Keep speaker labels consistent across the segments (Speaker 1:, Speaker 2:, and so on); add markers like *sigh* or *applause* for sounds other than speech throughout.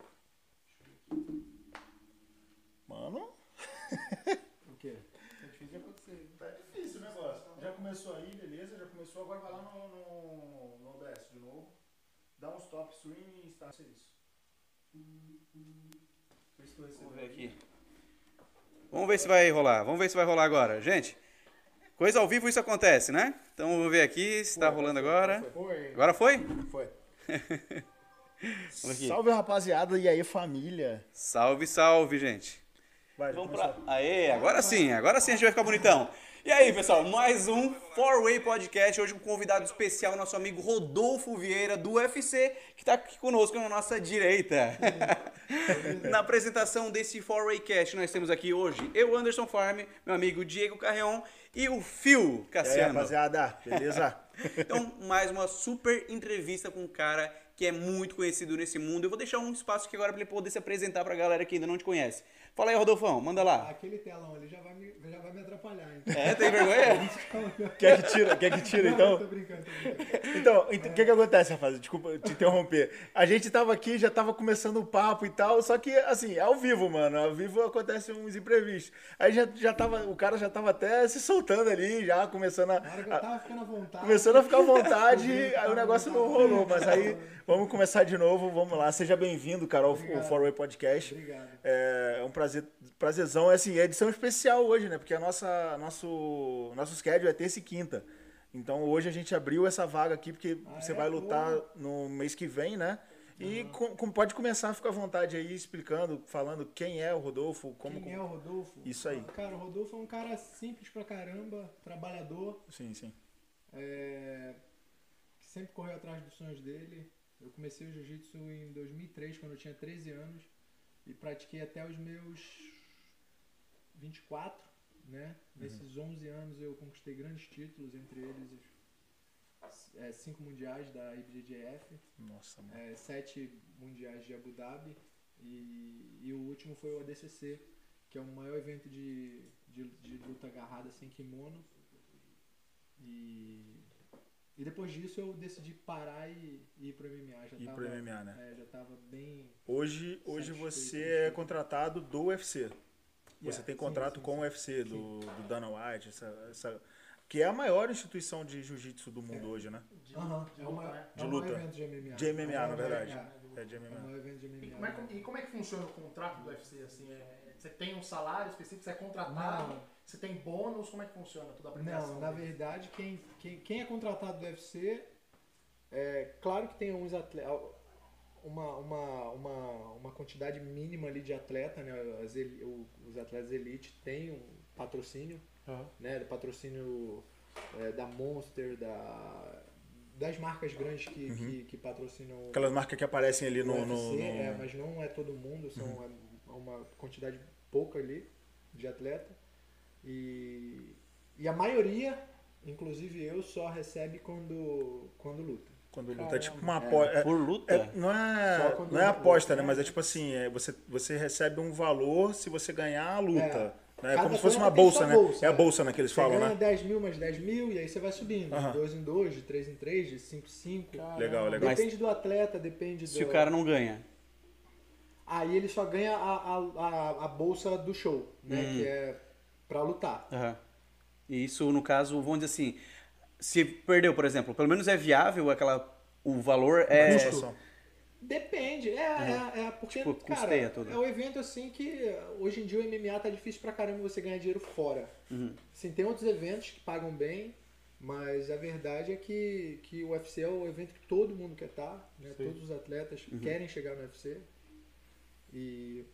Speaker 1: *laughs* Tá
Speaker 2: está serviço. Por isso que eu
Speaker 3: Vamos
Speaker 2: recebi.
Speaker 3: ver aqui. Vamos ver se vai rolar. Vamos ver se vai rolar agora. Gente, coisa ao vivo isso acontece, né? Então vamos ver aqui se tá rolando agora.
Speaker 1: Foi.
Speaker 3: Agora foi?
Speaker 1: Foi.
Speaker 3: Vamos aqui.
Speaker 1: Salve, rapaziada. E aí, família?
Speaker 3: Salve, salve, gente.
Speaker 2: Vai,
Speaker 3: Vamos
Speaker 2: começar.
Speaker 3: pra... Aê, agora sim, agora sim a gente vai ficar bonitão. E aí, pessoal, mais um Four Way Podcast, hoje com um convidado especial, nosso amigo Rodolfo Vieira, do UFC, que está aqui conosco na nossa direita. *laughs* na apresentação desse Four Way Cast, nós temos aqui hoje eu, Anderson Farm, meu amigo Diego Carreon e o Phil
Speaker 1: E aí,
Speaker 3: Cassiano.
Speaker 1: rapaziada? Beleza?
Speaker 3: Então, mais uma super entrevista com um cara que é muito conhecido nesse mundo. Eu vou deixar um espaço aqui agora para ele poder se apresentar para a galera que ainda não te conhece. Fala aí, Rodolfão, manda lá.
Speaker 4: Aquele telão ali já vai me, já vai me atrapalhar, então.
Speaker 3: É, tem vergonha?
Speaker 4: *laughs*
Speaker 1: Quer que tira? Quer que tira,
Speaker 4: Não,
Speaker 1: *laughs* então?
Speaker 4: tô brincando, tô brincando.
Speaker 1: Então, ent- o que que acontece, rapaziada? Desculpa te interromper. A gente tava aqui, já tava começando o papo e tal, só que, assim, é ao vivo, mano. Ao vivo acontece uns imprevistos. Aí já, já tava, o cara já tava até se soltando ali, já começando a...
Speaker 4: Na hora que
Speaker 1: a-
Speaker 4: eu tava ficando à vontade.
Speaker 1: Começando a ficar à vontade, aí o negócio não rolou, mas aí vamos começar de novo, vamos lá. Seja bem-vindo, Carol, ao
Speaker 4: Obrigado.
Speaker 1: Forway Podcast.
Speaker 4: Obrigado.
Speaker 1: É é um prazer, prazerzão. É assim, é edição especial hoje, né? Porque a nossa, nosso, nosso schedule é terça e quinta. Então hoje a gente abriu essa vaga aqui, porque
Speaker 4: Ah,
Speaker 1: você
Speaker 4: é?
Speaker 1: vai lutar
Speaker 4: Boa.
Speaker 1: no mês que vem, né? E com- com- pode começar, fica à vontade aí, explicando, falando quem é o Rodolfo, como...
Speaker 4: Quem é o Rodolfo?
Speaker 1: Isso aí.
Speaker 4: Cara, o Rodolfo é um cara simples pra caramba, trabalhador,
Speaker 1: Sim, sim.
Speaker 4: é, que sempre correu atrás dos sonhos dele. Eu comecei o jiu-jitsu em 2003, quando eu tinha 13 anos, e pratiquei até os meus 24, né?
Speaker 1: Uhum.
Speaker 4: Nesses 11 anos eu conquistei grandes títulos, entre eles os, é, cinco mundiais da IBJJF.
Speaker 1: Nossa, mano.
Speaker 4: é, sete mundiais de Abu Dhabi e, e o último foi o ADCC, que é o maior evento de, de, de luta agarrada sem kimono. E, e depois disso eu decidi parar e, e ir pro MMA. Já
Speaker 1: E
Speaker 4: tava,
Speaker 1: pro MMA, né?
Speaker 4: É, já tava bem.
Speaker 1: Hoje, hoje
Speaker 4: Satisfeito,
Speaker 1: você é
Speaker 4: satisfeito.
Speaker 1: contratado do UFC. Você
Speaker 4: Yeah,
Speaker 1: tem
Speaker 4: sim,
Speaker 1: contrato
Speaker 4: sim,
Speaker 1: com o UFC, do, do Dana White, essa, essa- que é a maior instituição de jiu-jitsu do mundo hoje, né?
Speaker 4: Aham, é o maior-
Speaker 1: De
Speaker 4: é o maior
Speaker 1: luta.
Speaker 4: evento de MMA.
Speaker 1: De MMA, na verdade.
Speaker 4: É,
Speaker 1: É de
Speaker 4: é o
Speaker 1: MMA.
Speaker 4: maior evento de
Speaker 5: E
Speaker 4: MMA.
Speaker 5: como, é, que- e como é que funciona o contrato do UFC? Assim, é- você tem um salário específico, você é contratado,
Speaker 4: Não.
Speaker 5: você tem bônus, como é que funciona toda a premiação?
Speaker 4: Não, na
Speaker 5: dele?
Speaker 4: verdade, quem, quem, quem é contratado do UFC, é claro que tem uns atletas. Uma, uma, uma, uma quantidade mínima ali de atleta, né? As eli- o- os atletas elite têm um patrocínio, né? Patrocínio é, da Monster, da, das marcas grandes que, que, que patrocinam o-
Speaker 1: Aquelas marcas que aparecem ali
Speaker 4: no,
Speaker 1: no.
Speaker 4: UFC,
Speaker 1: no- Uhum. no-
Speaker 4: é, mas não é todo mundo, são é uma quantidade pouca ali de atleta. E, e a maioria, inclusive eu, só recebe quando, quando luta.
Speaker 1: Quando luta. É tipo uma aposta.
Speaker 3: Por luta?
Speaker 1: não
Speaker 4: um, Só
Speaker 1: é,
Speaker 4: quando
Speaker 1: não é
Speaker 4: luta.
Speaker 1: aposta, né? Mas é tipo assim, é, você, você recebe um valor se você ganhar a luta. né? É,
Speaker 4: Cada
Speaker 1: como se fosse
Speaker 4: atleta
Speaker 1: uma
Speaker 4: tem
Speaker 1: bolsa,
Speaker 4: sua
Speaker 1: né?
Speaker 4: bolsa,
Speaker 1: é a
Speaker 4: né?
Speaker 1: bolsa, né? Que eles
Speaker 4: Você
Speaker 1: falam,
Speaker 4: ganha
Speaker 1: né?
Speaker 4: 10 mil mais 10 mil e aí você vai subindo.
Speaker 1: Aham.
Speaker 4: De 2 em 2, de 3 em 3, de 5 em 5.
Speaker 1: Legal, legal.
Speaker 4: Depende do atleta, depende
Speaker 3: Se
Speaker 4: do.
Speaker 3: o cara não ganha.
Speaker 4: Aí ele só ganha a, a, a, a bolsa do show, né?
Speaker 3: Hum.
Speaker 4: Que é pra lutar.
Speaker 3: Aham. E isso, no caso, vamos dizer assim, se perdeu, por exemplo, pelo menos é viável aquela. O valor é.
Speaker 1: Custo. né? só.
Speaker 4: Depende, é, é, é porque,
Speaker 3: Tipo,
Speaker 4: cara,
Speaker 3: custeia tudo.
Speaker 4: é um evento assim que hoje em dia o MMA tá difícil pra caramba você ganhar dinheiro fora.
Speaker 3: Uhum.
Speaker 4: Sim, tem outros eventos que pagam bem, mas a verdade é que, que o UFC é o evento que todo mundo quer estar, né? Todos os atletas
Speaker 3: Uhum.
Speaker 4: querem chegar no UFC. E,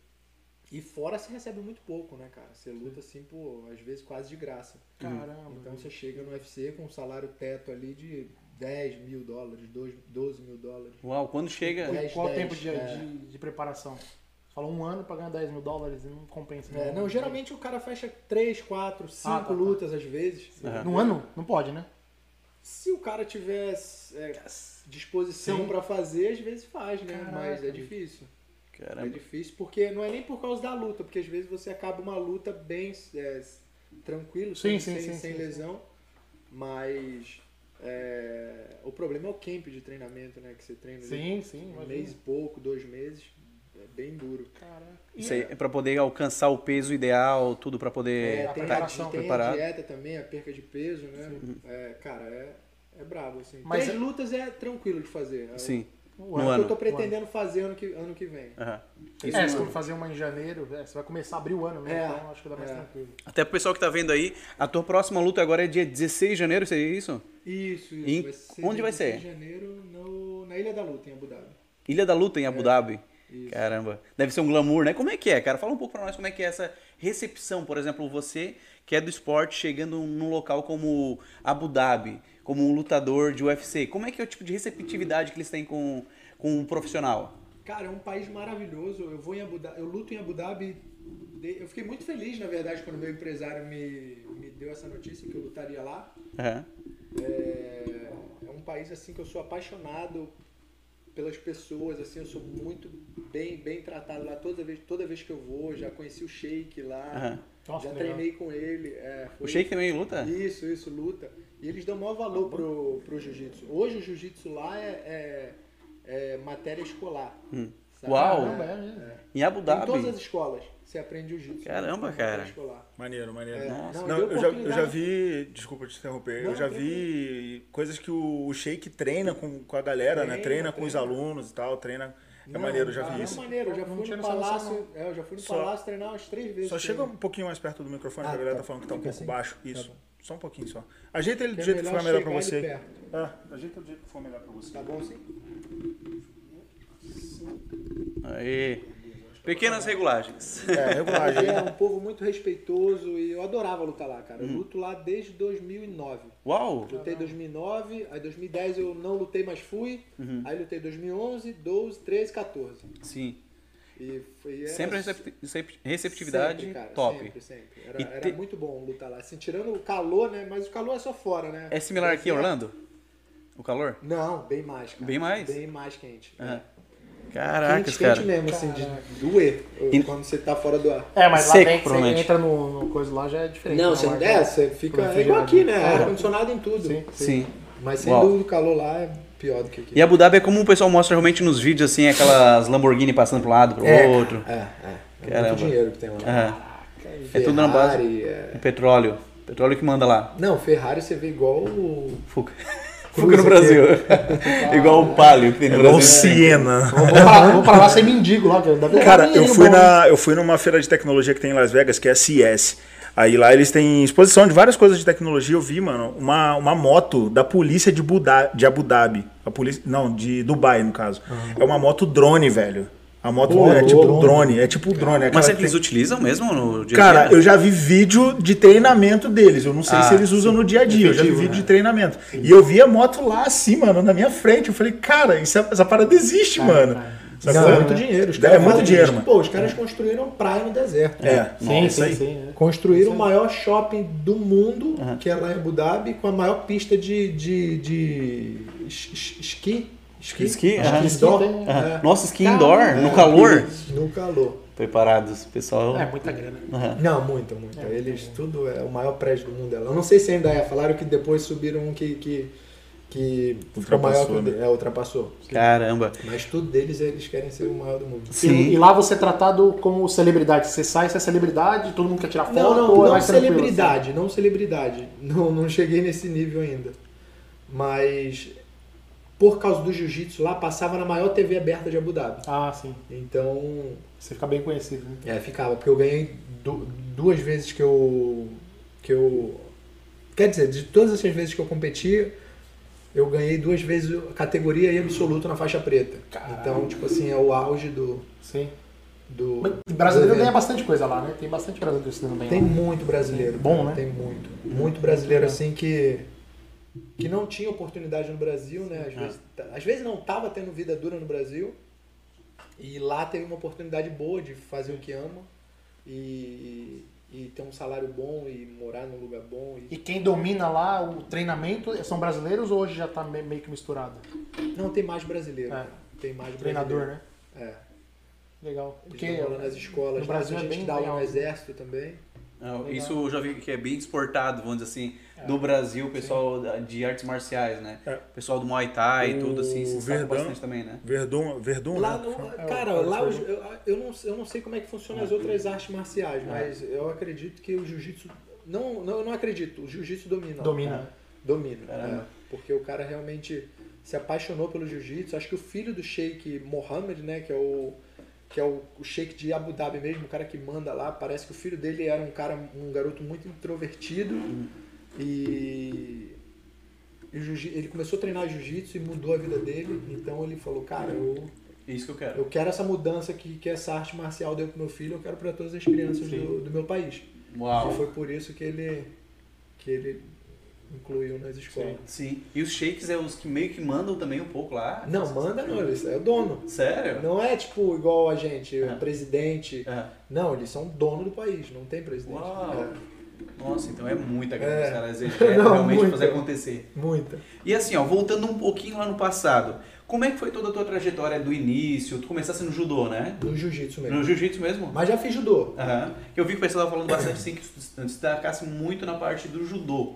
Speaker 4: e fora se recebe muito pouco, né, cara? Você luta assim, por, às vezes quase de graça.
Speaker 5: Caramba.
Speaker 4: Então você chega no UFC com um salário teto ali de 10 mil dólares, 12 12 mil dólares.
Speaker 3: Uau, quando chega.
Speaker 4: Pois
Speaker 5: E Qual o
Speaker 4: 10,
Speaker 5: tempo de,
Speaker 4: é.
Speaker 5: de- de preparação? Você falou um ano pra ganhar 10 mil dólares e não compensa. né?
Speaker 4: É, não, geralmente o cara fecha 3, 4, 5
Speaker 5: tá, tá.
Speaker 4: lutas às vezes.
Speaker 3: Aham.
Speaker 5: No ano? Não pode, né?
Speaker 4: Se o cara tiver é, disposição
Speaker 5: Sim.
Speaker 4: pra fazer, às vezes faz, né?
Speaker 5: Caraca,
Speaker 4: Mas é
Speaker 5: bicho.
Speaker 4: difícil. É
Speaker 3: Caramba.
Speaker 4: difícil porque não é nem por causa da luta, porque às vezes você acaba uma luta bem é, tranquilo, sem,
Speaker 5: Sim, sim,
Speaker 4: sem-
Speaker 5: sim,
Speaker 4: sem
Speaker 5: sim,
Speaker 4: lesão. Mas é, o problema é o camp de treinamento, né? Que você treina ali
Speaker 5: Sim, sim.
Speaker 4: um
Speaker 5: imagina.
Speaker 4: mês e pouco, dois meses. É bem duro.
Speaker 5: Caraca. E-
Speaker 3: Isso aí é pra poder alcançar o peso ideal, tudo pra poder. tá
Speaker 4: É,
Speaker 5: a
Speaker 4: tem, a,
Speaker 5: preparação.
Speaker 4: tem a
Speaker 3: Preparado.
Speaker 4: dieta também, a perca de peso, né? É, cara, é, é brabo, assim.
Speaker 5: Mas
Speaker 4: Três
Speaker 5: é-
Speaker 4: lutas é tranquilo de fazer.
Speaker 3: Sim.
Speaker 4: No ano, que
Speaker 3: ano.
Speaker 4: eu tô pretendendo fazer ano que, ano que vem.
Speaker 3: Aham.
Speaker 5: Isso, é, se for fazer uma em janeiro, é, você vai começar a abrir o ano, né?
Speaker 4: É.
Speaker 5: Então acho que dá mais
Speaker 4: É.
Speaker 5: tranquilo.
Speaker 3: Até pro pessoal que tá vendo aí, a tua próxima luta agora é dia 16 de janeiro, seria isso?
Speaker 4: Isso, isso.
Speaker 3: Em- onde vai ser?
Speaker 4: Em janeiro, no, na Ilha da Luta, em Abu Dhabi.
Speaker 3: Ilha da Luta em
Speaker 4: É,
Speaker 3: Abu Dhabi. Caramba, deve ser um glamour, né? Como é que é, cara? Fala um pouco pra nós como é que é essa recepção, por exemplo, você que é do esporte chegando num local como Abu Dhabi, como um lutador de UFC. Como é que é o tipo de receptividade que eles têm com, com um profissional?
Speaker 4: Cara, é um país maravilhoso. Eu vou em Abu Dhabi, eu luto em Abu Dhabi. de- Eu fiquei muito feliz, na verdade, quando meu empresário me, me deu essa notícia que eu lutaria lá.
Speaker 3: Aham.
Speaker 4: É, é um país assim que eu sou apaixonado pelas pessoas, assim, eu sou muito bem, bem tratado lá toda vez, toda vez que eu vou, já conheci o Sheik lá,
Speaker 3: Aham.
Speaker 5: Nossa,
Speaker 4: já
Speaker 5: que legal.
Speaker 4: treinei com ele. é,
Speaker 3: O
Speaker 4: foi-
Speaker 3: Sheik também luta?
Speaker 4: Isso, isso, luta. E eles dão maior
Speaker 5: Ah,
Speaker 4: valor pro, pro jiu-jitsu. Hoje o jiu-jitsu lá é, é- é matéria escolar. sabe?
Speaker 3: Hum. Uau!
Speaker 5: Caramba, é mesmo.
Speaker 3: Em Abu
Speaker 4: Em todas as
Speaker 3: Dhabi?
Speaker 4: escolas você aprende jiu-jitsu.
Speaker 3: Caramba,
Speaker 4: É matéria
Speaker 3: cara.
Speaker 4: escolar.
Speaker 1: Maneiro, maneiro.
Speaker 4: É,
Speaker 3: Nossa.
Speaker 4: não,
Speaker 1: Não, eu
Speaker 4: deu
Speaker 1: já, eu já
Speaker 4: oportunidade-
Speaker 1: vi. Desculpa te interromper. eu
Speaker 4: Não,
Speaker 1: já vi coisas que o, o Sheik treina com, com a galera, né?
Speaker 4: Treina,
Speaker 1: Treina com os
Speaker 4: treina.
Speaker 1: alunos e tal, treina. É maneiro, eu já
Speaker 4: Ah,
Speaker 1: vi
Speaker 4: não,
Speaker 1: isso.
Speaker 4: maneiro, eu já
Speaker 5: Não
Speaker 4: fui
Speaker 5: tinha
Speaker 4: no
Speaker 5: noção dessa,
Speaker 4: palácio, é, eu já fui no
Speaker 1: Só-
Speaker 4: palácio treinar umas três vezes.
Speaker 1: Só chega
Speaker 4: também.
Speaker 1: um pouquinho mais perto do microfone,
Speaker 4: Ah,
Speaker 1: que a galera
Speaker 4: tá.
Speaker 1: tá falando que tá um
Speaker 4: Fica
Speaker 1: pouco
Speaker 4: assim.
Speaker 1: baixo. Isso.
Speaker 4: bom.
Speaker 1: Só um pouquinho só. Ajeita ele
Speaker 4: Que
Speaker 1: do
Speaker 4: é
Speaker 1: jeito que
Speaker 4: melhor
Speaker 1: ficar melhor pra
Speaker 4: chegar
Speaker 1: você.
Speaker 4: ele perto.
Speaker 1: É, ajeita do jeito que for melhor pra você.
Speaker 4: Tá bom sim?
Speaker 3: Aí. Pequenas regulagens. *laughs*
Speaker 1: É,
Speaker 4: Mas
Speaker 1: regulagem.
Speaker 4: é um povo muito respeitoso e eu adorava lutar lá, cara. Eu
Speaker 3: Uhum.
Speaker 4: luto lá desde 2009.
Speaker 3: Uau!
Speaker 4: Lutei em 2009, aí 2010 eu não lutei, mas fui.
Speaker 3: Uhum.
Speaker 4: Aí lutei em 2011, 12, 13, 14.
Speaker 3: Sim.
Speaker 4: E foi, era
Speaker 3: Sempre recep- recep- receptividade
Speaker 4: sempre, cara,
Speaker 3: top.
Speaker 4: Sempre, sempre. Era,
Speaker 3: E
Speaker 4: era
Speaker 3: te-
Speaker 4: muito bom lutar lá. Assim, tirando o calor, né? Mas o calor é só fora, né?
Speaker 3: É similar aqui em Orlando? O calor?
Speaker 4: Não, bem mais, cara.
Speaker 3: Bem mais?
Speaker 4: Bem mais quente.
Speaker 3: Aham.
Speaker 4: É.
Speaker 3: Caracas,
Speaker 4: quente,
Speaker 3: cara.
Speaker 4: quente mesmo, assim, de doer
Speaker 3: E-
Speaker 4: quando você tá fora do ar.
Speaker 5: É, mas
Speaker 3: Seco,
Speaker 5: lá tem, você
Speaker 3: provavelmente.
Speaker 5: entra no, no coisa lá já é diferente.
Speaker 4: Não,
Speaker 5: né?
Speaker 4: você
Speaker 5: Lá
Speaker 4: não
Speaker 5: já-
Speaker 4: desce, você fica.
Speaker 5: Como
Speaker 4: É igual aqui, né?
Speaker 5: É.
Speaker 4: Ar-condicionado em tudo.
Speaker 5: Sim.
Speaker 3: Sim.
Speaker 4: Mas sem
Speaker 3: Uau.
Speaker 4: dúvida o calor lá é pior do que aqui.
Speaker 3: E Abu Dhabi é como o pessoal mostra realmente nos vídeos, assim, aquelas Lamborghini passando pro lado, pro
Speaker 4: É,
Speaker 3: outro.
Speaker 4: É, é. É
Speaker 3: Caramba.
Speaker 4: muito dinheiro que tem lá.
Speaker 3: Aham.
Speaker 4: Ferrari,
Speaker 3: É tudo na base.
Speaker 4: é.
Speaker 3: O petróleo. Petróleo que manda lá.
Speaker 4: Não, Ferrari você vê igual o.
Speaker 3: Fuca. Fuca no Brasil. *laughs* Igual o palio que tem no
Speaker 1: Igual
Speaker 3: Brasil.
Speaker 1: Siena.
Speaker 5: Vamos pra, vamos pra lá ser mendigo lá, que dá pra-
Speaker 1: Cara, eu
Speaker 5: Menino
Speaker 1: fui,
Speaker 5: bom, né?
Speaker 1: na, eu fui numa feira de tecnologia que tem em Las Vegas, que é a CS. Aí lá eles têm exposição de várias coisas de tecnologia. Eu vi, mano, uma, uma moto da polícia de, Buda, de Abu Dhabi. A polícia, não, de Dubai, no caso. É uma moto drone, velho. A moto é tipo drone. É tipo drone. é aquela
Speaker 3: Mas será
Speaker 1: que
Speaker 3: que eles
Speaker 1: tem-
Speaker 3: utilizam mesmo no dia a
Speaker 1: Cara,
Speaker 3: dia?
Speaker 1: eu já vi vídeo de treinamento deles. Eu não sei
Speaker 3: Ah,
Speaker 1: se eles usam no dia a dia. eu já vi
Speaker 5: Efetivo,
Speaker 1: vídeo
Speaker 5: né?
Speaker 1: de treinamento. E eu vi a moto lá assim, mano, na minha frente. Eu falei, cara, isso é- essa parada existe, mano. Sacou?
Speaker 5: Não, é muito
Speaker 4: dinheiro.
Speaker 1: os caras É muito fazem dinheiro, isso. mano.
Speaker 4: Pô, os
Speaker 3: É.
Speaker 4: caras construíram praia no deserto.
Speaker 1: É,
Speaker 5: Sim,
Speaker 1: isso
Speaker 5: sim,
Speaker 1: aí.
Speaker 5: sim. é.
Speaker 4: Construíram o maior shopping do mundo, que é lá em Abu Dhabi, com a maior pista de, de, de es- es- esqui. Esqui?
Speaker 3: Esqui,
Speaker 4: Acho
Speaker 3: aham.
Speaker 4: que indoor.
Speaker 5: Esqui tem,
Speaker 4: É.
Speaker 3: Aham. Nossa, skin indoor, no calor.
Speaker 4: No calor.
Speaker 1: É.
Speaker 3: Preparados, pessoal.
Speaker 5: É muita grana.
Speaker 4: Não, muito, muito. Eles, tudo é o maior prédio do mundo. é lá. Eu não sei se ainda é. Falaram que depois subiram um que, que, que ficou maior que o
Speaker 1: Ultrapassou,
Speaker 4: de- é, ultrapassou.
Speaker 3: Caramba.
Speaker 4: Mas tudo deles, eles querem ser o maior do mundo.
Speaker 3: Sim.
Speaker 5: E, e lá você é tratado como celebridade. Você sai, você é celebridade, todo mundo quer tirar foto.
Speaker 4: Não, não,
Speaker 5: ou é
Speaker 4: não
Speaker 5: mais tranquilo,
Speaker 4: celebridade, não celebridade. Não, não cheguei nesse nível ainda. Mas por causa do jiu-jitsu lá, passava na maior TV aberta de Abu Dhabi.
Speaker 5: assim? Ah, sim.
Speaker 4: Então,
Speaker 5: Você fica bem conhecido. Né?
Speaker 4: é, ficava, porque eu ganhei du- duas vezes que eu. que eu. Quer dizer, de todas essas vezes que eu competi, eu ganhei duas vezes a categoria e absoluto na faixa preta. Então, tipo assim, é o auge do.
Speaker 5: Sim.
Speaker 4: do
Speaker 5: Mas brasileiro
Speaker 4: do
Speaker 5: ganha
Speaker 4: evento.
Speaker 5: bastante coisa lá, né? Tem bastante brasileiro se dando bem
Speaker 4: Tem
Speaker 5: lá.
Speaker 4: muito brasileiro.
Speaker 5: Bom,
Speaker 4: cara,
Speaker 5: né?
Speaker 4: Tem muito. Muito brasileiro, assim, que, que não tinha oportunidade no Brasil, né?
Speaker 5: É.
Speaker 4: Às, vezes, tá- às vezes não tava tendo vida dura no Brasil. E lá teve uma oportunidade boa de fazer o que ama. E, e ter um salário bom e morar num lugar bom.
Speaker 5: E
Speaker 4: E...
Speaker 5: quem domina lá o treinamento são brasileiros ou hoje já tá me- meio que misturado?
Speaker 4: Não, tem mais brasileiro.
Speaker 5: É.
Speaker 4: cara. Tem mais
Speaker 5: Treinador,
Speaker 4: brasileiro.
Speaker 5: né?
Speaker 4: É.
Speaker 5: Legal.
Speaker 4: Porque aula nas escolas.
Speaker 5: no
Speaker 4: né? Tem
Speaker 5: Brasil é
Speaker 4: gente
Speaker 5: bem
Speaker 4: que dá aula
Speaker 5: legal.
Speaker 4: no exército também.
Speaker 3: Não, isso eu já vi que é bem exportado, vamos dizer assim, do Brasil, o pessoal da- de artes marciais, né?
Speaker 1: É.
Speaker 3: O pessoal do Muay Thai e
Speaker 1: O
Speaker 3: tudo assim, se destaca
Speaker 1: Verdão.
Speaker 3: bastante também, né?
Speaker 1: Verdun, Verdun,
Speaker 4: Lá
Speaker 1: né?
Speaker 4: no,
Speaker 5: É,
Speaker 4: cara,
Speaker 5: o-
Speaker 4: lá
Speaker 5: o-
Speaker 4: os- eu, eu, não, eu não sei como é que funcionam as
Speaker 5: Uhum.
Speaker 4: outras artes
Speaker 5: É.
Speaker 4: marciais, mas eu acredito que o jiu-jitsu. Não, não, eu não acredito, o jiu-jitsu domina. É.
Speaker 5: Domina.
Speaker 4: Domina.
Speaker 3: Caramba.
Speaker 4: é. porque o cara realmente se apaixonou pelo jiu-jitsu. Acho que o filho do Sheik Mohammed, né, que é o que é o, o Sheik de Abu Dhabi mesmo, o cara que manda lá, parece que o filho dele era um cara, um garoto muito introvertido e e o jiu-ji- ele começou a treinar jiu-jitsu e mudou a vida dele, então ele falou, cara, eu,
Speaker 3: É Isso que eu
Speaker 4: eu
Speaker 3: quero.
Speaker 4: quero essa mudança que, que essa arte marcial deu pro meu filho, eu quero para todas as crianças do, do meu país.
Speaker 3: Uau.
Speaker 4: E foi por isso que ele, que ele incluiu nas escolas.
Speaker 3: Sim. E os shakes é os que meio que mandam também um pouco lá.
Speaker 4: Não, manda não, eles é o dono.
Speaker 3: Sério?
Speaker 4: Não é tipo igual a gente,
Speaker 3: É.
Speaker 4: presidente.
Speaker 3: É.
Speaker 4: Não, eles são dono do país, não tem presidente.
Speaker 3: Uau.
Speaker 4: É,
Speaker 3: Nossa, então é muita grana
Speaker 4: É.
Speaker 3: os
Speaker 4: *laughs*
Speaker 3: caras eles
Speaker 4: Não,
Speaker 3: realmente
Speaker 4: muita.
Speaker 3: fazer acontecer.
Speaker 4: muita.
Speaker 3: E assim, ó, voltando um pouquinho lá no passado, como é que foi toda a tua trajetória do início? Tu começasse no judô, né?
Speaker 4: No jiu-jitsu mesmo.
Speaker 3: No jiu-jitsu mesmo?
Speaker 4: Mas já fiz judô.
Speaker 3: Aham. Eu vi que o pessoal tava falando bastante assim, que tu se destacasse muito na parte do judô.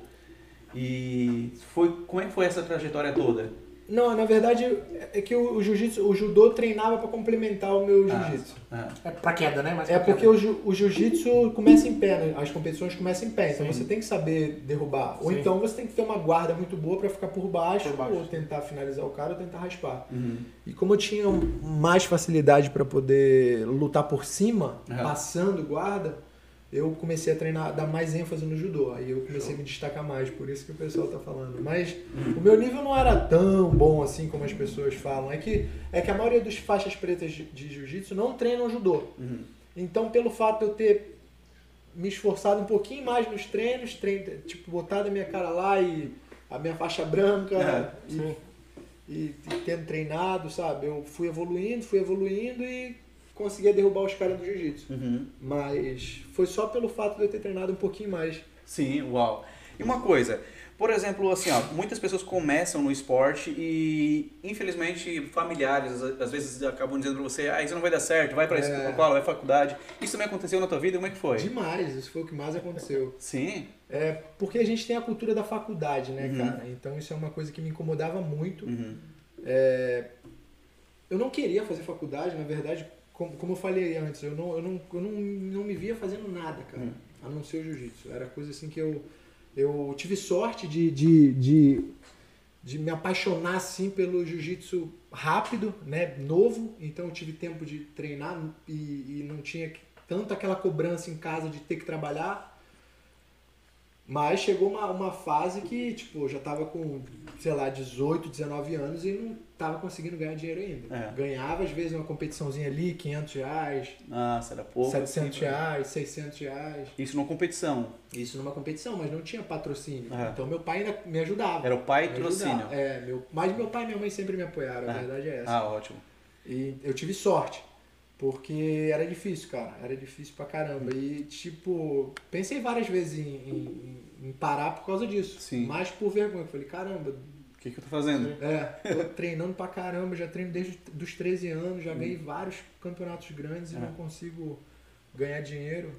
Speaker 3: E foi, como é que foi essa trajetória toda?
Speaker 4: Não, na verdade é que o, o jiu-jitsu, o judô treinava pra complementar o meu
Speaker 3: Ah.
Speaker 4: jiu-jitsu.
Speaker 3: Ah,
Speaker 5: É pra queda, né? Mas
Speaker 4: É porque o, ju- o jiu-jitsu começa em pé, né? as competições começam em pé, então você tem que saber derrubar. Ou
Speaker 5: Sim.
Speaker 4: então você tem que ter uma guarda muito boa pra ficar por baixo,
Speaker 5: Por baixo.
Speaker 4: ou tentar finalizar o cara ou tentar raspar.
Speaker 3: uhum.
Speaker 4: E como eu tinha mais facilidade pra poder lutar por cima,
Speaker 3: Aham.
Speaker 4: passando guarda, eu comecei a treinar, a dar mais ênfase no judô. Aí eu comecei a me destacar mais, por isso que o pessoal tá falando. Mas o meu nível não era tão bom assim como as pessoas falam. É que, é que a maioria dos faixas pretas de, de jiu-jitsu não treinam judô.
Speaker 3: Uhum.
Speaker 4: Então, pelo fato de eu ter me esforçado um pouquinho mais nos treinos, trein- tipo, botado a minha cara lá e a minha faixa branca,
Speaker 3: É,
Speaker 4: e e, e tendo treinado, sabe? Eu fui evoluindo, fui evoluindo e conseguia derrubar os caras do jiu-jitsu.
Speaker 3: Uhum.
Speaker 4: Mas foi só pelo fato de eu ter treinado um pouquinho mais.
Speaker 3: Sim, uau. E uma coisa, por exemplo, assim, ó, muitas pessoas começam no esporte e, infelizmente, familiares às- às vezes acabam dizendo pra você, ah, isso não vai dar certo, vai pra
Speaker 4: É.
Speaker 3: escola, vai pra faculdade. Isso também aconteceu na tua vida? Como é que foi?
Speaker 4: Demais, isso foi o que mais aconteceu.
Speaker 3: Sim.
Speaker 4: É porque a gente tem a cultura da faculdade, né,
Speaker 3: Uhum.
Speaker 4: cara? Então isso é uma coisa que me incomodava muito. É,
Speaker 3: Uhum.
Speaker 4: Eu não queria fazer faculdade, na verdade, como, como eu falei antes, eu não, eu, não, eu não, não me via fazendo nada, cara,
Speaker 3: Uhum.
Speaker 4: a não ser o jiu-jitsu. Era coisa assim que eu, eu tive sorte de, de, de, de me apaixonar assim pelo jiu-jitsu rápido, né, novo, então eu tive tempo de treinar e, e não tinha tanto aquela cobrança em casa de ter que trabalhar. Mas chegou uma, uma fase que, tipo, eu já tava com, sei lá, 18, 19 anos e não tava conseguindo ganhar dinheiro ainda.
Speaker 3: É.
Speaker 4: Ganhava, às vezes, uma competiçãozinha ali, 500 reais,
Speaker 3: Nossa, era pouco.
Speaker 4: 700
Speaker 3: assim, pra-
Speaker 4: reais, 600 reais.
Speaker 3: Isso numa competição.
Speaker 4: Isso numa competição, mas não tinha patrocínio.
Speaker 3: É.
Speaker 4: Então meu pai ainda me ajudava.
Speaker 3: Era o pai
Speaker 4: Me
Speaker 3: trocínio.
Speaker 4: ajudava. É, meu, mas meu pai e minha mãe sempre me apoiaram, a
Speaker 3: É.
Speaker 4: verdade é essa.
Speaker 3: Ah, ótimo.
Speaker 4: E eu tive sorte, porque era difícil, cara. Era difícil pra caramba. E, tipo, pensei várias vezes em, em- em parar por causa disso.
Speaker 3: Sim.
Speaker 4: Mas por vergonha. Eu Falei, caramba,
Speaker 3: O que, que eu tô fazendo?
Speaker 4: é, tô treinando pra caramba, já treino desde os 13 anos, já ganhei vários campeonatos grandes e
Speaker 3: Uhum. É.
Speaker 4: não consigo ganhar dinheiro.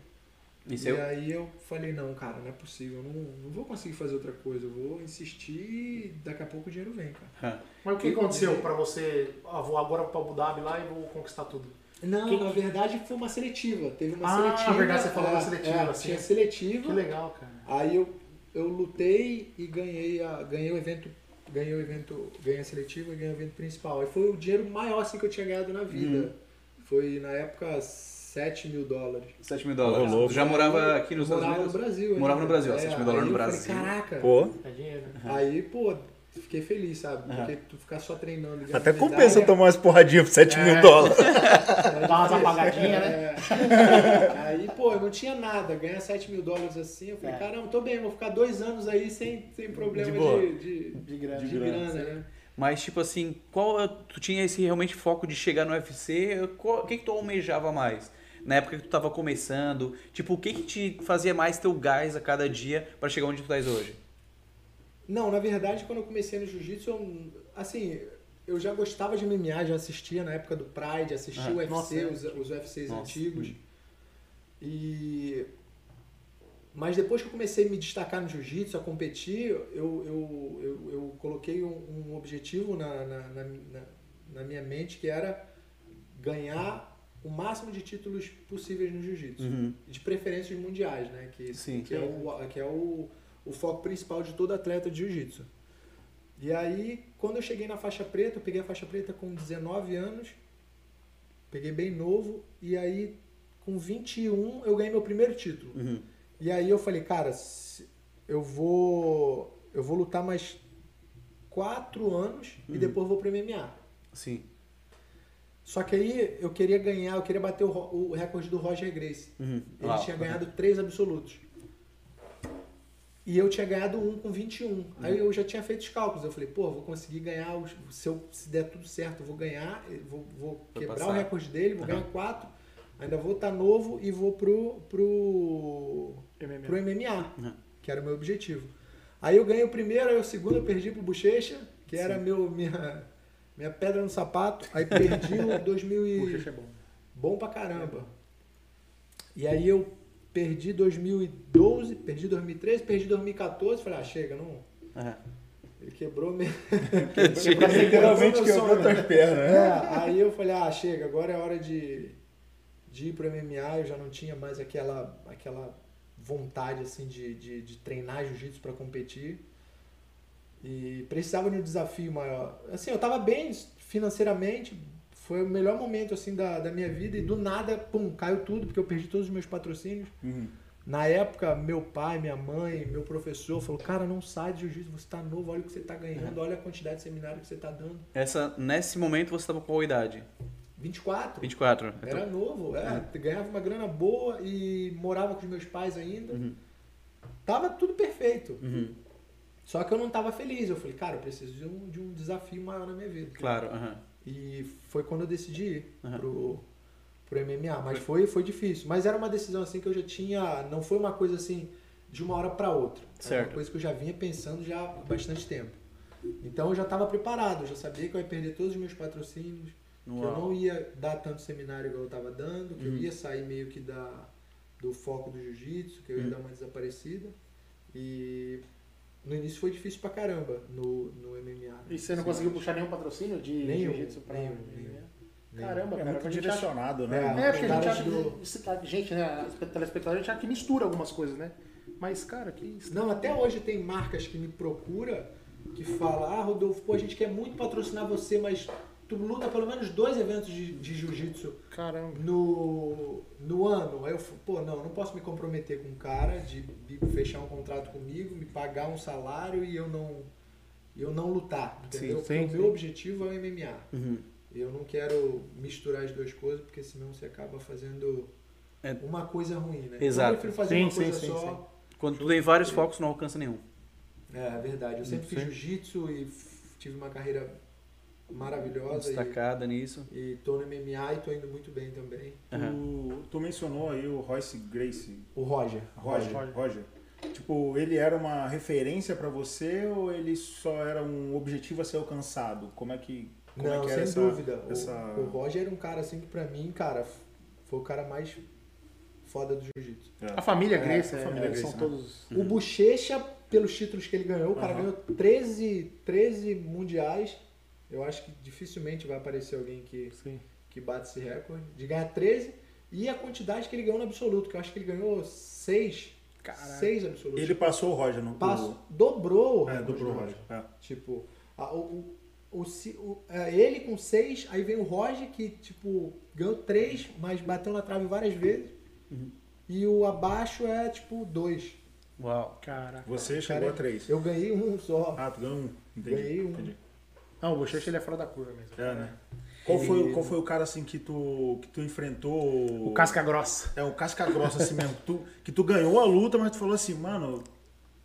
Speaker 3: Isso é
Speaker 4: e
Speaker 3: eu.
Speaker 4: aí eu falei, não, cara, não é possível, eu não, não vou conseguir fazer outra coisa, eu vou insistir e daqui a pouco o dinheiro vem, cara.
Speaker 3: Ah.
Speaker 5: Mas o que aconteceu pra você? Ah, vou agora pra Abu Dhabi lá e vou conquistar tudo.
Speaker 4: Não,
Speaker 5: Que-
Speaker 4: na verdade foi uma seletiva. Teve uma
Speaker 5: Ah,
Speaker 4: seletiva.
Speaker 5: na verdade, você falou
Speaker 4: é,
Speaker 5: da seletiva,
Speaker 4: é,
Speaker 5: assim.
Speaker 4: Tinha
Speaker 5: Que
Speaker 4: seletiva.
Speaker 5: legal, cara.
Speaker 4: Aí eu, eu lutei e ganhei, a, ganhei o evento. Ganhei o evento. Ganhei a seletiva e ganhei o evento principal. E foi o dinheiro maior assim, que eu tinha ganhado na vida. Foi na época 7 mil dólares.
Speaker 3: 7 mil dólares.
Speaker 1: Ô, louco.
Speaker 3: Tu já morava aqui nos Estados
Speaker 4: morava
Speaker 3: Unidos?
Speaker 4: no Brasil. né?
Speaker 3: Morava no Brasil, 7 mil dólares
Speaker 4: aí
Speaker 3: no
Speaker 4: eu
Speaker 3: Brasil.
Speaker 4: Falei, Caraca.
Speaker 1: Pô,
Speaker 5: É dinheiro, né?
Speaker 4: Aí, pô, fiquei feliz, sabe?
Speaker 3: Aham.
Speaker 4: Porque tu ficar só treinando. e ganhando
Speaker 1: até
Speaker 4: medalha,
Speaker 1: compensa tomar umas porradinhas por 7 mil dólares.
Speaker 5: Dá *laughs* umas apagadinhas, né?
Speaker 4: É. Aí, pô, eu não tinha nada, ganhar 7 mil dólares assim, eu falei,
Speaker 3: É.
Speaker 4: caramba, tô bem, vou ficar dois anos aí sem, sem problema
Speaker 3: De
Speaker 4: de,
Speaker 3: boa.
Speaker 4: de,
Speaker 5: De grana.
Speaker 4: de grana, né?
Speaker 3: Mas, tipo assim, qual tu tinha esse realmente foco de chegar no UFC? Qual- O que, que tu almejava mais? Na época que tu tava começando? Tipo, o que que te fazia mais teu gás a cada dia pra chegar onde tu estás hoje?
Speaker 4: Não, na verdade, quando eu comecei no jiu-jitsu, eu, assim, eu já gostava de MMA, já assistia na época do Pride, assistia
Speaker 3: Ah,
Speaker 4: o UFC,
Speaker 5: nossa, é.
Speaker 4: os, os UFCs
Speaker 3: Nossa,
Speaker 4: antigos. E... Mas depois que eu comecei a me destacar no jiu-jitsu, a competir, eu, eu, eu, eu coloquei um, um objetivo na, na, na, na- na minha mente que era ganhar o máximo de títulos possíveis no jiu-jitsu.
Speaker 5: Uhum.
Speaker 3: Uhum.
Speaker 4: De preferência os mundiais, né? Que,
Speaker 3: Sim.
Speaker 4: que é, o, que é o, o foco principal de todo atleta de jiu-jitsu. E aí, quando eu cheguei na faixa preta, eu peguei a faixa preta com 19 anos, peguei bem novo, e aí com 21 eu ganhei meu primeiro título. E aí eu falei, cara, se- eu vou eu vou lutar mais 4 anos e depois eu vou pro MMA.
Speaker 3: Sim.
Speaker 4: Só que aí eu queria ganhar, eu queria bater o, ro- o recorde do Roger Grace. Ele
Speaker 3: Uhum. Uau.
Speaker 4: tinha ganhado três absolutos. E eu tinha ganhado um com 21. Aí eu já tinha feito os cálculos. Eu falei, pô, vou conseguir ganhar, os- se, eu, se der tudo certo, eu vou ganhar, eu vou, vou
Speaker 3: Vai
Speaker 4: quebrar
Speaker 3: passar.
Speaker 4: o recorde dele, vou ganhar quatro, ainda vou estar novo e vou pro, pro,
Speaker 1: MMA.
Speaker 4: pro MMA, que era o meu objetivo. Aí eu ganhei o primeiro, aí o segundo eu perdi pro Bochecha, que era meu, minha, minha pedra no sapato. Aí perdi um o 2000 e...
Speaker 1: Bochecha é bom.
Speaker 4: Bom pra caramba. E aí eu perdi 2012, perdi 2013, perdi 2014. Falei, ah, chega, não.
Speaker 3: Aham.
Speaker 4: Ele quebrou mesmo.
Speaker 1: Literalmente
Speaker 4: Meu
Speaker 1: quebrou
Speaker 4: sonho.
Speaker 1: tuas pernas, né?
Speaker 4: É, aí eu falei, ah, chega, agora é hora de, de ir pro MMA. Eu já não tinha mais aquela, aquela vontade, assim, de, de, de treinar jiu-jitsu pra competir. E precisava de um desafio maior. Assim, eu tava bem financeiramente, foi o melhor momento, assim, da, da minha vida. E do nada, pum, caiu tudo, porque eu perdi todos os meus patrocínios. Na época, meu pai, minha mãe, meu professor falou, cara, não sai de jiu-jitsu, você tá novo, olha o que você tá ganhando, olha a quantidade de seminário que você tá dando.
Speaker 3: Essa, nesse momento você estava com qual idade?
Speaker 4: 24.
Speaker 3: 24.
Speaker 4: Era novo,
Speaker 3: Uhum.
Speaker 4: é. Ganhava uma grana boa e morava com os meus pais ainda.
Speaker 3: Uhum.
Speaker 4: Tava tudo perfeito. Só que eu não tava feliz. Eu falei, cara, eu preciso de um, de um desafio maior na minha vida.
Speaker 3: Claro, Uhum. aham.
Speaker 4: E foi quando eu decidi ir
Speaker 3: Aham.
Speaker 4: pro, pro MMA. Mas foi, foi difícil. Mas era uma decisão assim que eu já tinha. Não foi uma coisa assim de uma hora para outra. Era
Speaker 3: Certo.
Speaker 4: uma coisa que eu já vinha pensando já há bastante tempo. Então eu já estava preparado, eu já sabia que eu ia perder todos os meus patrocínios, que eu
Speaker 3: Uau.
Speaker 4: não ia dar tanto seminário igual eu estava dando, que eu
Speaker 5: Uhum.
Speaker 4: ia sair meio que da, do foco do jiu-jitsu, que eu ia
Speaker 5: Uhum.
Speaker 4: dar uma desaparecida. E no início foi difícil pra caramba no, no MMA.
Speaker 5: E você não conseguiu puxar nenhum patrocínio de
Speaker 4: Nenhum,
Speaker 5: jiu-jitsu pra
Speaker 4: nenhum,
Speaker 5: MMA?
Speaker 4: nenhum.
Speaker 5: Caramba,
Speaker 1: É
Speaker 5: cara.
Speaker 1: muito
Speaker 5: a gente acha-
Speaker 1: direcionado, né?
Speaker 5: É, porque a
Speaker 4: Os
Speaker 5: gente
Speaker 4: caras
Speaker 5: acha
Speaker 4: um do-
Speaker 5: que. esse- a Gente, né? a espe- Telespectador, a gente acha que mistura algumas coisas, né? Mas, cara, que. isso.
Speaker 4: Não, até hoje tem marcas que me procura que fala, ah, Rodolfo, pô, a gente quer muito patrocinar você, mas tu luta pelo menos dois eventos de, de jiu-jitsu
Speaker 5: Caramba.
Speaker 4: no, no ano. Aí eu falo, pô, não, não posso me comprometer com um cara de, de fechar um contrato comigo, me pagar um salário e eu não eu não lutar, entendeu?
Speaker 5: Sim,
Speaker 4: Porque
Speaker 5: sim,
Speaker 4: o
Speaker 5: sim.
Speaker 4: meu objetivo é o MMA.
Speaker 3: Uhum.
Speaker 4: Eu não quero misturar as duas coisas, porque senão você acaba fazendo
Speaker 3: É.
Speaker 4: uma coisa ruim, né?
Speaker 3: Exato.
Speaker 4: Então eu prefiro fazer
Speaker 5: Sim,
Speaker 4: uma
Speaker 5: sim,
Speaker 4: coisa
Speaker 5: sim,
Speaker 4: só.
Speaker 5: sim.
Speaker 3: Quando tu tem vários focos, não alcança nenhum.
Speaker 4: É, é verdade. Eu sempre fiz
Speaker 5: Sim.
Speaker 4: jiu-jitsu e f- tive uma carreira maravilhosa. E,
Speaker 3: Destacada nisso.
Speaker 4: e tô no MMA e tô indo muito bem também.
Speaker 1: Tu, tu mencionou aí o Royce Gracie.
Speaker 4: O Roger.
Speaker 1: Roger,
Speaker 5: Roger.
Speaker 1: Roger. Tipo, ele era uma referência pra você ou ele só era um objetivo a ser alcançado? Como é que, como é
Speaker 4: Não,
Speaker 1: que
Speaker 4: sem
Speaker 1: era essa,
Speaker 4: dúvida. O-
Speaker 1: essa...
Speaker 4: O, Roger era um cara assim que pra mim, cara, f- foi o cara mais foda do jiu-jitsu.
Speaker 5: A família
Speaker 4: É,
Speaker 5: Grace,
Speaker 1: a
Speaker 5: é,
Speaker 1: família
Speaker 5: são
Speaker 1: Grace, né?
Speaker 5: todos.
Speaker 4: O Bochecha, pelos títulos que ele ganhou, o cara
Speaker 1: Aham.
Speaker 4: ganhou 13, 13 mundiais. Eu acho que dificilmente vai aparecer alguém que,
Speaker 5: Sim.
Speaker 4: que bate esse recorde. De ganhar 13 e a quantidade que ele ganhou no absoluto, que eu acho que ele ganhou 6.
Speaker 5: Caraca.
Speaker 4: 6 absolutos.
Speaker 1: Ele passou o Roger no
Speaker 4: Passo, dobrou o
Speaker 1: É,
Speaker 4: recorde
Speaker 1: dobrou o
Speaker 4: do
Speaker 1: Roger. É.
Speaker 4: Tipo, a- o, o, o, se- o- é, ele com seis, aí vem o Roger que, tipo, ganhou três, mas bateu na trave várias vezes.
Speaker 1: Uhum.
Speaker 4: E o abaixo é, tipo, dois.
Speaker 3: Uau.
Speaker 5: Caraca.
Speaker 1: Você
Speaker 4: Cara,
Speaker 1: chegou a três.
Speaker 4: Eu ganhei um só.
Speaker 1: Ah, tu ganhou um. Entendi.
Speaker 4: Ganhei um.
Speaker 1: entendi.
Speaker 5: Não, o Bochecha ele é fora da curva mesmo.
Speaker 1: É, né? Qual foi, o- qual foi o cara assim que tu, que tu enfrentou?
Speaker 5: O Casca Grossa.
Speaker 1: É, o casca grossa assim mesmo. que Tu, que tu ganhou a luta, mas tu falou assim, mano,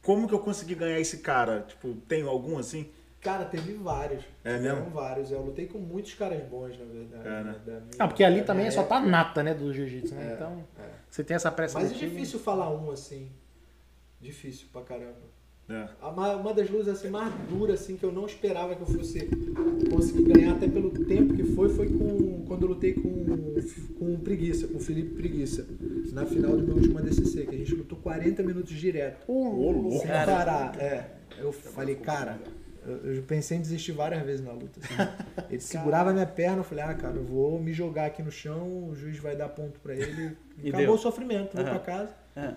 Speaker 1: como que eu consegui ganhar esse cara? Tipo, tem algum assim?
Speaker 4: Cara, teve vários.
Speaker 1: É
Speaker 4: Tiveram
Speaker 1: mesmo?
Speaker 4: vários. Eu lutei com muitos caras bons, na verdade.
Speaker 1: É, né?
Speaker 4: da minha-
Speaker 5: Não, porque ali
Speaker 4: da
Speaker 5: também
Speaker 4: minha
Speaker 5: só né?
Speaker 4: época.
Speaker 5: tá nata, né, do jiu-jitsu, né?
Speaker 4: É,
Speaker 5: então,
Speaker 4: é.
Speaker 5: você tem essa pressa
Speaker 4: Mas é
Speaker 5: do time.
Speaker 4: difícil falar um assim. Difícil pra caramba.
Speaker 1: É.
Speaker 4: A ma- Uma das lutas assim, mais duras assim, que eu não esperava que eu fosse conseguir ganhar, até pelo tempo que foi, foi com, quando eu lutei com, com o Preguiça, com o Felipe Preguiça, na final do meu último ADCC, que a gente lutou 40 minutos direto.
Speaker 1: Ô, louco.
Speaker 4: Sem parar, é. Eu falei, cara, eu, eu pensei em desistir várias vezes na luta.
Speaker 1: *laughs*
Speaker 4: assim. Ele segurava minha perna, eu falei, ah, cara, eu vou me jogar aqui no chão, o juiz vai dar ponto pra ele.
Speaker 3: E
Speaker 4: acabou
Speaker 3: deu.
Speaker 4: o sofrimento, vou
Speaker 3: Aham.
Speaker 4: pra casa.
Speaker 3: É.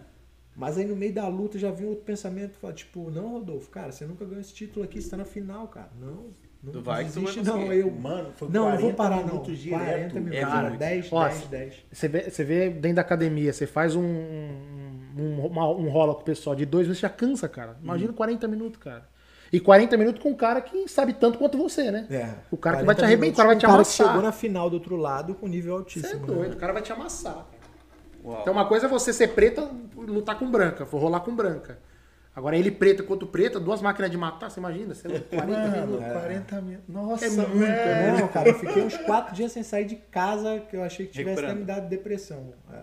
Speaker 4: Mas aí no meio da luta já vinha outro pensamento, fala, tipo, não, Rodolfo, cara, você nunca ganhou esse título aqui, você tá na final, cara. Não, não
Speaker 3: Vai que tu vai
Speaker 4: desiste, não. Aí eu,
Speaker 1: Mano, foi
Speaker 4: não, eu vou
Speaker 1: 40
Speaker 4: parar, não.
Speaker 1: minutos direto.
Speaker 4: 40
Speaker 1: É
Speaker 4: minutos,
Speaker 5: muito.
Speaker 4: 10,
Speaker 5: Ó,
Speaker 4: 10, 10.
Speaker 5: Você vê, você vê dentro da academia, você faz um, um, uma- um rola com o pessoal de dois meses, já cansa, cara. Imagina 40 minutos, cara. E 40 minutos com um cara que sabe tanto quanto você, né?
Speaker 1: É.
Speaker 5: O cara que vai te
Speaker 4: 40
Speaker 5: arrebentar, o cara vai te
Speaker 4: É, minutos, o
Speaker 5: amassar.
Speaker 4: Um cara chegou na final do outro lado com nível
Speaker 5: Você é
Speaker 4: altíssimo.
Speaker 5: doido,
Speaker 4: né?
Speaker 5: o cara vai te amassar. cara.
Speaker 3: Uau.
Speaker 5: Então uma coisa é você ser preta, lutar com branca, for rolar com branca. Agora ele preto contra o preto, duas máquinas de matar, você imagina? Você é
Speaker 1: *laughs*
Speaker 5: 40
Speaker 1: Mano,
Speaker 5: minutos.
Speaker 1: 40 minutos. Nossa,
Speaker 5: É muito,
Speaker 1: velho.
Speaker 4: Não, cara, eu fiquei uns 4 dias sem sair de casa, que eu achei que tivesse até me
Speaker 3: Recuperando.
Speaker 4: dado depressão. É.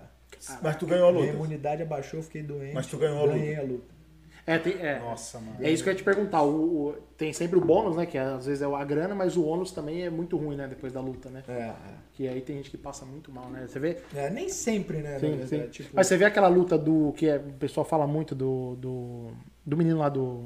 Speaker 1: Mas tu ganhou a
Speaker 4: Minha
Speaker 1: luta.
Speaker 4: imunidade abaixou, eu fiquei doente.
Speaker 1: Mas tu ganhou a luta.
Speaker 4: Ganhei a luta.
Speaker 5: É, tem- é.
Speaker 1: Nossa, mano.
Speaker 5: É isso que eu ia te perguntar. O, o- tem sempre o bônus, né? Que às vezes é a grana, mas o ônus também é muito ruim, né? Depois da luta, né?
Speaker 4: É, é.
Speaker 5: Que aí tem gente que passa muito mal, né? Você vê. É,
Speaker 4: É, nem sempre, né? na
Speaker 5: Sim,
Speaker 4: verdade,
Speaker 5: sim.
Speaker 4: Tipo,
Speaker 5: Mas você vê aquela luta do. que é- o pessoal fala muito do. do, do menino lá do.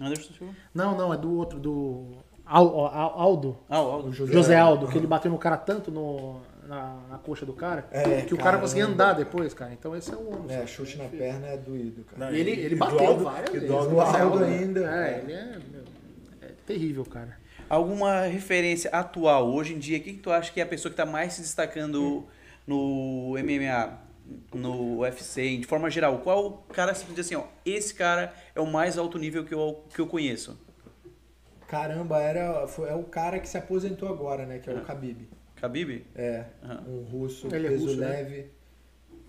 Speaker 3: Anderson Silva.
Speaker 5: Não, não, é do outro, do. Al- Al- Aldo.
Speaker 3: Ah, o Aldo.
Speaker 5: José Aldo, que ele bateu no cara tanto no, na, na coxa do cara
Speaker 4: É,
Speaker 5: que o cara
Speaker 4: cara,
Speaker 5: conseguia andar depois, cara. Então esse é o ônus.
Speaker 4: É, chute na perna é doído, cara.
Speaker 1: Não,
Speaker 5: E ele,
Speaker 1: e-
Speaker 5: ele
Speaker 1: e
Speaker 5: bateu
Speaker 1: do Aldo-
Speaker 5: várias
Speaker 1: e do
Speaker 5: vezes.
Speaker 1: Aldo-
Speaker 5: O José
Speaker 4: Aldo
Speaker 5: Aldo
Speaker 4: ainda,
Speaker 5: É,
Speaker 4: é.
Speaker 5: ele é, meu, é terrível, cara.
Speaker 3: Alguma referência atual hoje em dia? Quem tu acha que é a pessoa que tá mais se destacando no MMA, no UFC, de forma geral? Qual cara se diz assim, ó, esse cara é o mais alto nível que eu, que eu conheço?
Speaker 4: Caramba, era, foi- é o cara que se aposentou agora, né? Que é o Khabib.
Speaker 3: Khabib?
Speaker 4: É,
Speaker 3: Aham.
Speaker 4: um russo,
Speaker 5: Ele é
Speaker 4: peso
Speaker 5: russo, né?
Speaker 4: leve,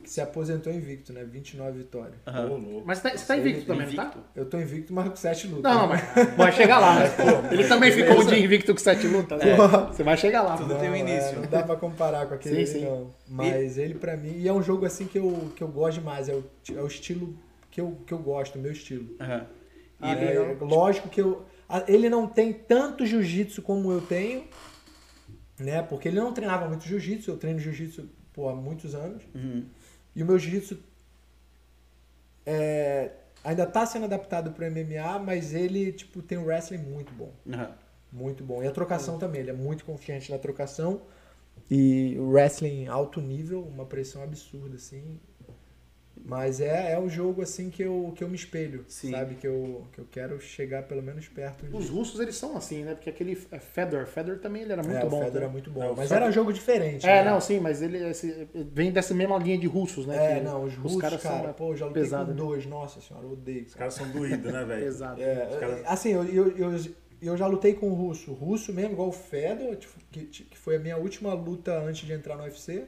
Speaker 4: que se aposentou invicto, né? 29 vitórias.
Speaker 3: Aham.
Speaker 1: Ô, louco.
Speaker 5: Mas tá- você tá invicto também, não tá?
Speaker 4: Eu tô invicto, mas com 7 lutas.
Speaker 5: Não, não, mas vai chegar lá. né? Ele também ficou de invicto com sete lutas, né? Você vai chegar lá.
Speaker 3: Tudo tem um
Speaker 4: é,
Speaker 3: início.
Speaker 4: não dá pra comparar com aquele,
Speaker 5: Sim, sim.
Speaker 4: não. Mas ele, pra mim... E é um jogo, assim, que eu, que eu gosto demais. É o, é o estilo que eu, que eu gosto, o meu estilo.
Speaker 3: Aham.
Speaker 5: Ah,
Speaker 4: É,
Speaker 5: legal.
Speaker 4: lógico que eu... a- Ele não tem tanto jiu-jitsu como eu tenho, né? Porque ele não treinava muito jiu-jitsu. Eu treino jiu-jitsu, pô, há muitos anos.
Speaker 3: Uhum.
Speaker 4: E o meu jiu-jitsu é, ainda tá sendo adaptado pro MMA, mas ele, tipo, tem um wrestling muito bom.
Speaker 3: Aham.
Speaker 4: Muito bom. E a trocação também, ele é muito confiante na trocação. E o wrestling alto nível, uma pressão absurda, assim. Mas é, é o jogo, assim, que eu, que eu me espelho,
Speaker 3: Sim.
Speaker 4: sabe? Que eu, que eu quero chegar pelo menos perto
Speaker 5: Os russos, eles são assim, né? Porque aquele é, Fedor, Fedor também ele era muito
Speaker 4: é,
Speaker 5: bom.
Speaker 4: o Fedor
Speaker 5: né?
Speaker 4: é muito bom.
Speaker 1: É, o
Speaker 4: mas
Speaker 1: Fedor-
Speaker 4: era jogo diferente,
Speaker 5: É,
Speaker 4: né?
Speaker 5: não, sim, mas ele esse- vem dessa mesma linha de russos, né?
Speaker 4: É,
Speaker 5: Que
Speaker 4: não, os russos,
Speaker 5: caras são,
Speaker 4: cara,
Speaker 5: né,
Speaker 4: pô, eu já lutei
Speaker 5: pesado,
Speaker 4: com
Speaker 5: né?
Speaker 4: dois, nossa senhora, eu odeio.
Speaker 1: Os caras são doídos, né, velho?
Speaker 5: Exato.
Speaker 4: É,
Speaker 1: Os caras-
Speaker 4: assim, eu, eu, eu, eu já lutei com o russo. O russo mesmo, igual o Fedor, tipo, que, que foi a minha última luta antes de entrar no UFC.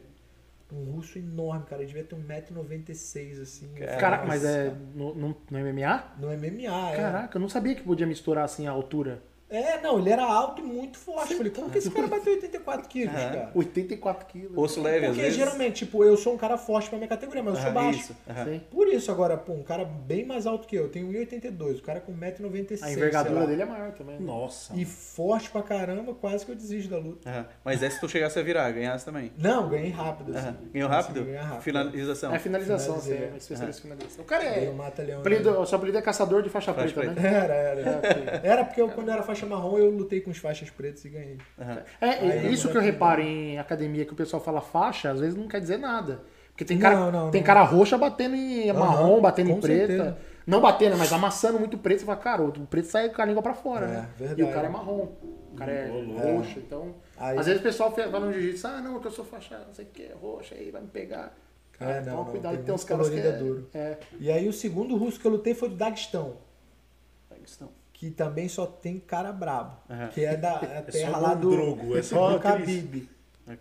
Speaker 4: Um russo enorme, cara. Ele devia ter 1,96m, assim.
Speaker 5: Caraca, mas é no, no- no MMA?
Speaker 4: No MMA, é.
Speaker 5: Caraca, eu não sabia que podia misturar assim a altura.
Speaker 4: É, não, ele era alto e muito forte. Eu Falei, como que esse cara bateu 84 quilos,
Speaker 3: Aham.
Speaker 4: cara?
Speaker 5: 84 quilos.
Speaker 3: Osso leve, às
Speaker 4: Porque
Speaker 3: vezes.
Speaker 4: geralmente, tipo, eu sou um cara forte pra minha categoria, mas eu sou
Speaker 3: Aham,
Speaker 4: baixo.
Speaker 3: isso. Aham.
Speaker 5: Sim.
Speaker 4: Por isso, agora, pô, um cara bem mais alto que eu. Eu tenho 1,82m, o cara com 1,96m. sei
Speaker 5: A
Speaker 4: lá.
Speaker 5: envergadura dele é maior também. né?
Speaker 1: Nossa.
Speaker 4: E forte pra caramba, quase que eu desisto da luta.
Speaker 3: Aham. Mas é se tu chegasse a virar, ganhasse também.
Speaker 4: Não, ganhei rápido. Assim.
Speaker 3: Aham. Ganhou
Speaker 4: Consegui
Speaker 3: rápido?
Speaker 4: ganhar rápido.
Speaker 3: Finalização.
Speaker 5: É finalização, assim,
Speaker 4: Finalizei.
Speaker 5: é especialista em finalização. O cara
Speaker 4: Ganhei
Speaker 5: é.
Speaker 4: o mata-leão. né?
Speaker 5: Apelido, o seu apelido é caçador de faixa
Speaker 3: Faixa
Speaker 5: preta, né?
Speaker 4: Era, era. Era porque eu, quando era faixa marrom, eu lutei com os faixas pretas e ganhei.
Speaker 3: Aham.
Speaker 5: É,
Speaker 4: Aí,
Speaker 5: isso
Speaker 4: agora
Speaker 5: que
Speaker 4: tem-
Speaker 5: eu reparo em academia, que o pessoal fala faixa, às vezes não quer dizer nada. Porque tem cara,
Speaker 4: Não, não,
Speaker 5: tem
Speaker 4: não.
Speaker 5: cara roxa batendo em é
Speaker 4: Aham,
Speaker 5: marrom, batendo em
Speaker 4: com
Speaker 5: preta.
Speaker 4: certeza.
Speaker 5: Não batendo, mas amassando muito preto. Você fala, cara, o preto sai com a língua pra fora,
Speaker 4: É,
Speaker 5: né?
Speaker 4: verdade.
Speaker 5: E o cara é marrom. O cara é
Speaker 1: Ô,
Speaker 5: roxo, então...
Speaker 4: Aí-
Speaker 5: Às vezes o pessoal fala no jiu-jitsu, ah, não, que eu sou faixa, não sei o que, roxa, aí vai me pegar. Cara,
Speaker 4: É, não,
Speaker 5: toma
Speaker 4: não,
Speaker 5: cuidado,
Speaker 4: tem
Speaker 5: que tem uns
Speaker 4: muito
Speaker 5: caras que
Speaker 4: colorido, é duro.
Speaker 5: é,
Speaker 4: E aí o segundo russo que eu lutei foi do Daguestão,
Speaker 5: é
Speaker 3: Aham.
Speaker 4: que também só tem cara brabo.
Speaker 3: Aham.
Speaker 4: Que é da é
Speaker 1: É
Speaker 4: terra
Speaker 1: só
Speaker 4: lá
Speaker 1: um
Speaker 4: do, *laughs*
Speaker 1: drogo, é só
Speaker 4: do
Speaker 1: aqueles-
Speaker 4: Khabib.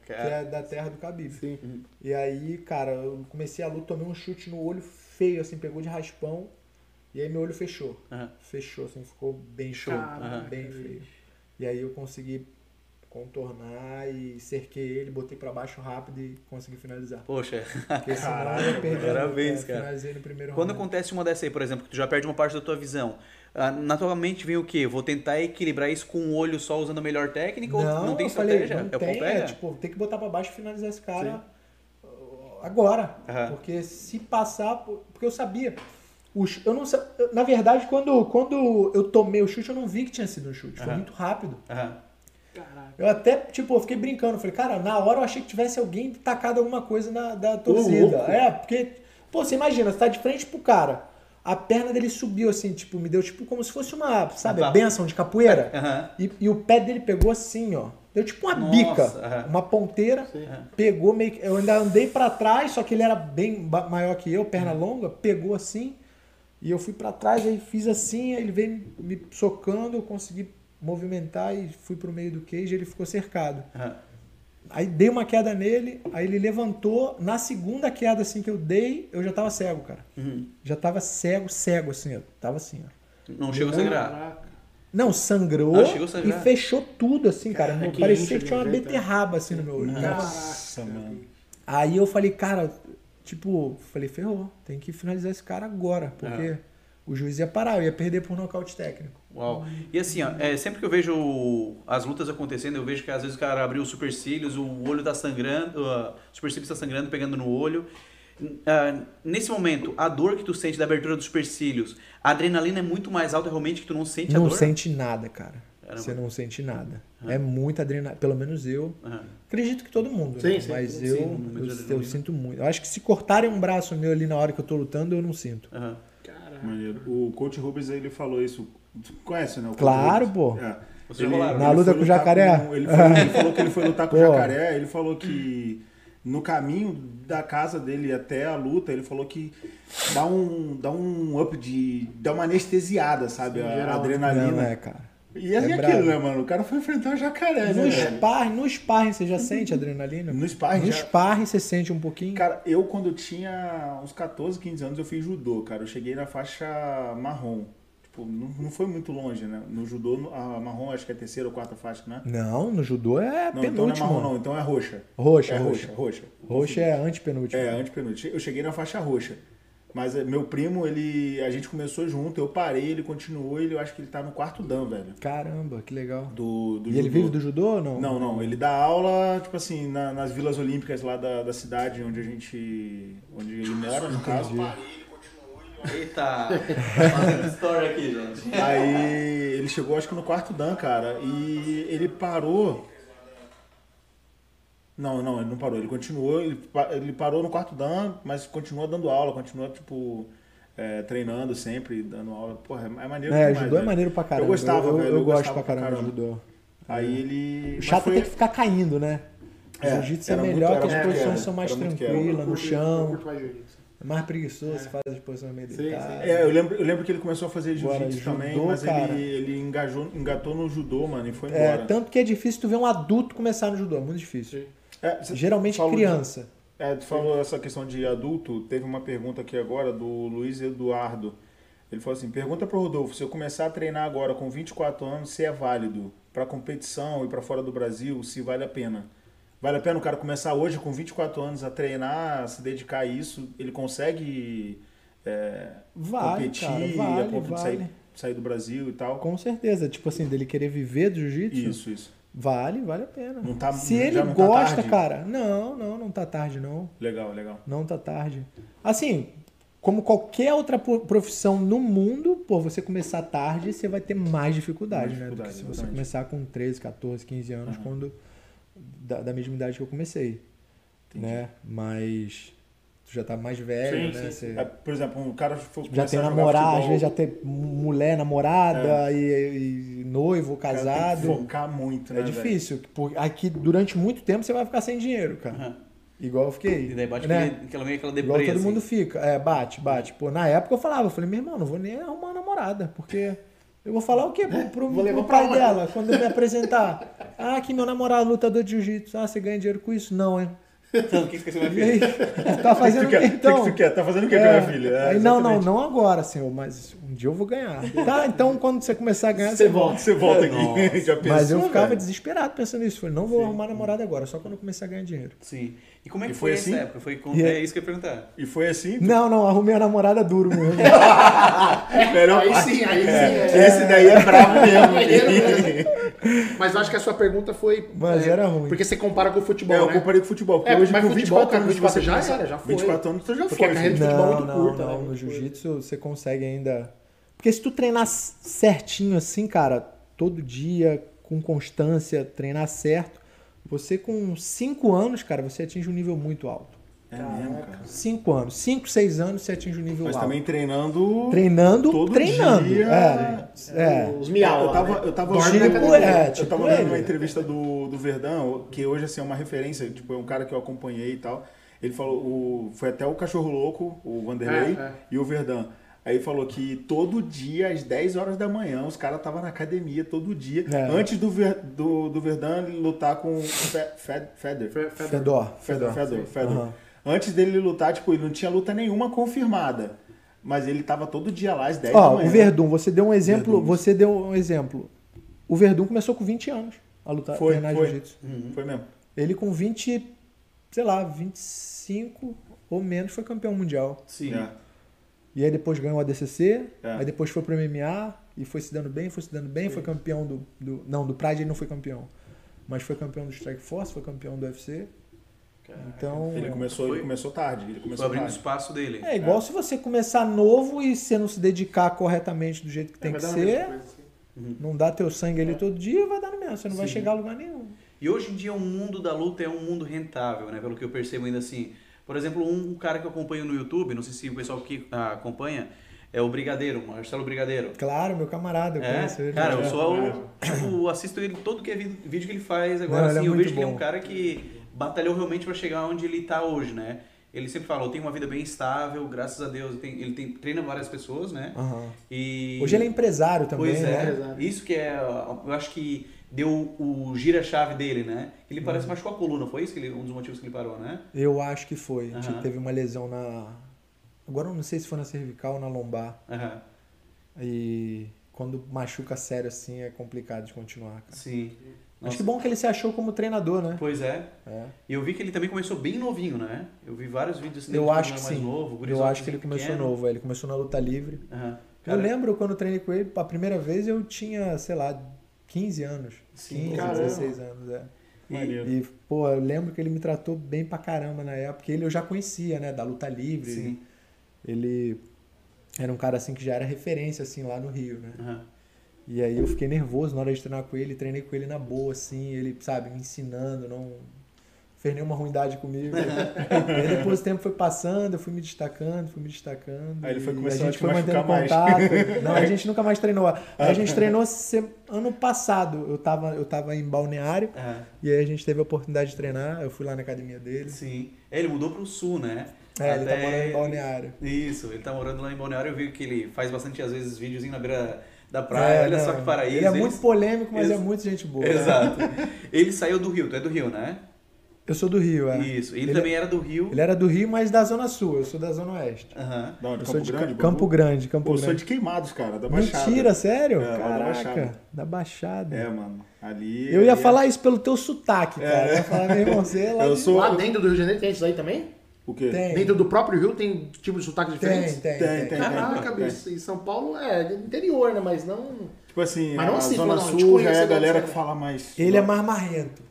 Speaker 4: Que
Speaker 3: Cara,
Speaker 4: é da terra do Khabib.
Speaker 5: Sim.
Speaker 4: E aí, cara, eu comecei a luta, tomei um chute no olho feio, assim, pegou de raspão. E aí meu olho fechou.
Speaker 3: Aham.
Speaker 4: Fechou, assim, ficou bem show.
Speaker 5: Caraca,
Speaker 4: Bem feio. E aí eu consegui contornar e cerquei ele, botei pra baixo rápido e consegui finalizar.
Speaker 3: Poxa.
Speaker 4: Porque senão eu ia perder. a
Speaker 3: primeira
Speaker 4: luta,
Speaker 3: vez,
Speaker 4: né?
Speaker 3: cara.
Speaker 4: Finalizei no primeiro
Speaker 3: Quando
Speaker 4: round.
Speaker 3: acontece uma dessa aí, por exemplo, que tu já perde uma parte da tua visão, ah, na tua mente vem o quê? Vou tentar equilibrar isso com um olho só usando a melhor técnica? ou
Speaker 4: Não,
Speaker 3: não tem
Speaker 4: eu falei,
Speaker 3: estratégia?
Speaker 4: não
Speaker 3: é o
Speaker 4: tem,
Speaker 3: Pompeia?
Speaker 4: é, tipo, tem que botar pra baixo e finalizar esse cara uh, agora.
Speaker 3: Aham.
Speaker 4: Porque se passar, pô, porque eu sabia. O chu- eu não sa- eu- Na verdade, quando, quando eu tomei o chute, eu não vi que tinha sido um chute. Foi
Speaker 3: Aham.
Speaker 4: muito rápido.
Speaker 3: Aham.
Speaker 5: Caraca.
Speaker 4: Eu até, tipo, eu fiquei brincando. Eu Falei, cara, na hora eu achei que tivesse alguém tacado alguma coisa na, da torcida.
Speaker 5: louco.
Speaker 4: É, porque Pô, você imagina, você tá de frente pro cara. A perna dele subiu assim, tipo, me deu tipo como se fosse uma, sabe,
Speaker 3: Tá.
Speaker 4: benção de capoeira.
Speaker 3: Aham.
Speaker 4: E, e o pé dele pegou assim, ó. Deu tipo uma
Speaker 3: Nossa,
Speaker 4: bica,
Speaker 3: aham.
Speaker 4: uma ponteira, pegou meio que. Eu ainda andei pra trás, só que ele era bem ba- maior que eu, perna longa, pegou assim. E eu fui pra trás, aí fiz assim, aí ele veio me socando, eu consegui movimentar e fui pro meio do queijo, ele ficou cercado.
Speaker 3: Aham.
Speaker 4: Aí dei uma queda nele, aí ele levantou. Na segunda queda assim que eu dei, eu já tava cego, cara. Já tava cego, cego assim, ó. Tava assim, ó.
Speaker 3: Uhum. Não chegou a sangrar.
Speaker 4: Não, sangrou
Speaker 3: Ah, chegou a
Speaker 4: e
Speaker 3: sangrar.
Speaker 4: fechou tudo, assim, cara.
Speaker 2: Cara, que
Speaker 4: Parecia
Speaker 2: incha
Speaker 4: que tinha
Speaker 3: né,
Speaker 4: uma
Speaker 2: de um jeito,
Speaker 4: beterraba, assim, no meu olho.
Speaker 6: Nossa, mano.
Speaker 4: Aí eu falei, cara, tipo, falei, ferrou. Tem que finalizar esse cara agora, porque
Speaker 3: É.
Speaker 4: o juiz ia parar, eu ia perder por nocaute técnico.
Speaker 3: Uau. E assim, ó, é, sempre que eu vejo as lutas acontecendo, eu vejo que às vezes o cara abriu os supercílios, o olho tá sangrando, ah, o supercílio tá sangrando, pegando no olho. N- ah, nesse momento, a dor que tu sente da abertura dos supercílios, a adrenalina é muito mais alta realmente que tu não sente a
Speaker 4: não
Speaker 3: dor?
Speaker 4: sente nada, cara.
Speaker 3: Caramba.
Speaker 4: Você não sente nada. É muita adrenalina. Pelo menos eu.
Speaker 3: Aham.
Speaker 4: Acredito que todo mundo,
Speaker 2: Sim,
Speaker 4: né?
Speaker 2: sim,
Speaker 4: mas
Speaker 2: sim,
Speaker 4: eu,
Speaker 3: sim, muita
Speaker 4: eu, eu
Speaker 3: adrenalina.
Speaker 4: sinto muito. Eu acho que se cortarem um braço meu ali na hora que eu tô lutando, eu não sinto.
Speaker 3: Aham.
Speaker 1: Maneiro. O coach Rubens, ele falou isso. Tu conhece, né? o coach
Speaker 4: Claro,
Speaker 1: Rubens?
Speaker 4: pô.
Speaker 1: É.
Speaker 3: Vocês rolaram.
Speaker 4: Na luta
Speaker 1: foi
Speaker 4: com o
Speaker 1: lutar
Speaker 4: jacaré?
Speaker 1: com- ele, falou, ele falou que ele foi lutar com o
Speaker 4: *laughs* Pô.
Speaker 1: jacaré. Ele falou que no caminho da casa dele até a luta, ele falou que dá um, dá um up de... Dá uma anestesiada, sabe? a
Speaker 3: né?
Speaker 1: adrenalina.
Speaker 4: Não é, cara.
Speaker 1: E aí
Speaker 4: É
Speaker 1: aquilo,
Speaker 4: bravo.
Speaker 1: né, mano? O cara foi enfrentar o jacaré, né? velho?
Speaker 4: No sparring, no sparring você já sente adrenalina?
Speaker 1: No sparring
Speaker 4: No
Speaker 1: já-
Speaker 4: sparring você sente um pouquinho.
Speaker 1: Cara, eu quando tinha uns 14, 15 anos, eu fiz judô, cara. Eu cheguei na faixa marrom. Tipo, não, não foi muito longe, né? No judô, no- a marrom acho que é a terceira ou quarta faixa, né?
Speaker 4: Não, no judô é
Speaker 1: Não, então não é
Speaker 4: penúltimo.
Speaker 1: marrom, não. Então é roxa.
Speaker 4: Roxa,
Speaker 1: é
Speaker 4: roxa.
Speaker 1: roxa, roxa.
Speaker 4: Roxo é antepenúltimo.
Speaker 1: É, antepenúltimo. Eu cheguei na faixa roxa. Mas eh, meu primo, ele. A gente começou junto, eu parei, ele continuou, ele eu acho que ele tá no quarto dan, velho.
Speaker 4: Caramba, que legal.
Speaker 1: Do, do
Speaker 4: e ele
Speaker 1: judô.
Speaker 4: vive do judô ou não?
Speaker 1: Não, não. Ele dá aula, tipo assim, na- nas vilas olímpicas lá da, da cidade onde a gente. onde ele mora, no caso.
Speaker 4: *laughs*
Speaker 3: Eita, tá fazendo story aqui, gente.
Speaker 1: Aí ele chegou, acho que no quarto Dan, cara, e ele parou. Não, não, ele não parou, ele continuou, ele, pa- ele parou no quarto Dan, mas continua dando aula, continua, tipo, é, treinando sempre, dando aula. Porra, é é maneiro
Speaker 4: É,
Speaker 1: demais,
Speaker 4: judô é
Speaker 1: velho.
Speaker 4: maneiro pra caramba.
Speaker 1: Eu gostava,
Speaker 4: eu,
Speaker 1: velho,
Speaker 4: eu gosto
Speaker 1: gostava
Speaker 4: pra caramba, do judô.
Speaker 1: Aí ele...
Speaker 4: O
Speaker 1: mas
Speaker 4: chato é
Speaker 1: foi-
Speaker 4: ter que ficar caindo, né? O
Speaker 1: É,
Speaker 4: jiu-jitsu é
Speaker 1: era muito-
Speaker 4: melhor,
Speaker 1: era
Speaker 4: que as
Speaker 1: muito
Speaker 4: posições
Speaker 1: queda,
Speaker 4: são mais
Speaker 1: era muito queda.
Speaker 4: tranquilas, no
Speaker 7: Eu
Speaker 4: chão.
Speaker 7: curto mais jiu-jitsu.
Speaker 4: É mais preguiçoso, você faz as posições meio deitadas.
Speaker 1: É, eu lembro, eu lembro que ele começou a fazer
Speaker 4: Agora,
Speaker 1: jiu-jitsu também,
Speaker 4: judô,
Speaker 1: mas
Speaker 4: cara.
Speaker 1: ele, ele engajou, engatou no judô, mano, e foi
Speaker 4: É,
Speaker 1: embora.
Speaker 4: tanto que é difícil tu ver um adulto começar no judô, é muito difícil.
Speaker 1: É, você
Speaker 4: Geralmente
Speaker 1: falou de-
Speaker 4: criança.
Speaker 1: É, tu falou essa questão de adulto, teve uma pergunta aqui agora do Luiz Eduardo. Ele falou assim: pergunta pro Rodolfo, se eu começar a treinar agora com 24 anos, se é válido para competição e para fora do Brasil, se vale a pena. Vale a pena o cara começar hoje com 24 anos a treinar, a se dedicar a isso? Ele consegue é,
Speaker 4: Vale,
Speaker 1: competir
Speaker 4: cara,
Speaker 1: a
Speaker 4: vale,
Speaker 1: ponto de
Speaker 4: vale.
Speaker 1: sair, sair do Brasil e tal?
Speaker 4: Com certeza. Tipo assim, dele querer viver do jiu-jitsu.
Speaker 1: Isso, isso.
Speaker 4: Vale, vale a pena.
Speaker 1: Não tá-
Speaker 4: Se
Speaker 1: já
Speaker 4: ele
Speaker 1: não tá
Speaker 4: gosta,
Speaker 1: tarde?
Speaker 4: cara. Não, não, não tá tarde, não.
Speaker 1: Legal, legal.
Speaker 4: Não tá tarde. Assim, como qualquer outra po- profissão no mundo, pô, você começar tarde, você vai ter mais dificuldade,
Speaker 1: Mais
Speaker 4: né? Do que se
Speaker 1: dificuldade,
Speaker 4: você
Speaker 1: exatamente.
Speaker 4: começar com 13, 14, 15 anos, quando. Da, da mesma idade que eu comecei. Né? Mas. Tu já tá mais velho,
Speaker 7: Sim,
Speaker 4: né?
Speaker 7: sim.
Speaker 4: Você-
Speaker 1: É, por exemplo, um cara for
Speaker 4: já tem
Speaker 1: começar a jogar
Speaker 4: namorado, às
Speaker 1: futebol, É.
Speaker 4: vezes já tá tem mulher, namorada e, e noivo,
Speaker 1: o cara tem que
Speaker 4: casado.
Speaker 1: focar muito, né?
Speaker 4: É
Speaker 1: velho?
Speaker 4: difícil, porque aqui durante muito tempo você vai ficar sem dinheiro, cara.
Speaker 3: Aham.
Speaker 4: Igual eu fiquei.
Speaker 3: E daí bate
Speaker 4: né?
Speaker 3: aquele- aquela meio aquela
Speaker 4: Igual
Speaker 3: depressa.
Speaker 4: todo mundo fica. É, bate, bate. Pô, na época eu falava, eu falei, meu irmão, não vou nem arrumar uma namorada, porque eu vou falar o quê? Pro, pro-
Speaker 7: Vou levar
Speaker 4: pro
Speaker 7: pra
Speaker 4: pai
Speaker 7: onde?
Speaker 4: dela, quando eu me apresentar. *laughs* Ah, que meu namorado é lutador de jiu-jitsu. Ah, você ganha dinheiro com isso?
Speaker 1: *laughs*
Speaker 4: Não, hein?
Speaker 3: Então, quem esqueceu minha
Speaker 4: E
Speaker 3: filha?
Speaker 4: aí, tá
Speaker 1: O que
Speaker 4: fazendo
Speaker 1: tu
Speaker 4: o quê,
Speaker 1: quer? O que
Speaker 4: então?
Speaker 1: que tu quer? Tá fazendo o que com a
Speaker 4: É.
Speaker 1: minha filha? É,
Speaker 4: Aí, não, não,
Speaker 1: exatamente.
Speaker 4: não agora, senhor, mas um dia eu vou ganhar. Tá, então quando você começar a ganhar,
Speaker 1: Você volta, você volta aqui. *laughs* Já pensou,
Speaker 4: Mas eu ficava
Speaker 1: velho?
Speaker 4: desesperado pensando nisso. Falei, não vou arrumar namorada agora, só quando eu começar a ganhar dinheiro.
Speaker 3: Sim. E como é que
Speaker 1: E
Speaker 3: foi,
Speaker 1: foi
Speaker 3: essa
Speaker 1: assim?
Speaker 3: época? Foi com...
Speaker 4: E-
Speaker 3: É isso que eu ia perguntar.
Speaker 1: E foi assim?
Speaker 4: Não, não, arrumei a namorada duro
Speaker 1: *laughs*
Speaker 4: mesmo.
Speaker 1: É, Melhor
Speaker 7: Aí
Speaker 1: parte.
Speaker 7: sim, aí sim. é.
Speaker 1: Esse daí é
Speaker 7: *laughs*
Speaker 1: brabo *laughs* mesmo.
Speaker 7: Maneiro Mas eu acho que a sua pergunta foi.
Speaker 4: Mas
Speaker 7: é,
Speaker 4: era ruim.
Speaker 7: Porque você compara com o
Speaker 1: É,
Speaker 7: futebol.
Speaker 1: eu
Speaker 7: né?
Speaker 1: comparei com futebol. Porque
Speaker 7: É,
Speaker 1: hoje
Speaker 7: mas
Speaker 1: com
Speaker 7: futebol,
Speaker 1: 24
Speaker 7: cara,
Speaker 1: anos
Speaker 7: 24
Speaker 1: você
Speaker 7: já
Speaker 1: começa-
Speaker 7: era, já foi.
Speaker 1: 24 anos tu já
Speaker 7: Porque
Speaker 1: foi. assim.
Speaker 7: a carreira de
Speaker 1: filho.
Speaker 7: futebol
Speaker 4: não,
Speaker 7: é muito
Speaker 4: não,
Speaker 7: curta, né?
Speaker 4: não. No
Speaker 7: Muito
Speaker 4: jiu-jitsu você consegue ainda. Porque se tu treinar certinho assim, cara, todo dia, com constância, treinar certo, você com 5 anos, cara, você atinge um nível muito alto.
Speaker 1: É mesmo, cara.
Speaker 4: Cinco anos. Cinco, seis anos você atinge o nível
Speaker 1: Mas
Speaker 4: alto.
Speaker 1: também treinando.
Speaker 4: Treinando,
Speaker 1: todo
Speaker 4: treinando.
Speaker 1: dia.
Speaker 4: É, é.
Speaker 2: Os
Speaker 1: Eu
Speaker 2: miau.
Speaker 1: tava, eu tava
Speaker 4: Dorme
Speaker 1: vendo-
Speaker 4: na academia. É, tipo
Speaker 1: eu tava vendo
Speaker 4: ele.
Speaker 1: uma entrevista do, do Verdão, que hoje assim, é uma referência, tipo, é um cara que eu acompanhei e tal. Ele falou, o, foi até o Cachorro Louco, o Vanderlei,
Speaker 7: É, é.
Speaker 1: e o Verdão. Aí falou que todo dia, às 10 horas da manhã, os caras estavam na academia todo dia,
Speaker 4: É.
Speaker 1: antes do, Ver, do, do Verdão lutar com o Fe, Fe, Feder.
Speaker 4: Fedor.
Speaker 1: Fedor, Fedor, Fedor.
Speaker 4: Aham.
Speaker 1: Antes dele lutar, tipo, ele não tinha luta nenhuma confirmada. Mas ele tava todo dia lá às 10 da
Speaker 4: Ó,
Speaker 1: manhã.
Speaker 4: o Verdun, você deu um exemplo.
Speaker 1: É Verdun.
Speaker 4: Você deu um exemplo. O Verdun começou com 20 anos a lutar,
Speaker 1: Foi,
Speaker 4: treinar
Speaker 1: foi.
Speaker 4: jiu-jitsu.
Speaker 1: Uhum. Foi mesmo.
Speaker 4: Ele com 20, sei lá, 25 ou menos foi campeão mundial.
Speaker 3: Sim.
Speaker 1: É.
Speaker 4: E aí depois ganhou o ADCC,
Speaker 1: É.
Speaker 4: aí depois foi pro MMA e foi se dando bem, foi se dando bem, foi campeão do, do- Não, do Pride ele não foi campeão. Mas foi campeão do Strike Force, foi campeão do UFC. Então.
Speaker 1: Ele começou,
Speaker 3: Foi-
Speaker 1: ele começou tarde. Ele
Speaker 3: Foi
Speaker 1: começou
Speaker 3: abrindo
Speaker 1: tarde.
Speaker 3: espaço dele.
Speaker 4: É igual se você começar novo e você não se dedicar corretamente do
Speaker 3: É,
Speaker 4: jeito que tem que ser,
Speaker 3: Uhum.
Speaker 4: não dar teu sangue ali todo dia, vai dar no mesmo. Você não vai chegar a lugar nenhum.
Speaker 3: E hoje em dia o mundo da luta é um mundo rentável, né? Pelo que eu percebo ainda assim. Por exemplo, um cara que eu acompanho no YouTube, não sei se o pessoal que ah, acompanha, é o Brigadeiro, Marcelo Brigadeiro.
Speaker 4: Claro, meu camarada, eu conheço
Speaker 3: É,
Speaker 4: ele.
Speaker 3: cara, eu só tipo, assisto ele todo que é vi- vídeo que ele faz agora,
Speaker 4: Não, ele
Speaker 3: assim,
Speaker 4: é
Speaker 3: eu
Speaker 4: muito
Speaker 3: vejo que ele é um
Speaker 4: bom.
Speaker 3: cara que batalhou realmente pra chegar onde ele tá hoje, né? Ele sempre fala, eu tenho uma vida bem estável, graças a Deus, ele, tem, ele tem- treina várias pessoas, né?
Speaker 4: Aham.
Speaker 3: E
Speaker 4: Hoje ele é empresário também,
Speaker 3: Pois é,
Speaker 4: né?
Speaker 3: isso que é, eu acho que deu o gira-chave dele, né? Ele
Speaker 4: Uhum.
Speaker 3: parece que machucou a coluna, foi isso que ele, um dos motivos que ele parou, né?
Speaker 4: Eu acho que foi.
Speaker 3: Aham.
Speaker 4: Ele Teve uma lesão na. Agora eu não sei se foi na cervical ou na lombar.
Speaker 3: Aham,
Speaker 4: E quando machuca sério assim é complicado de continuar, cara.
Speaker 3: sim.
Speaker 4: Acho
Speaker 3: Nossa,
Speaker 4: que bom que ele se achou como treinador, né?
Speaker 3: Pois é.
Speaker 4: É.
Speaker 3: E eu vi que ele também começou bem novinho, né? Eu vi vários vídeos dele
Speaker 4: Eu
Speaker 3: quando
Speaker 4: acho
Speaker 3: era
Speaker 4: que
Speaker 3: mais
Speaker 4: sim.
Speaker 3: novo,
Speaker 4: eu
Speaker 3: gurizão,
Speaker 4: acho que
Speaker 3: assim,
Speaker 4: ele começou
Speaker 3: pequeno.
Speaker 4: novo, é, ele começou na luta livre.
Speaker 3: Aham.
Speaker 4: eu
Speaker 3: Cara,
Speaker 4: lembro quando eu treinei com ele, a primeira vez eu tinha, sei lá, 15 anos. 15,
Speaker 1: Caramba.
Speaker 4: 16 anos, é.
Speaker 1: Maneiro.
Speaker 4: E, pô, eu lembro que ele me tratou bem pra caramba na época. Ele eu já conhecia, né, da luta livre.
Speaker 3: Sim.
Speaker 4: Ele era um cara, assim, que já era referência, assim, lá no Rio, né?
Speaker 3: Aham.
Speaker 4: E aí eu fiquei nervoso na hora de treinar com ele. Treinei com ele na boa, assim, ele, sabe, me ensinando, não fez nenhuma ruindade
Speaker 1: *laughs*
Speaker 4: comigo. e aí depois o tempo foi passando, eu fui me destacando, fui me destacando.
Speaker 1: Aí ele foi
Speaker 4: e
Speaker 1: começando
Speaker 4: a
Speaker 1: a
Speaker 4: gente
Speaker 1: te
Speaker 4: foi mantendo
Speaker 1: machucar mais. Ah.
Speaker 4: contato. Não, a gente nunca mais treinou. Aí a gente treinou se- ano passado. Eu tava, eu tava em Balneário.
Speaker 3: Aham.
Speaker 4: E aí a gente teve a oportunidade de treinar, eu fui lá na academia deles.
Speaker 3: Sim. É, ele mudou pro sul, né?
Speaker 4: É, ele tá
Speaker 3: Até-
Speaker 4: morando em Balneário.
Speaker 3: Isso, ele tá morando lá em Balneário. Eu vi que ele faz bastante, às vezes, videozinho na beira da praia.
Speaker 4: É,
Speaker 3: Olha só
Speaker 4: não,
Speaker 3: que paraíso.
Speaker 4: Ele é muito polêmico, mas é
Speaker 3: Ex-
Speaker 4: muito gente boa.
Speaker 3: Exato. ele saiu do Rio, tu é do Rio, né?
Speaker 4: Eu sou do Rio, é.
Speaker 3: Isso. Ele, também era do Rio.
Speaker 4: Ele é era do Rio, mas da Zona Sul, eu sou da Zona Oeste.
Speaker 3: Aham.
Speaker 1: Da onde?
Speaker 4: Eu
Speaker 1: Campo
Speaker 4: sou de
Speaker 1: Grande?
Speaker 4: Ca- Campo Grande,
Speaker 1: Pô,
Speaker 4: Campo
Speaker 1: eu sou
Speaker 4: Grande.
Speaker 1: de Queimados, cara, da Baixada.
Speaker 4: Mentira, sério?
Speaker 1: É, lá da
Speaker 4: Caraca,
Speaker 1: Baixada.
Speaker 4: da Baixada.
Speaker 1: É, mano. Ali.
Speaker 4: Eu ia
Speaker 1: ali é-
Speaker 4: falar isso pelo teu sotaque, cara. Eu ia falar, meu irmão, você é lá
Speaker 1: Eu
Speaker 4: de-
Speaker 1: sou.
Speaker 2: Lá dentro do Rio de Janeiro tem isso aí também?
Speaker 1: O quê?
Speaker 4: Tem,
Speaker 2: Dentro do próprio Rio tem tipos de sotaques diferentes?
Speaker 4: tem, tem,
Speaker 1: Tem,
Speaker 4: tem.
Speaker 1: tem,
Speaker 2: Caraca,
Speaker 1: tem, tem.
Speaker 2: bicho, em São Paulo é interior, né? Mas
Speaker 4: *laughs*
Speaker 2: não.
Speaker 1: Tipo assim,
Speaker 2: Mas não
Speaker 1: a
Speaker 2: assim,
Speaker 1: Zona
Speaker 2: falando, te
Speaker 1: Sul já é a
Speaker 2: conheço,
Speaker 1: galera
Speaker 2: né?
Speaker 1: que fala mais.
Speaker 4: Ele é mais marrento.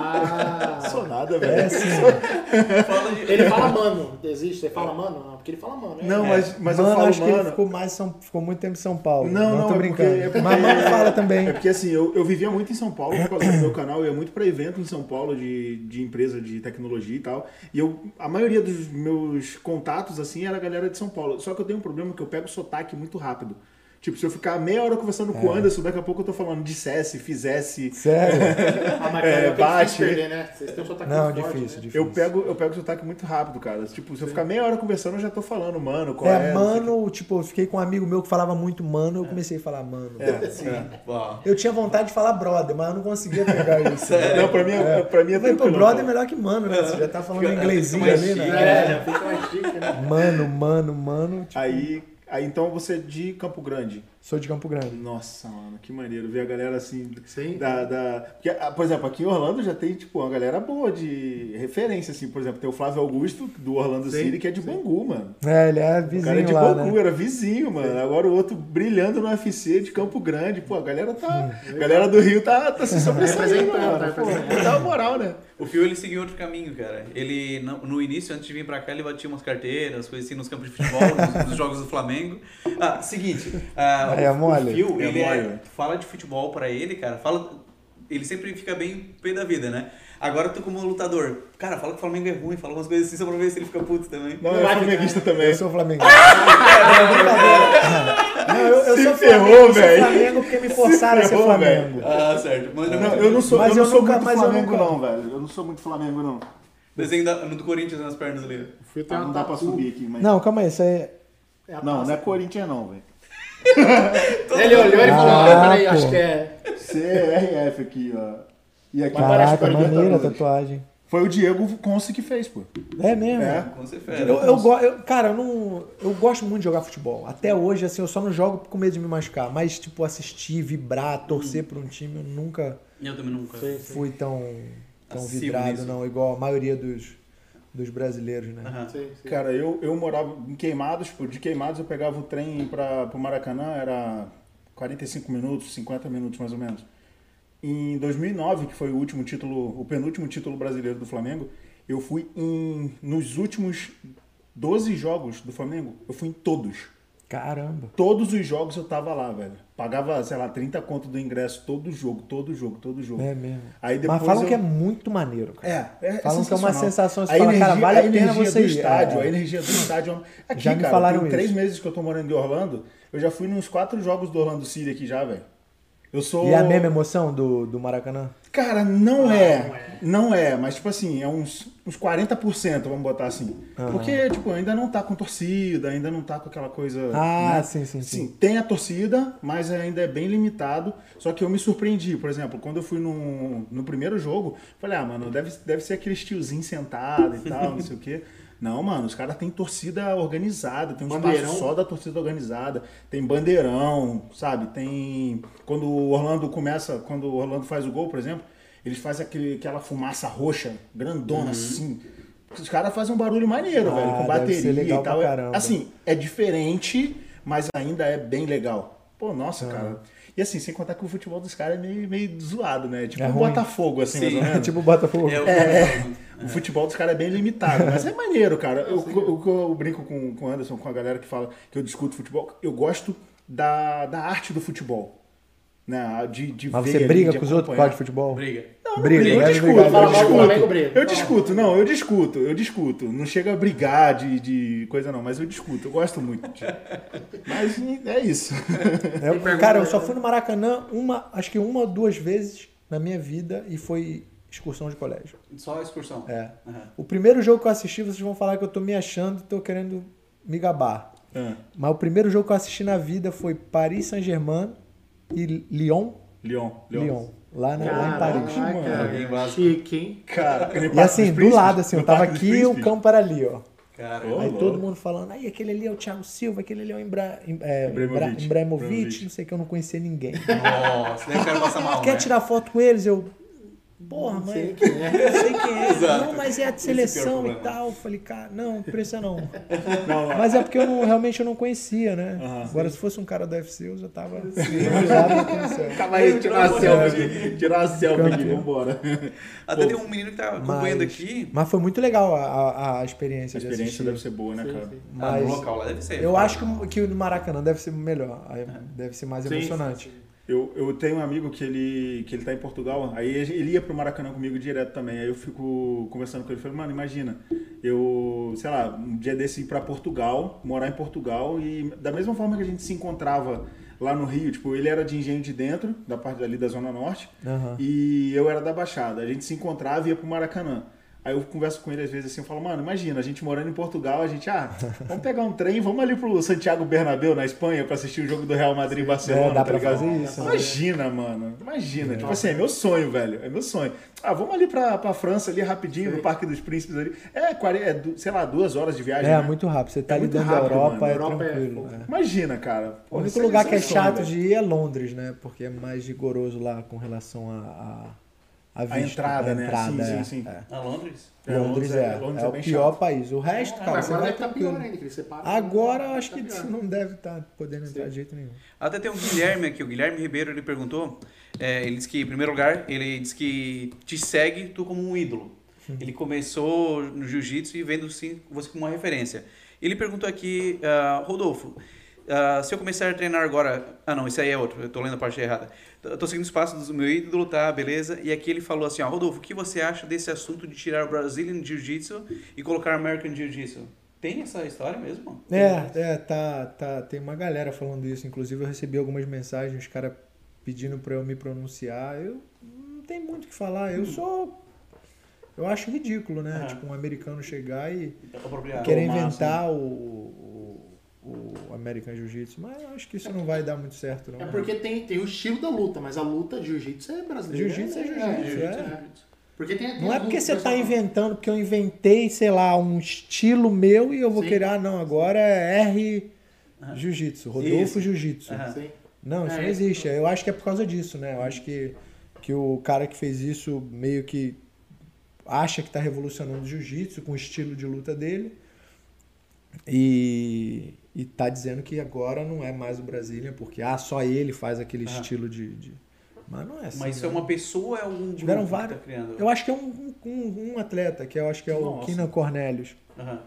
Speaker 2: Ah.
Speaker 1: Sou nada,
Speaker 4: É
Speaker 1: velho.
Speaker 4: assim.
Speaker 3: Fala de-
Speaker 2: Ele fala mano, existe, você fala mano? Não, porque ele fala mano, né?
Speaker 1: Não, mas, mas
Speaker 4: mano,
Speaker 1: eu falo,
Speaker 4: acho que ele
Speaker 1: É. mano.
Speaker 4: ficou, mais em São... ficou muito tempo em São Paulo.
Speaker 1: Não, não,
Speaker 4: tô
Speaker 1: é
Speaker 4: brincando.
Speaker 1: porque- é porque-
Speaker 4: Mas mano
Speaker 1: *laughs*
Speaker 4: fala também.
Speaker 1: É porque assim, eu, eu vivia muito em São Paulo por causa do meu canal, eu ia muito pra evento em São Paulo de, de empresa de tecnologia e tal. E eu, a maioria dos meus contatos, assim, era a galera de São Paulo. Só que eu tenho um problema que eu pego sotaque muito rápido. Tipo, se eu ficar meia hora conversando com o
Speaker 4: É.
Speaker 1: Anderson, daqui a pouco eu tô falando dissesse, fizesse.
Speaker 4: Sério?
Speaker 2: Ah, mas
Speaker 1: É,
Speaker 2: carioca
Speaker 1: bate.
Speaker 2: difícil perder, né? Vocês têm um
Speaker 1: é
Speaker 2: sotaque
Speaker 4: Não,
Speaker 2: muito forte,
Speaker 4: difícil,
Speaker 2: né?
Speaker 4: difícil.
Speaker 1: Eu pego, eu pego sotaque muito rápido, cara. Tipo, se eu ficar meia hora conversando, eu já tô falando, mano, qual é?
Speaker 4: É, mano, tipo, eu fiquei com um amigo meu que falava muito mano, eu comecei a falar mano.
Speaker 1: Sim.
Speaker 3: Ó,
Speaker 4: Eu tinha vontade de falar brother, mas eu não conseguia pegar isso.
Speaker 1: *laughs*
Speaker 4: né?
Speaker 1: Não, pra mim é, pra mim é
Speaker 4: Eu falei, pô,
Speaker 1: tranquilo.
Speaker 4: brother é melhor que mano, né? Você já tá falando
Speaker 3: Fica-
Speaker 4: inglesinho
Speaker 3: fica mais
Speaker 4: ali,
Speaker 3: chique,
Speaker 4: né?
Speaker 2: É, já fica mais chique, né?
Speaker 4: Mano, mano, mano. tipo,
Speaker 1: Aí, aí então você é de Campo Grande.
Speaker 4: Sou de Campo Grande.
Speaker 1: Nossa, mano, que maneiro ver a galera assim.
Speaker 2: Sim.
Speaker 1: Da, da... Porque, ah, por exemplo, aqui em Orlando já tem, tipo, uma galera boa de referência, assim. Por exemplo, tem o Flávio Augusto, do Orlando City, que é de Bangu, mano.
Speaker 4: É, ele é
Speaker 1: O cara é
Speaker 4: vizinho
Speaker 1: de
Speaker 4: lá,
Speaker 1: Bangu,
Speaker 4: né?
Speaker 1: era vizinho, mano. Agora o outro brilhando no UFC de Campo Grande. Pô, a galera tá. A galera do Rio tá, tá se sobressaindo,
Speaker 2: Representando, tá
Speaker 1: mano. Pô, dá uma moral, né?
Speaker 3: O Fio ele seguiu outro caminho, cara. Ele, no, no início, antes de vir pra cá, ele batia umas carteiras, coisas assim, nos campos
Speaker 1: *laughs*
Speaker 3: de futebol, nos, nos jogos do Flamengo. Ah, seguinte. ah,
Speaker 4: É
Speaker 3: o-
Speaker 4: mole.
Speaker 3: O Fio,
Speaker 1: É
Speaker 3: ele é-
Speaker 1: mole.
Speaker 3: fala de futebol pra ele, cara. Fala, ele sempre fica bem pé da vida, né? Agora eu tô como lutador. Cara, fala que o Flamengo é ruim, fala umas coisas assim só pra ver se ele fica puto também.
Speaker 1: Não, eu sou flamenguista também.
Speaker 4: Eu
Speaker 1: *laughs*
Speaker 4: sou flamenguista. Não, eu, eu
Speaker 1: Se
Speaker 4: sou
Speaker 1: ferrou,
Speaker 4: Flamengo, eu sou
Speaker 1: velho.
Speaker 4: Flamengo porque me forçaram a ser
Speaker 1: ferrou,
Speaker 4: Flamengo.
Speaker 3: Ah, certo. Mas
Speaker 1: Não, eu não sou,
Speaker 4: Mas
Speaker 1: eu não
Speaker 4: eu
Speaker 1: sou
Speaker 4: nunca-
Speaker 1: muito
Speaker 4: mas eu
Speaker 1: Flamengo,
Speaker 4: nunca-
Speaker 1: não, velho. Eu não sou muito Flamengo, não.
Speaker 3: Desenho da- no do Corinthians nas pernas ali.
Speaker 2: Fui ter
Speaker 1: Ah,
Speaker 2: uma
Speaker 1: não dá pra
Speaker 2: tatu.
Speaker 1: subir aqui, mas.
Speaker 4: Não, calma aí, isso aí.
Speaker 2: É a
Speaker 1: não,
Speaker 2: taça.
Speaker 1: não é Corinthians, não, velho.
Speaker 2: Ele olhou e falou:
Speaker 4: Ah,
Speaker 2: ah, peraí,
Speaker 4: pô.
Speaker 2: acho que é.
Speaker 1: CRF aqui, ó. E aqui
Speaker 2: parece
Speaker 4: Caraca,
Speaker 2: que é
Speaker 4: maneira a
Speaker 2: Libertadores.
Speaker 4: tatuagem.
Speaker 1: tá foi o Diego Conce que fez, pô.
Speaker 4: É mesmo?
Speaker 1: É.
Speaker 3: Com certeza.
Speaker 4: Eu, eu, go- eu- cara, eu não. Eu gosto muito de jogar futebol. Até hoje, assim, eu só não jogo com medo de me machucar. Mas, tipo, assistir, vibrar,
Speaker 1: Hum.
Speaker 4: torcer por um time, eu nunca
Speaker 3: Eu também nunca.
Speaker 4: fui tão, tão
Speaker 3: Passivo
Speaker 4: vidrado,
Speaker 3: nisso.
Speaker 4: não, igual a maioria dos, dos brasileiros, né?
Speaker 3: Aham.
Speaker 2: Sim, sim.
Speaker 1: Cara, eu, eu morava em Queimados, pô. De Queimados eu pegava o trem pra, pro Maracanã, era 45 minutos, 50 minutos mais ou menos. Em 2009, que foi o último título, o penúltimo título brasileiro do Flamengo, eu fui em, nos últimos 12 jogos do Flamengo, eu fui em todos.
Speaker 4: Caramba.
Speaker 1: Todos os jogos eu tava lá, velho. Pagava, sei lá, 30 conto do ingresso, todo jogo, todo jogo, todo jogo.
Speaker 4: É mesmo.
Speaker 1: Aí depois
Speaker 4: Mas falam
Speaker 1: eu-
Speaker 4: que é muito maneiro, cara.
Speaker 1: É, é
Speaker 4: Falam que é uma
Speaker 1: sensacional.
Speaker 4: sensação, você
Speaker 1: a
Speaker 4: fala,
Speaker 1: energia,
Speaker 4: cara, vale a pena
Speaker 1: energia
Speaker 4: você
Speaker 1: do
Speaker 4: ir.
Speaker 1: estádio,
Speaker 4: É.
Speaker 1: a energia do estádio. Aqui,
Speaker 4: Já me
Speaker 1: cara,
Speaker 4: falaram
Speaker 1: tem
Speaker 4: isso.
Speaker 1: três meses que eu tô morando em Orlando, eu já fui nos quatro jogos do Orlando City aqui já, velho. Eu sou.
Speaker 4: E é a mesma emoção do, do Maracanã?
Speaker 1: Cara, não é. Não é, mas tipo assim, é uns, uns 40%, vamos botar assim. Porque, tipo, ainda não tá com torcida, ainda não tá com aquela coisa.
Speaker 4: Ah,
Speaker 1: né?
Speaker 4: sim, sim, sim.
Speaker 1: Sim, tem a torcida, mas ainda é bem limitado. Só que eu me surpreendi, por exemplo, quando eu fui no, no primeiro jogo, falei, ah, mano, deve, deve ser aqueles tiozinhos sentados e tal, não sei o
Speaker 4: *laughs*
Speaker 1: quê. Não, mano, os caras têm torcida organizada, tem um
Speaker 2: Bandeirão?
Speaker 1: espaço só da torcida organizada, tem bandeirão, sabe? Tem. Quando o Orlando começa, quando o Orlando faz o gol, por exemplo, eles fazem aquele, aquela fumaça roxa, grandona assim. Os caras fazem um barulho maneiro,
Speaker 4: Uhum. Ah,
Speaker 1: velho, com
Speaker 4: deve
Speaker 1: bateria
Speaker 4: ser legal
Speaker 1: e tal.
Speaker 4: pra caramba.
Speaker 1: Assim, é diferente, mas ainda é bem legal. Pô, nossa, cara. E assim, sem contar que o futebol dos caras é meio, meio zoado, né? Tipo
Speaker 4: É
Speaker 1: um
Speaker 4: ruim.
Speaker 1: Botafogo, assim, mais ou
Speaker 4: É
Speaker 1: menos.
Speaker 4: *laughs* tipo o Botafogo.
Speaker 3: Eu-
Speaker 1: É. O futebol dos caras é bem limitado, mas é maneiro, cara. Eu, eu, eu- eu brinco com, com o Anderson, com a galera que fala que eu discuto futebol. Eu gosto da, da arte do futebol. Né? De, de
Speaker 4: Mas
Speaker 1: ver
Speaker 4: você
Speaker 1: ali,
Speaker 4: briga
Speaker 1: de
Speaker 4: com os outros por
Speaker 1: acompanhar.
Speaker 4: causa de futebol?
Speaker 3: Briga.
Speaker 1: Não, não
Speaker 4: Briga,
Speaker 1: brigo, eu
Speaker 4: né?
Speaker 1: discuto, eu
Speaker 4: Obrigado,
Speaker 2: Fala mal do
Speaker 1: discuto.
Speaker 2: Flamengo, briga.
Speaker 1: Eu discuto, não, eu discuto, eu discuto. Não chega a brigar de, de coisa não, mas eu discuto, eu gosto muito. *laughs* Mas é *laughs* isso.
Speaker 4: Eu- cara, eu só fui no Maracanã uma, acho que uma ou duas vezes na minha vida e foi excursão de colégio.
Speaker 3: Só a excursão.
Speaker 4: É.
Speaker 3: Aham.
Speaker 4: O primeiro jogo que eu assisti, vocês vão falar que eu tô me achando e tô querendo me gabar.
Speaker 1: Ah,
Speaker 4: Mas o primeiro jogo que eu assisti na vida foi Paris Saint-Germain e Lyon.
Speaker 1: Lyon, Lyon.
Speaker 4: Lyon. Lá, na, lá em Paris.
Speaker 2: Caraca,
Speaker 3: Alguém básico.
Speaker 2: chique, hein?
Speaker 1: Cara, aquele
Speaker 4: E
Speaker 1: Parque
Speaker 4: assim,
Speaker 1: dos
Speaker 4: do
Speaker 1: Príncipes,
Speaker 4: lado, assim, eu
Speaker 1: no
Speaker 4: tava
Speaker 1: Parque dos
Speaker 4: aqui e o
Speaker 1: Príncipes.
Speaker 4: campo era ali, ó.
Speaker 3: Cara,
Speaker 1: Ô,
Speaker 4: Aí
Speaker 1: louco.
Speaker 4: todo mundo falando, aí aquele ali é o Thiago Silva, aquele ali é o Embra, em- é, Bra-
Speaker 1: Ibrahimovic.
Speaker 4: Ibrahimovic,
Speaker 1: Ibrahimovic.
Speaker 4: não sei que eu não conhecia ninguém.
Speaker 3: nossa, daí o cara passa mal.
Speaker 4: Quer
Speaker 3: né?
Speaker 4: tirar foto com eles? Eu. Porra, mas não sei quem é.
Speaker 1: *laughs*
Speaker 3: Exato.
Speaker 4: Não, mas é a de
Speaker 3: Esse que é o
Speaker 4: seleção e
Speaker 3: problema.
Speaker 4: tal. Eu Falei, cara, não, precisa não.
Speaker 1: *laughs* Não,
Speaker 4: Mas é porque eu não, realmente eu não conhecia, né? Agora, se fosse um cara do UFC, eu já tava. já conhecia.
Speaker 1: Calma aí, tirar a selfie aqui. Tirar a selfie aqui, vambora.
Speaker 3: Até tem um menino que tá acompanhando aqui.
Speaker 4: mas foi muito legal a, a- a experiência
Speaker 1: A
Speaker 4: de
Speaker 1: experiência
Speaker 4: assistir.
Speaker 1: deve ser boa, né, cara?
Speaker 3: Ah, no
Speaker 4: Mas
Speaker 3: local lá deve ser.
Speaker 4: eu acho que, que o do Maracanã deve ser melhor.
Speaker 1: É.
Speaker 4: aí Deve ser mais emocionante.
Speaker 1: Eu, eu tenho um amigo que ele, que ele tá em Portugal, aí ele ia pro Maracanã comigo direto também. Aí eu fico conversando com ele, falei, mano, imagina, eu, sei lá, um dia desse ir pra Portugal, morar em Portugal, e da mesma forma que a gente se encontrava lá no Rio, tipo, ele era de engenho de dentro, da parte ali da Zona Norte,
Speaker 4: Aham.
Speaker 1: e eu era da Baixada. A gente se encontrava e ia pro Maracanã. Aí eu converso com ele às vezes assim, eu falo, mano, imagina, a gente morando em Portugal, a gente, ah, vamos pegar um trem, vamos ali pro Santiago Bernabéu, na Espanha, pra assistir o jogo do Real Madrid e Barcelona,
Speaker 4: É, dá
Speaker 1: tá
Speaker 4: pra
Speaker 1: ligado?
Speaker 4: fazer isso, né?
Speaker 1: Imagina, mano. Imagina. Tipo assim, é meu sonho, velho. É meu sonho. Ah, vamos ali pra, pra França ali rapidinho, no Parque dos Príncipes ali. É, quare- é du- sei lá, duas horas de viagem.
Speaker 4: É,
Speaker 1: né?
Speaker 4: muito rápido. Você tá
Speaker 1: É
Speaker 4: ali
Speaker 1: muito
Speaker 4: dentro da
Speaker 1: rápido,
Speaker 4: Europa,
Speaker 1: mano.
Speaker 4: é
Speaker 2: Europa é
Speaker 4: tranquilo.
Speaker 2: fogo.
Speaker 4: é.
Speaker 1: Imagina, cara.
Speaker 4: O
Speaker 1: Porra,
Speaker 4: único
Speaker 1: isso aí
Speaker 4: lugar
Speaker 1: é
Speaker 4: que é
Speaker 1: sonho,
Speaker 4: chato
Speaker 1: velho.
Speaker 4: de ir é Londres, né? Porque é mais rigoroso lá com relação à a, a,
Speaker 1: A entrada, né?
Speaker 4: entrada,
Speaker 1: sim,
Speaker 4: é.
Speaker 1: sim, sim.
Speaker 4: É.
Speaker 3: A Londres?
Speaker 1: É,
Speaker 4: Londres é,
Speaker 1: Londres
Speaker 4: é o
Speaker 1: bem
Speaker 4: pior
Speaker 1: chato.
Speaker 4: país. O resto, cara,
Speaker 2: Mas
Speaker 4: você
Speaker 2: agora
Speaker 4: vai
Speaker 2: deve tá pior
Speaker 4: tranquilo.
Speaker 2: ainda, que ele separa.
Speaker 4: Agora eu acho
Speaker 2: Tá
Speaker 4: que
Speaker 2: pior.
Speaker 4: *laughs* não deve estar podendo entrar de jeito nenhum.
Speaker 3: Até tem o Guilherme aqui, o Guilherme Ribeiro, ele perguntou. é, ele disse que, em primeiro lugar, ele disse que te segue tu como um ídolo.
Speaker 4: Uhum.
Speaker 3: Ele começou no jiu-jitsu e vendo sim, você como uma referência. Ele perguntou aqui, ah, Rodolfo, Ah, se eu começar a treinar agora. Ah, não, isso aí é outro, eu tô lendo a parte errada. Eu tô seguindo os passos do meu ídolo, tá? Beleza. E aqui ele falou assim: ó, Rodolfo, o que você acha desse assunto de tirar o Brazilian Jiu-Jitsu e colocar American Jiu-Jitsu? Tem essa história mesmo?
Speaker 4: É, é, tá, tá. Tem uma galera falando isso. Inclusive, eu recebi algumas mensagens, os caras pedindo pra eu me pronunciar. Eu não tenho muito o que falar.
Speaker 8: Hum.
Speaker 4: Eu sou. Eu acho ridículo,
Speaker 8: Ah.
Speaker 4: né? Tipo, um americano chegar e
Speaker 3: Então,
Speaker 8: Tá
Speaker 3: Apropriado.
Speaker 4: querer
Speaker 1: massa,
Speaker 4: inventar o, o, o American Jiu-Jitsu. Mas eu acho que isso não vai dar muito certo, não.
Speaker 8: É porque tem, tem o estilo da luta, mas a luta jiu-jitsu é brasileira.
Speaker 4: Jiu-jitsu é
Speaker 8: né?
Speaker 4: jiu-jitsu, é.
Speaker 8: jiu-jitsu. Porque tem, tem
Speaker 4: Não é
Speaker 8: as
Speaker 4: porque
Speaker 8: lutas
Speaker 4: você
Speaker 8: do
Speaker 4: está
Speaker 8: pessoal-
Speaker 4: inventando, porque eu inventei, sei lá, um estilo meu e eu vou
Speaker 8: Sim.
Speaker 4: querer, ah, não, agora é R Jiu-Jitsu, Rodolfo
Speaker 3: Isso.
Speaker 4: Jiu-Jitsu.
Speaker 3: Aham.
Speaker 8: Sim.
Speaker 4: Não,
Speaker 8: É,
Speaker 4: isso não
Speaker 8: isso.
Speaker 4: existe. Eu acho que é por causa disso, né? Eu acho que, que o cara que fez isso meio que acha que está revolucionando o jiu-jitsu com o estilo de luta dele e, e tá dizendo que agora não é mais o Brasília, porque ah, só ele faz aquele estilo de, de- Mas não é assim.
Speaker 3: Mas isso é
Speaker 4: né?
Speaker 3: uma pessoa, é um grupo
Speaker 4: Tiveram
Speaker 3: que
Speaker 4: vários.
Speaker 3: tá criando.
Speaker 4: Eu acho que é um, um, um atleta, que eu acho que é o
Speaker 1: Nossa.
Speaker 4: Kina Cornelius,
Speaker 3: Aham.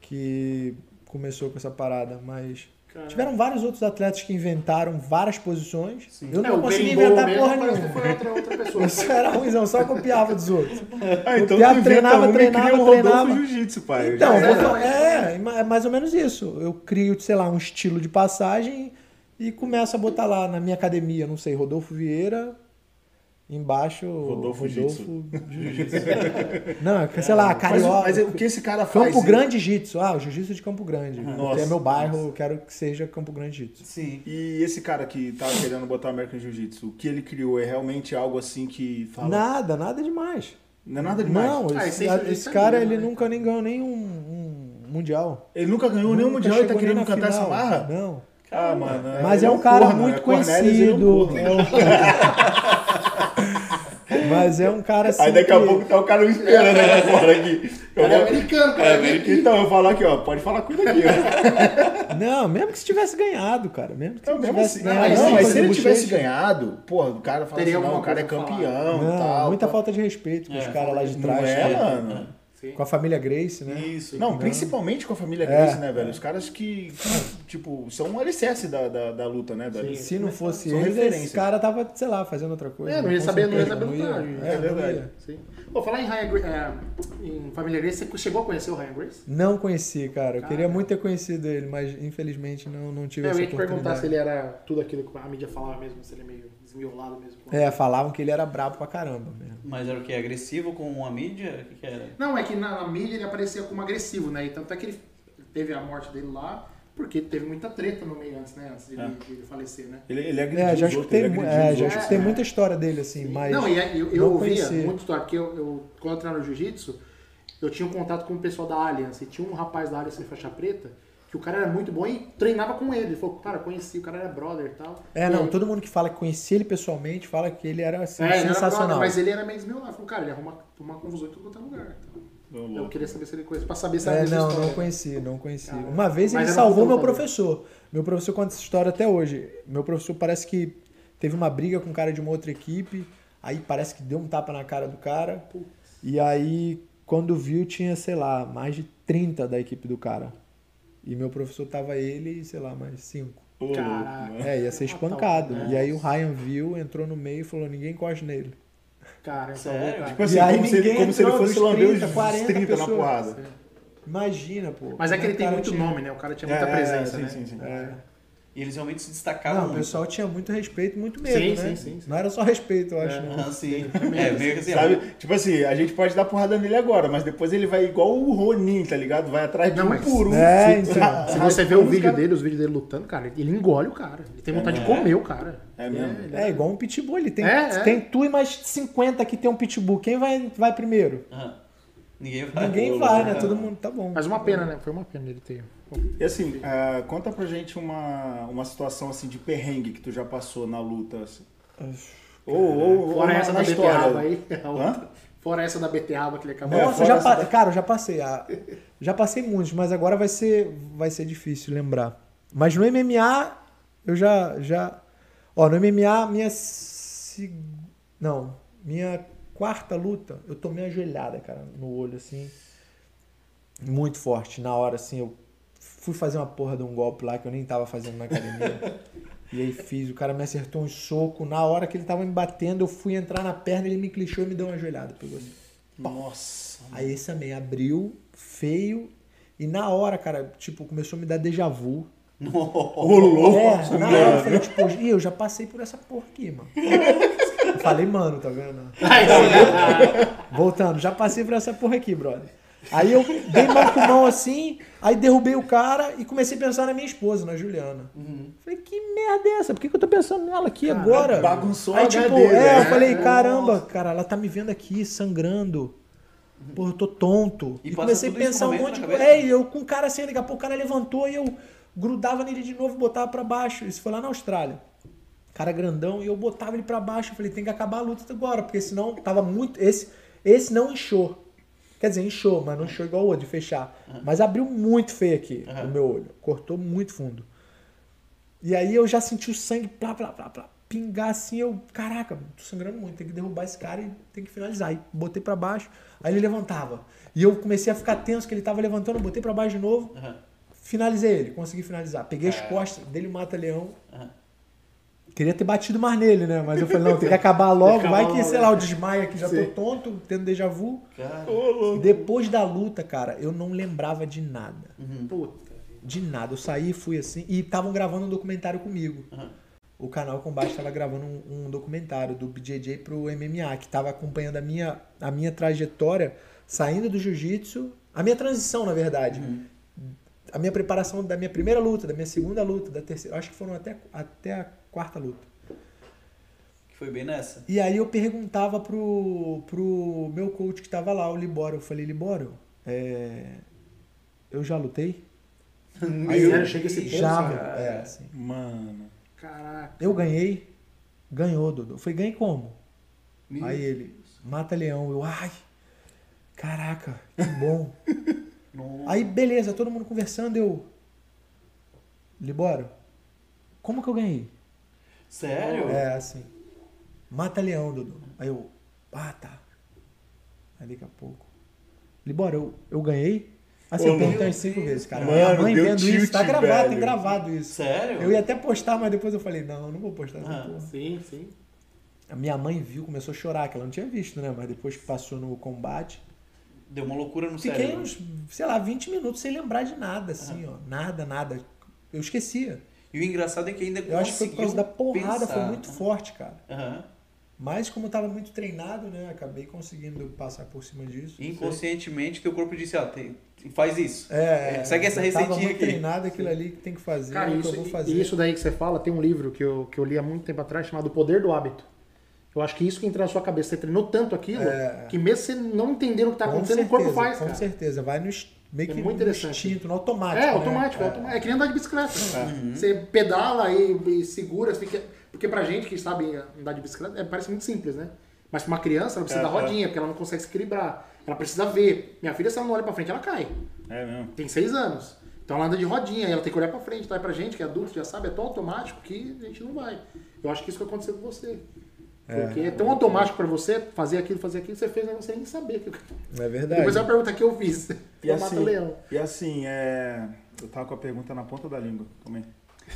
Speaker 4: que começou com essa parada, mas. Tiveram vários outros atletas que inventaram várias posições. Eu
Speaker 8: É,
Speaker 4: não
Speaker 8: o
Speaker 4: consegui
Speaker 8: Berimbau
Speaker 4: inventar
Speaker 8: mesmo parece que
Speaker 4: porra nenhuma. É
Speaker 8: Foi outra, outra
Speaker 4: *laughs*
Speaker 8: pessoa.
Speaker 4: Eu só era ruimzão, só copiava dos outros.
Speaker 1: Ah, então
Speaker 4: Piá
Speaker 1: tu inventa
Speaker 4: treinava,
Speaker 1: uma e
Speaker 4: treinava,
Speaker 1: cria o Rodolfo
Speaker 4: treinava.
Speaker 1: Jiu-Jitsu, pai. Eu
Speaker 4: Então,
Speaker 1: já-
Speaker 4: eu vou- é, é ma- é mais ou menos isso. Eu crio, sei lá, um estilo de passagem e começo a botar lá na minha academia, não sei, Rodolfo Vieira, embaixo
Speaker 1: Rodolfo Jitsu.
Speaker 4: Jiu-Jitsu. *laughs* não, é, sei lá,
Speaker 1: Mas, o-
Speaker 4: Carioca.
Speaker 1: mas o que esse cara faz?
Speaker 4: Campo Grande Jitsu. Ah, o Jiu-Jitsu de Campo Grande.
Speaker 1: Nossa.
Speaker 4: Que é meu bairro, eu quero que seja Campo Grande Jitsu.
Speaker 3: Sim.
Speaker 1: E esse cara que tá querendo botar American Jiu-Jitsu, o que ele criou é realmente algo assim que fala.
Speaker 4: Nada, nada demais.
Speaker 1: Não é nada demais.
Speaker 4: Não,
Speaker 8: Ah,
Speaker 4: esse,
Speaker 8: isso aí você
Speaker 4: esse
Speaker 8: já
Speaker 4: cara
Speaker 8: sabia,
Speaker 4: ele
Speaker 8: né?
Speaker 4: nunca nem ganhou nem um, um mundial.
Speaker 1: Ele nunca ganhou nenhum
Speaker 4: Nunca
Speaker 1: mundial e tá
Speaker 4: chegou nem
Speaker 1: querendo
Speaker 4: na
Speaker 1: cantar essa
Speaker 4: final.
Speaker 1: marra?
Speaker 4: Não.
Speaker 1: Ah, mano.
Speaker 4: Mas é
Speaker 1: ele
Speaker 4: um cara
Speaker 1: corno,
Speaker 4: muito
Speaker 1: é Cornelius, ele é um
Speaker 4: conhecido.
Speaker 1: corno.
Speaker 4: É um- Mas é um cara
Speaker 1: *laughs*
Speaker 4: assim.
Speaker 1: Aí daqui a
Speaker 4: que-
Speaker 1: pouco tá o cara me esperando né, agora aqui. Eu
Speaker 8: Cara, é
Speaker 1: vou-
Speaker 8: americano, cara.
Speaker 1: É, americano. Então, eu falo aqui, ó. Pode falar com ele aqui, ó.
Speaker 4: Não, mesmo que se tivesse ganhado, cara. Mesmo que se
Speaker 1: Não, mesmo
Speaker 4: tivesse
Speaker 1: assim. Não,
Speaker 4: ganhado.
Speaker 1: mas,
Speaker 4: não,
Speaker 1: mas
Speaker 4: coisa
Speaker 1: se ele
Speaker 4: do
Speaker 1: tivesse
Speaker 4: Bochecha.
Speaker 1: ganhado, porra, o cara fala
Speaker 8: Teria
Speaker 1: assim, não,
Speaker 8: alguma
Speaker 1: o cara é
Speaker 8: coisa pra falar.
Speaker 1: campeão e
Speaker 4: Não,
Speaker 1: tal.
Speaker 4: muita
Speaker 1: pô.
Speaker 4: falta de respeito com os caras lá de
Speaker 1: Não
Speaker 4: trás.
Speaker 1: é, então.
Speaker 4: né?
Speaker 1: mano.
Speaker 4: Com a família Grace, né?
Speaker 3: Isso.
Speaker 1: Não, principalmente com a família Grace, né, velho? Os caras que, que, tipo, são um alicerce da, da, da luta, né, velho?
Speaker 4: Se não fosse
Speaker 1: São
Speaker 4: eles,
Speaker 1: referência.
Speaker 4: esse cara tava, sei lá, fazendo outra coisa.
Speaker 5: É, não
Speaker 4: né?
Speaker 5: ia
Speaker 4: Com
Speaker 5: saber- não ia
Speaker 4: certeza,
Speaker 5: saber lutar,
Speaker 4: ia.
Speaker 5: gente.
Speaker 4: É,
Speaker 1: É
Speaker 4: não
Speaker 1: verdade.
Speaker 4: ia.
Speaker 5: Sim.
Speaker 8: Pô, falar em, Ryan Gra- é, em Família Grace, você chegou a conhecer o Ryan Grace?
Speaker 4: Não conheci, cara. Eu queria muito ter conhecido ele, mas infelizmente não, não tive
Speaker 8: É,
Speaker 5: Eu
Speaker 4: essa
Speaker 5: ia te perguntar se
Speaker 4: oportunidade.
Speaker 5: ele era tudo aquilo que a mídia falava mesmo, se ele é meio desmiolado mesmo.
Speaker 4: É, falavam que ele era brabo pra caramba mesmo.
Speaker 3: Mas era o que? Agressivo com a mídia? O que que era?
Speaker 5: Não, é que na, na mídia ele aparecia como agressivo, né? E tanto é que ele teve a morte dele lá, porque teve muita treta no meio antes, né? Antes
Speaker 1: É.
Speaker 5: dele, dele falecer, né?
Speaker 1: Ele, ele agrediu
Speaker 4: É, já
Speaker 1: os outros,
Speaker 4: escutei,
Speaker 1: ele
Speaker 4: mu-
Speaker 1: agrediu
Speaker 4: é,
Speaker 1: os
Speaker 4: já
Speaker 1: outros,
Speaker 4: escutei
Speaker 1: né?
Speaker 4: muita história dele, assim, mas.
Speaker 5: não, e é- eu, eu
Speaker 4: não
Speaker 5: ouvia
Speaker 4: conhecia.
Speaker 5: muita história, porque eu, eu, quando eu treinava no jiu-jitsu, eu tinha um contato com o pessoal da Alliance, e tinha um rapaz da Alliance em faixa preta, que o cara era muito bom e treinava com ele. Ele falou, cara, eu conheci, o cara era brother e tal.
Speaker 4: É,
Speaker 5: E
Speaker 4: não,
Speaker 5: aí-
Speaker 4: todo mundo que fala que conhecia ele pessoalmente fala que ele era assim,
Speaker 5: É, ele era brother,
Speaker 4: sensacional.
Speaker 5: mas ele era meio desmiolado. Ele falou, cara, ele arruma uma confusão em todo quanto é lugar. Então. Eu queria saber se ele conhece, pra saber se era
Speaker 4: É,
Speaker 5: mesma
Speaker 4: não,
Speaker 5: história. Tá.
Speaker 4: não conheci, não conheci. Uma vez ele
Speaker 5: Mas era
Speaker 4: salvou
Speaker 5: muito
Speaker 4: meu
Speaker 5: bom.
Speaker 4: professor. Meu professor conta essa história até hoje. Meu professor parece que teve uma briga com um cara de uma outra equipe, aí parece que deu um tapa na cara do cara. E aí, quando viu, tinha, sei lá, mais de 30 da equipe do cara. E meu professor tava ele e, sei lá, mais cinco.
Speaker 1: Ô, louco,
Speaker 5: Caraca.
Speaker 1: mano.
Speaker 4: É, ia
Speaker 5: tá.
Speaker 4: ser espancado.
Speaker 5: É.
Speaker 4: E aí o Ryan viu, entrou no meio e falou: ninguém encosta nele.
Speaker 5: Cara, eu
Speaker 3: Sério?
Speaker 5: salvou,
Speaker 1: *laughs*
Speaker 5: cara.
Speaker 1: Tipo assim,
Speaker 4: E aí
Speaker 1: como se, ele-
Speaker 4: ninguém
Speaker 1: como se ele
Speaker 4: entrou
Speaker 1: fosse
Speaker 4: dos
Speaker 1: lamber
Speaker 4: 30,
Speaker 1: os
Speaker 4: 40
Speaker 1: 40 30 na
Speaker 4: pessoas.
Speaker 1: porrada.
Speaker 4: Imagina, pô.
Speaker 5: Mas é que ele tem
Speaker 4: Cara,
Speaker 5: muito
Speaker 4: tinha-
Speaker 5: nome, né? O cara tinha muita
Speaker 1: É, é,
Speaker 5: presença,
Speaker 1: sim,
Speaker 5: né?
Speaker 1: sim, sim.
Speaker 3: E eles realmente se destacavam
Speaker 4: Não, o
Speaker 3: muito.
Speaker 4: pessoal tinha muito respeito, muito medo,
Speaker 5: um. Sim,
Speaker 4: né?
Speaker 5: sim, sim, sim.
Speaker 4: Não era só respeito, eu acho.
Speaker 5: *laughs*
Speaker 4: não.
Speaker 3: Ah, sim. *laughs* É, meio que assim, ó,
Speaker 1: Sabe? Tipo assim, a gente pode dar porrada nele agora, mas depois ele vai igual o Ronin, tá ligado? Vai atrás de
Speaker 5: Não,
Speaker 1: um
Speaker 5: mas- né?
Speaker 1: por um.
Speaker 4: É, então.
Speaker 5: Se você vê o vídeo dele, os vídeos dele lutando, cara, ele engole o cara. Ele tem vontade de comer o cara.
Speaker 1: É mesmo?
Speaker 4: É igual um pitbull, ele tem,
Speaker 5: É, é.
Speaker 4: tem tu e mais 50 que tem um pitbull. Quem vai, vai primeiro?
Speaker 3: ah, Ninguém vai.
Speaker 4: Ninguém vai, né? Todo mundo tá bom.
Speaker 5: Mas uma pena, né? Foi uma pena ele ter.
Speaker 1: E assim, ah, conta pra gente uma, uma situação assim de perrengue que tu já passou na luta. Assim. Ou, ou, ou
Speaker 5: Fora
Speaker 1: na-
Speaker 5: essa
Speaker 1: na
Speaker 5: da beterraba
Speaker 1: história.
Speaker 5: aí. a *laughs* outra. Fora essa da beterraba que ele acabou.
Speaker 4: Nossa,
Speaker 1: É, fora
Speaker 4: já
Speaker 1: essa
Speaker 4: pa- cara, eu já passei. ah, já passei muitos, mas agora vai ser, vai ser difícil lembrar. Mas no MMA, eu já, já. Ó, no MMA, minha. seg- Não, minha quarta luta, eu tomei uma joelhada, cara, no olho, assim. Muito forte. Na hora, assim, eu Fui fazer uma porra de um golpe lá que eu nem tava fazendo na academia. *laughs* e aí fiz, o cara me acertou um soco. Na hora que ele tava me batendo, eu fui entrar na perna, ele me clichou e me deu uma joelhada. Pegou assim.
Speaker 1: Nossa.
Speaker 4: Aí esse também abriu, feio. E na hora, cara, tipo, começou a me dar déjà vu.
Speaker 1: Rolou.
Speaker 4: É, na hora eu falei, tipo, "Ih, eu já passei por essa porra aqui, mano. Eu falei, mano, tá vendo?
Speaker 5: *laughs* tá
Speaker 4: Voltando, já passei por essa porra aqui, brother. Aí eu dei mão com mão assim, aí derrubei o cara e comecei a pensar na minha esposa, na Juliana.
Speaker 1: Uhum.
Speaker 4: Falei, que merda é essa? Por que, que eu tô pensando nela aqui agora?
Speaker 1: bagunçou
Speaker 4: Aí
Speaker 1: a
Speaker 4: tipo,
Speaker 1: HD,
Speaker 4: é, eu
Speaker 1: né?
Speaker 4: falei, caramba, cara, ela tá me vendo aqui sangrando. Pô, eu tô tonto.
Speaker 3: E
Speaker 4: E,
Speaker 3: passa
Speaker 4: comecei a
Speaker 3: tudo isso
Speaker 4: pensar
Speaker 3: no
Speaker 4: um
Speaker 3: momento
Speaker 4: monte
Speaker 3: na
Speaker 4: de coisa.
Speaker 3: cabeça?
Speaker 4: É, e eu com o cara assim, daqui a pouco o cara levantou e eu grudava nele de novo, botava pra baixo. Isso foi lá na Austrália. Cara grandão, e eu botava ele pra baixo. Eu falei, tem que acabar a luta agora, porque senão tava muito. Esse, esse não inchou. Quer dizer, inchou, mas não inchou igual o outro, de fechar. Mas abriu muito feio aqui o meu olho. Cortou muito fundo. E aí eu já senti o sangue plá, plá, plá, plá, pingar assim. Eu, caraca, tô sangrando muito, tem que derrubar esse cara e tem que finalizar. E botei pra baixo, aí ele levantava. E eu comecei a ficar tenso que ele tava levantando, eu botei pra baixo de novo. Finalizei ele, consegui finalizar. Peguei as costas dele, mata leão. Queria ter batido mais nele, né? Mas eu falei, não, *laughs* tem que acabar logo. Vai que, sei lá, eu desmaio aqui, já tô tonto, tendo déjà vu. Depois da luta, cara, eu não lembrava de nada.
Speaker 9: Puta. vida.
Speaker 4: De nada. Eu saí, fui assim. E estavam gravando um documentário comigo. O canal Combate estava gravando um, um documentário do BJJ pro MMA, que estava acompanhando a minha, a minha trajetória saindo do jiu-jitsu, a minha transição, na verdade. A minha preparação da minha primeira luta, da minha segunda luta, da terceira. Acho que foram até, até a quarta luta.
Speaker 3: Que foi bem nessa.
Speaker 4: E aí eu perguntava pro, pro meu coach que tava lá, o Libório. Eu falei, Libório, é, eu já lutei?
Speaker 2: Aí
Speaker 4: né,
Speaker 2: sério, chega esse ponto,
Speaker 4: já,
Speaker 2: sabe?
Speaker 4: é, assim.
Speaker 1: Mano.
Speaker 2: Caraca.
Speaker 4: Eu ganhei. Ganhou, Dodô. Foi ganhei como? Aí ele, mata leão. Eu, ai, caraca, que
Speaker 1: *laughs*
Speaker 4: bom. Aí, beleza, todo mundo conversando, eu... Libório, como que eu ganhei?
Speaker 3: Sério?
Speaker 4: É, assim. Mata leão, Dudu. Aí eu. Ah, tá. Aí daqui a pouco. Libora, eu, eu ganhei? Assim, eu perguntei umas cinco vezes, cara.
Speaker 1: Mano,
Speaker 4: Minha mãe
Speaker 1: deu
Speaker 4: vendo
Speaker 1: tilt,
Speaker 4: isso, tá gravado, tem
Speaker 1: velho.
Speaker 4: gravado isso.
Speaker 3: Sério?
Speaker 4: Eu ia até postar, mas depois eu falei, não, eu não vou postar essa
Speaker 3: Ah,
Speaker 4: porra.
Speaker 9: Sim, sim.
Speaker 4: A minha mãe viu, começou a chorar, que ela não tinha visto, né? Mas depois que passou no combate.
Speaker 3: Deu uma loucura no
Speaker 4: Fiquei
Speaker 3: cérebro.
Speaker 4: uns, sei lá, 20 minutos sem lembrar de nada, assim, ó. Nada, nada. Eu esquecia.
Speaker 3: E o engraçado é que ainda
Speaker 4: Eu acho que foi por causa da porrada, foi
Speaker 3: pensar. né?
Speaker 4: muito forte, cara.
Speaker 3: Aham.
Speaker 4: Mas como eu tava muito treinado, né? Acabei conseguindo passar por cima disso.
Speaker 3: Inconscientemente, teu corpo disse, ó, tem- faz isso.
Speaker 4: É, é,
Speaker 3: Segue essa
Speaker 4: eu Tava
Speaker 3: receitinha
Speaker 4: muito
Speaker 3: aqui.
Speaker 4: treinado aquilo ali que tem que fazer,
Speaker 2: Cara,
Speaker 4: é o
Speaker 2: isso,
Speaker 4: que eu vou fazer.
Speaker 2: e isso daí que você fala, tem um livro que eu, que eu li há muito tempo atrás chamado O Poder do Hábito. Eu acho que isso que entra na sua cabeça. Você treinou tanto aquilo que mesmo você não entendendo o que tá
Speaker 4: Com
Speaker 2: acontecendo, o corpo
Speaker 4: certeza,
Speaker 2: faz,
Speaker 4: Com
Speaker 2: cara.
Speaker 4: certeza, vai no ins- meio
Speaker 2: É
Speaker 4: que
Speaker 2: muito
Speaker 4: no
Speaker 2: interessante.
Speaker 4: instinto, no automático.
Speaker 2: É,
Speaker 4: né?
Speaker 2: automático, é. Uhum. automático. É que nem andar de bicicleta. Você pedala e, e segura, fica. Porque pra gente que sabe andar de bicicleta, é, parece muito simples, né? Mas pra uma criança, ela precisa da rodinha, porque ela não consegue se equilibrar. Ela precisa ver. Minha filha, se ela não olha pra frente, ela cai.
Speaker 1: É mesmo.
Speaker 2: Tem seis anos. Então ela anda de rodinha, ela tem que olhar pra frente, tá? E pra gente que é adulto já sabe, é tão automático que a gente não vai. Eu acho que isso que aconteceu com você. Porque é tão automático pra você fazer aquilo, fazer aquilo, você fez, né, você nem saber. que-
Speaker 4: É verdade.
Speaker 2: Depois é uma pergunta que eu fiz.
Speaker 1: E
Speaker 2: *laughs* Eu mato
Speaker 1: assim,
Speaker 2: leão.
Speaker 1: e assim, é. Eu tava com a pergunta na ponta da língua também.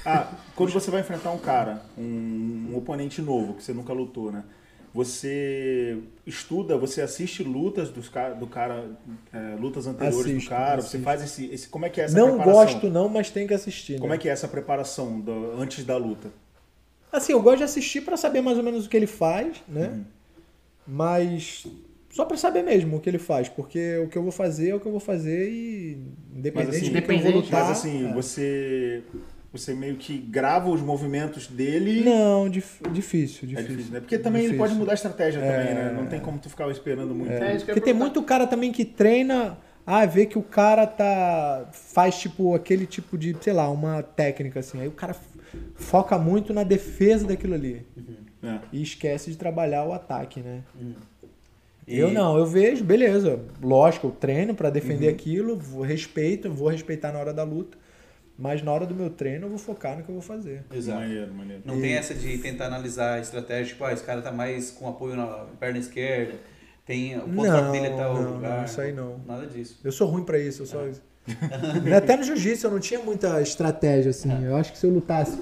Speaker 1: Ah, quando você vai enfrentar um cara, um, um oponente novo, que você nunca lutou, né? Você estuda, você assiste lutas dos ca- do cara, é, lutas anteriores
Speaker 4: Assisto,
Speaker 1: do cara, você
Speaker 4: assisto.
Speaker 1: faz esse, esse. Como é que é essa
Speaker 4: Não
Speaker 1: preparação?
Speaker 4: gosto não, mas tem que assistir.
Speaker 1: Como
Speaker 4: né?
Speaker 1: é que é essa preparação do- antes da luta?
Speaker 4: Assim, eu gosto de assistir pra saber mais ou menos o que ele faz, né?
Speaker 1: Uhum.
Speaker 4: Mas só pra saber mesmo o que ele faz, porque o que eu vou fazer é o que eu vou fazer e independente
Speaker 1: assim,
Speaker 4: do que eu vou
Speaker 2: independente,
Speaker 4: lutar.
Speaker 1: Mas assim,
Speaker 4: é.
Speaker 1: você. Você meio que grava os movimentos dele.
Speaker 4: Não, dif- difícil,
Speaker 1: É
Speaker 4: difícil.
Speaker 1: difícil, né? Porque também ele
Speaker 4: Difícil. É.
Speaker 1: pode mudar a estratégia também, né? Não tem como tu ficar esperando muito.
Speaker 2: É isso que eu
Speaker 4: Porque
Speaker 2: ia
Speaker 4: tem
Speaker 2: perguntar.
Speaker 4: muito cara também que treina, ah, vê que o cara tá faz tipo aquele tipo de, sei lá, uma técnica assim. Aí o cara f- foca muito na defesa daquilo ali
Speaker 1: É.
Speaker 4: e esquece de trabalhar o ataque, né?
Speaker 3: E-
Speaker 4: Eu não, eu vejo, beleza. Lógico, eu treino pra defender aquilo, vou, respeito, vou respeitar na hora da luta, mas na hora do meu treino eu vou focar no que eu vou fazer.
Speaker 3: Exato.
Speaker 1: Maneiro, maneiro.
Speaker 3: Não tem essa de tentar analisar a estratégia, tipo, ah, esse cara tá mais com apoio na perna esquerda, tem o ponto
Speaker 4: Não,
Speaker 3: dele é tal
Speaker 4: não,
Speaker 3: lugar.
Speaker 4: não, isso aí não.
Speaker 3: Nada disso.
Speaker 4: Eu sou ruim pra isso, eu sou Até no jiu-jitsu eu não tinha muita estratégia, assim. Eu acho que se eu lutasse.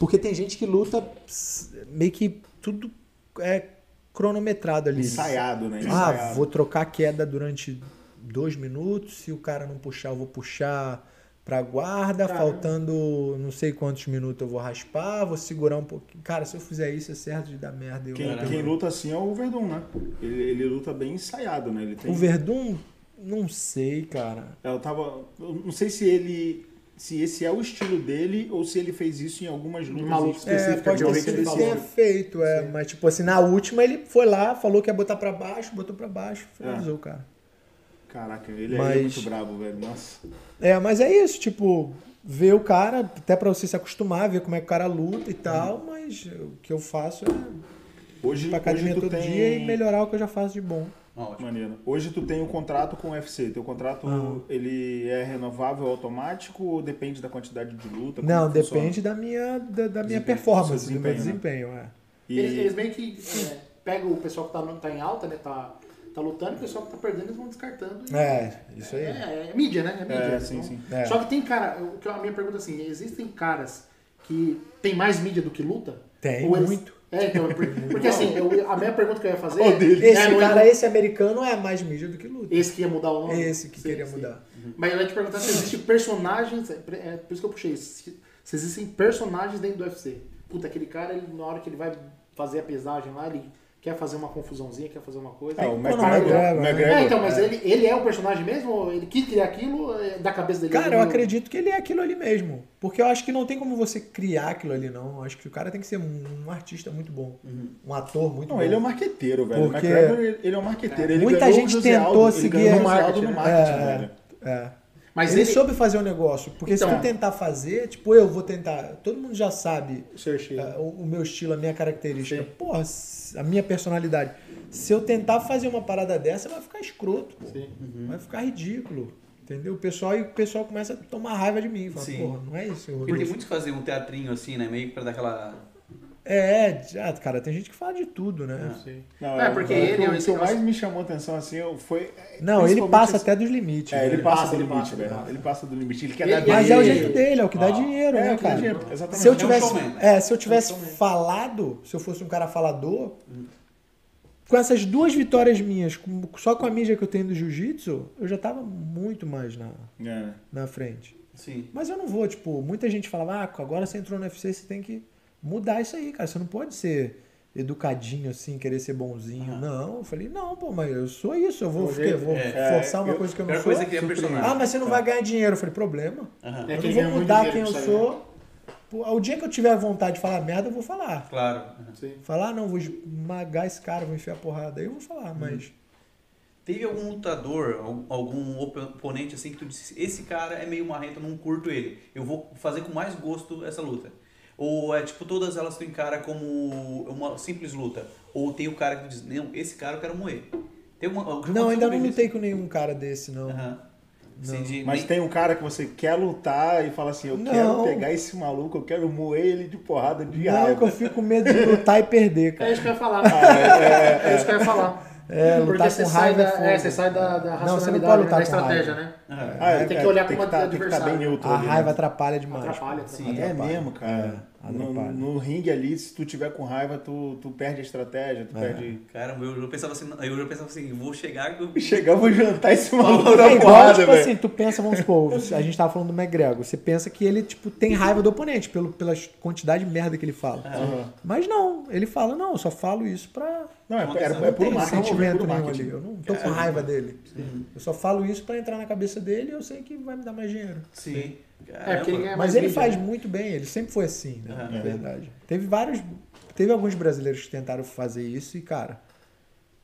Speaker 4: Porque tem gente que luta ps- meio que tudo é cronometrado ali.
Speaker 1: Ensaiado, né?
Speaker 4: Ah,
Speaker 1: Ensaiado.
Speaker 4: vou trocar a queda durante dois minutos. Se o cara não puxar, eu vou puxar pra guarda. Faltando não sei quantos minutos eu vou raspar, vou segurar um pouquinho. Cara, se eu fizer isso, é certo de dar merda. Eu
Speaker 1: Quem,
Speaker 4: eu-
Speaker 1: quem luta assim é o Verdun, né? Ele, ele luta bem ensaiado, né? Ele tem...
Speaker 4: O Verdun, não sei, cara.
Speaker 1: Eu tava. Eu não sei se ele. Se esse é o estilo dele ou se ele fez isso em algumas lutas
Speaker 2: Uma luta
Speaker 4: É,
Speaker 2: específica
Speaker 4: pode
Speaker 2: de
Speaker 4: ter
Speaker 2: alguém que
Speaker 4: sido
Speaker 2: ele
Speaker 4: que
Speaker 2: falou.
Speaker 4: tenha feito, é. Mas, tipo assim, na última ele foi lá, falou que ia botar pra baixo, botou pra baixo, finalizou, cara.
Speaker 1: Caraca, ele é- ele
Speaker 4: Mas-
Speaker 1: é muito brabo, velho. Nossa.
Speaker 4: É, mas é isso, tipo, ver o cara, até pra você se acostumar, ver como é que o cara luta e tal, mas o que eu faço é ir
Speaker 1: Hoje,
Speaker 4: pra academia
Speaker 1: hoje tu
Speaker 4: todo
Speaker 1: tem...
Speaker 4: dia e melhorar o que eu já faço de bom.
Speaker 3: Ótimo.
Speaker 1: Maneiro. Hoje tu tem um contrato com o UFC. Teu contrato, ele é renovável automático ou depende da quantidade de luta? Como
Speaker 4: Não,
Speaker 1: que funciona?
Speaker 4: depende da minha, da, da minha
Speaker 1: Desempenho,
Speaker 4: performance,
Speaker 1: seu
Speaker 4: do meu
Speaker 1: desempenho, né?
Speaker 4: desempenho, é.
Speaker 1: E-
Speaker 5: Eles, eles meio que é, pegam o pessoal que tá, no- tá em alta, né? Tá, tá lutando, e o pessoal que tá perdendo, eles vão descartando. e-
Speaker 4: É, isso aí.
Speaker 5: É, é mídia, né? É mídia.
Speaker 1: É, sim,
Speaker 5: então.
Speaker 1: sim.
Speaker 4: É.
Speaker 5: Só que tem cara, o que a minha pergunta é assim, existem caras que tem mais mídia do que luta?
Speaker 4: Tem,
Speaker 5: Ou eles-
Speaker 4: muito.
Speaker 5: É, então, por- porque assim, eu- a minha pergunta que eu ia fazer
Speaker 1: Qual deles?
Speaker 5: é,
Speaker 4: Esse
Speaker 5: não é-
Speaker 4: cara, esse americano é mais mídia do que luta.
Speaker 5: esse que ia mudar o nome.
Speaker 4: Esse que
Speaker 5: Sim,
Speaker 4: queria
Speaker 5: sim. Uhum.
Speaker 4: mudar.
Speaker 5: Mas eu ia te perguntar se existem personagens, é é por isso que eu puxei isso, se, se existem personagens dentro do UFC. Puta, aquele cara, ele, na hora que ele vai fazer a pesagem lá, ele quer fazer uma confusãozinha, quer fazer uma coisa.
Speaker 1: Ah, o
Speaker 4: Quando o
Speaker 1: McGregor.
Speaker 4: McGregor,
Speaker 1: o
Speaker 4: né?
Speaker 1: McGregor.
Speaker 5: É, então, mas ele, ele é o personagem mesmo? Ou Ele quis criar aquilo é, da cabeça dele?
Speaker 4: Cara,
Speaker 5: Ele
Speaker 4: eu
Speaker 5: não-
Speaker 4: acredito que ele é aquilo ali mesmo. Porque eu acho que não tem como você criar aquilo ali, não. Eu acho que o cara tem que ser um, um artista muito bom.
Speaker 5: Uhum.
Speaker 4: Um ator muito
Speaker 1: Não,
Speaker 4: bom.
Speaker 1: ele é um marqueteiro, velho.
Speaker 4: Porque-
Speaker 1: O McGregor, ele- ele é um marqueteiro. Ele
Speaker 4: Muita
Speaker 1: ganhou o
Speaker 4: gente
Speaker 1: José
Speaker 4: tentou
Speaker 1: Aldo,
Speaker 4: seguir
Speaker 1: ele ganhou
Speaker 4: esse
Speaker 1: o José Aldo no marketing,
Speaker 4: marketing, é.
Speaker 1: velho.
Speaker 4: É.
Speaker 5: Mas
Speaker 4: ele,
Speaker 5: ele,
Speaker 4: soube fazer um negócio. Porque se
Speaker 5: Então.
Speaker 4: tu tentar fazer, tipo, eu vou tentar. Todo mundo já sabe
Speaker 5: Seu estilo.
Speaker 4: é, o, o meu estilo, a minha característica. Porra, s- a minha personalidade. Se eu tentar fazer uma parada dessa, vai ficar escroto, pô.
Speaker 5: Uhum.
Speaker 4: Vai ficar ridículo. Entendeu? O pessoal, e o pessoal começa a tomar raiva de mim. Fala,
Speaker 3: Sim.
Speaker 4: porra, não é isso,
Speaker 3: Porque
Speaker 4: Rodolfo.
Speaker 3: tem muitos que fazem um teatrinho assim, né? Meio que pra dar aquela.
Speaker 4: É, já, cara, tem gente que fala de tudo, né?
Speaker 1: Ah. Não,
Speaker 5: É, porque
Speaker 1: o que-
Speaker 5: ele-
Speaker 1: o que mais me chamou a atenção assim eu- foi.
Speaker 4: Não, ele
Speaker 1: principalmente
Speaker 4: passa
Speaker 1: esse-
Speaker 4: até dos limites.
Speaker 1: É, ele
Speaker 4: né?
Speaker 1: passa
Speaker 5: passa,
Speaker 1: do
Speaker 5: ele
Speaker 1: limite,
Speaker 5: passa, ele
Speaker 1: velho.
Speaker 5: passa.
Speaker 1: Ele passa do limite. Ele quer
Speaker 5: Ele-
Speaker 1: dar
Speaker 5: ele-
Speaker 4: Mas é o
Speaker 1: dinheiro.
Speaker 4: jeito dele, é o que dá dinheiro,
Speaker 1: É,
Speaker 4: né,
Speaker 1: o que dá
Speaker 4: cara?
Speaker 1: dinheiro, exatamente.
Speaker 4: Se eu
Speaker 3: É um
Speaker 4: tivesse,
Speaker 3: showman, né?
Speaker 4: é, se eu tivesse falado, se eu fosse um cara falador, com essas duas vitórias minhas, com- só com a mídia que eu tenho do jiu-jitsu, eu já tava muito mais na,
Speaker 1: É.
Speaker 4: na frente.
Speaker 3: Sim.
Speaker 4: Mas eu não vou, tipo, muita gente falava, ah, agora você entrou no UFC, você tem que mudar isso aí, cara. Você não pode ser educadinho assim, querer ser bonzinho. Não, eu falei, não, pô, mas eu sou isso, eu vou,
Speaker 5: Hoje-
Speaker 4: eu vou
Speaker 3: é,
Speaker 4: forçar uma
Speaker 1: eu-
Speaker 4: coisa que eu
Speaker 3: A
Speaker 4: não
Speaker 3: pior
Speaker 4: sou.
Speaker 3: coisa é criar personagem.
Speaker 4: Ah, mas você não vai ganhar dinheiro. Eu falei, problema.
Speaker 3: Aham.
Speaker 5: É
Speaker 4: eu
Speaker 5: quem
Speaker 4: não
Speaker 5: ganha
Speaker 4: vou
Speaker 5: muito
Speaker 4: mudar
Speaker 5: dinheiro
Speaker 4: quem eu
Speaker 5: com isso aí, né?
Speaker 4: sou. Pô, O dia que eu tiver vontade de falar merda, eu vou falar.
Speaker 3: Claro. Aham.
Speaker 4: Falar, ah, não, vou esmagar esse cara, vou enfiar a porrada. Aí eu vou falar, mas.
Speaker 3: Teve algum lutador, al- algum op- oponente assim que tu disse, esse cara é meio marrento, eu não curto ele. Eu vou fazer com mais gosto essa luta. Ou é tipo, todas elas tu encara como uma simples luta. Ou tem o cara que tu diz, não, esse cara eu quero moer. Tem uma,
Speaker 5: Uhum.
Speaker 4: Não, ainda não lutei com nenhum cara desse, não.
Speaker 3: Assim,
Speaker 1: Mas tem um cara que você quer lutar e fala assim, eu
Speaker 4: Não.
Speaker 1: quero pegar esse maluco, eu quero moer ele de porrada de
Speaker 5: né?
Speaker 4: Não, é que eu
Speaker 1: raiva.
Speaker 4: fico com medo de lutar e perder,
Speaker 5: É *laughs*
Speaker 4: cara.
Speaker 5: isso que eu ia falar.
Speaker 4: Ah,
Speaker 5: *laughs* é, isso que eu ia falar.
Speaker 4: É, lutar
Speaker 5: Porque você
Speaker 4: com
Speaker 5: sai
Speaker 4: raiva é
Speaker 5: da,
Speaker 4: foda.
Speaker 5: é, você sai da, da
Speaker 4: Não, você
Speaker 5: racionalidade,
Speaker 4: não pode lutar
Speaker 5: né, da
Speaker 4: com raiva.
Speaker 5: estratégia, né?
Speaker 1: Ah, é,
Speaker 5: Tem que olhar
Speaker 1: tem
Speaker 5: como
Speaker 1: que tá, tem que tá
Speaker 5: adversário.
Speaker 1: bem neutro
Speaker 4: A
Speaker 1: ali, né?
Speaker 4: raiva atrapalha demais.
Speaker 5: Atrapalha. atrapalha.
Speaker 3: Sim.
Speaker 1: É
Speaker 4: atrapalha.
Speaker 1: mesmo, cara.
Speaker 4: É,
Speaker 1: no,
Speaker 4: atrapalha.
Speaker 1: no ringue ali, se tu tiver com raiva, tu, tu perde a estratégia, tu perde... *laughs*
Speaker 3: Cara, eu, eu pensava assim, eu já pensava assim, vou chegar.
Speaker 4: *laughs*
Speaker 3: Eu...
Speaker 1: Chegar, eu vou jantar esse maluco
Speaker 4: É
Speaker 1: na
Speaker 4: igual,
Speaker 1: porrada,
Speaker 4: tipo
Speaker 1: velho.
Speaker 4: assim, tu pensa, vamos
Speaker 5: *laughs*
Speaker 4: supor, a gente tava falando do McGregor, você pensa que ele, tipo, tem raiva do oponente pelo, pela quantidade de merda que ele fala. Mas não, ele fala, não, eu só falo isso pra...
Speaker 1: Não, é, é,
Speaker 4: Não
Speaker 1: é, puro
Speaker 4: tem
Speaker 1: marketing, é
Speaker 4: um sentimento
Speaker 1: puro
Speaker 4: nenhum
Speaker 1: marketing.
Speaker 4: ali, eu não tô com raiva dele. Eu só falo isso pra entrar na cabeça dele e eu sei que vai me dar mais dinheiro.
Speaker 3: Sim.
Speaker 5: É, porque ele ganha mais
Speaker 4: Mas ele
Speaker 5: mídia,
Speaker 4: faz
Speaker 5: né?
Speaker 4: muito bem, ele sempre foi assim, né?
Speaker 3: Aham.
Speaker 4: Na verdade. Teve vários. Teve alguns brasileiros que tentaram fazer isso e, cara,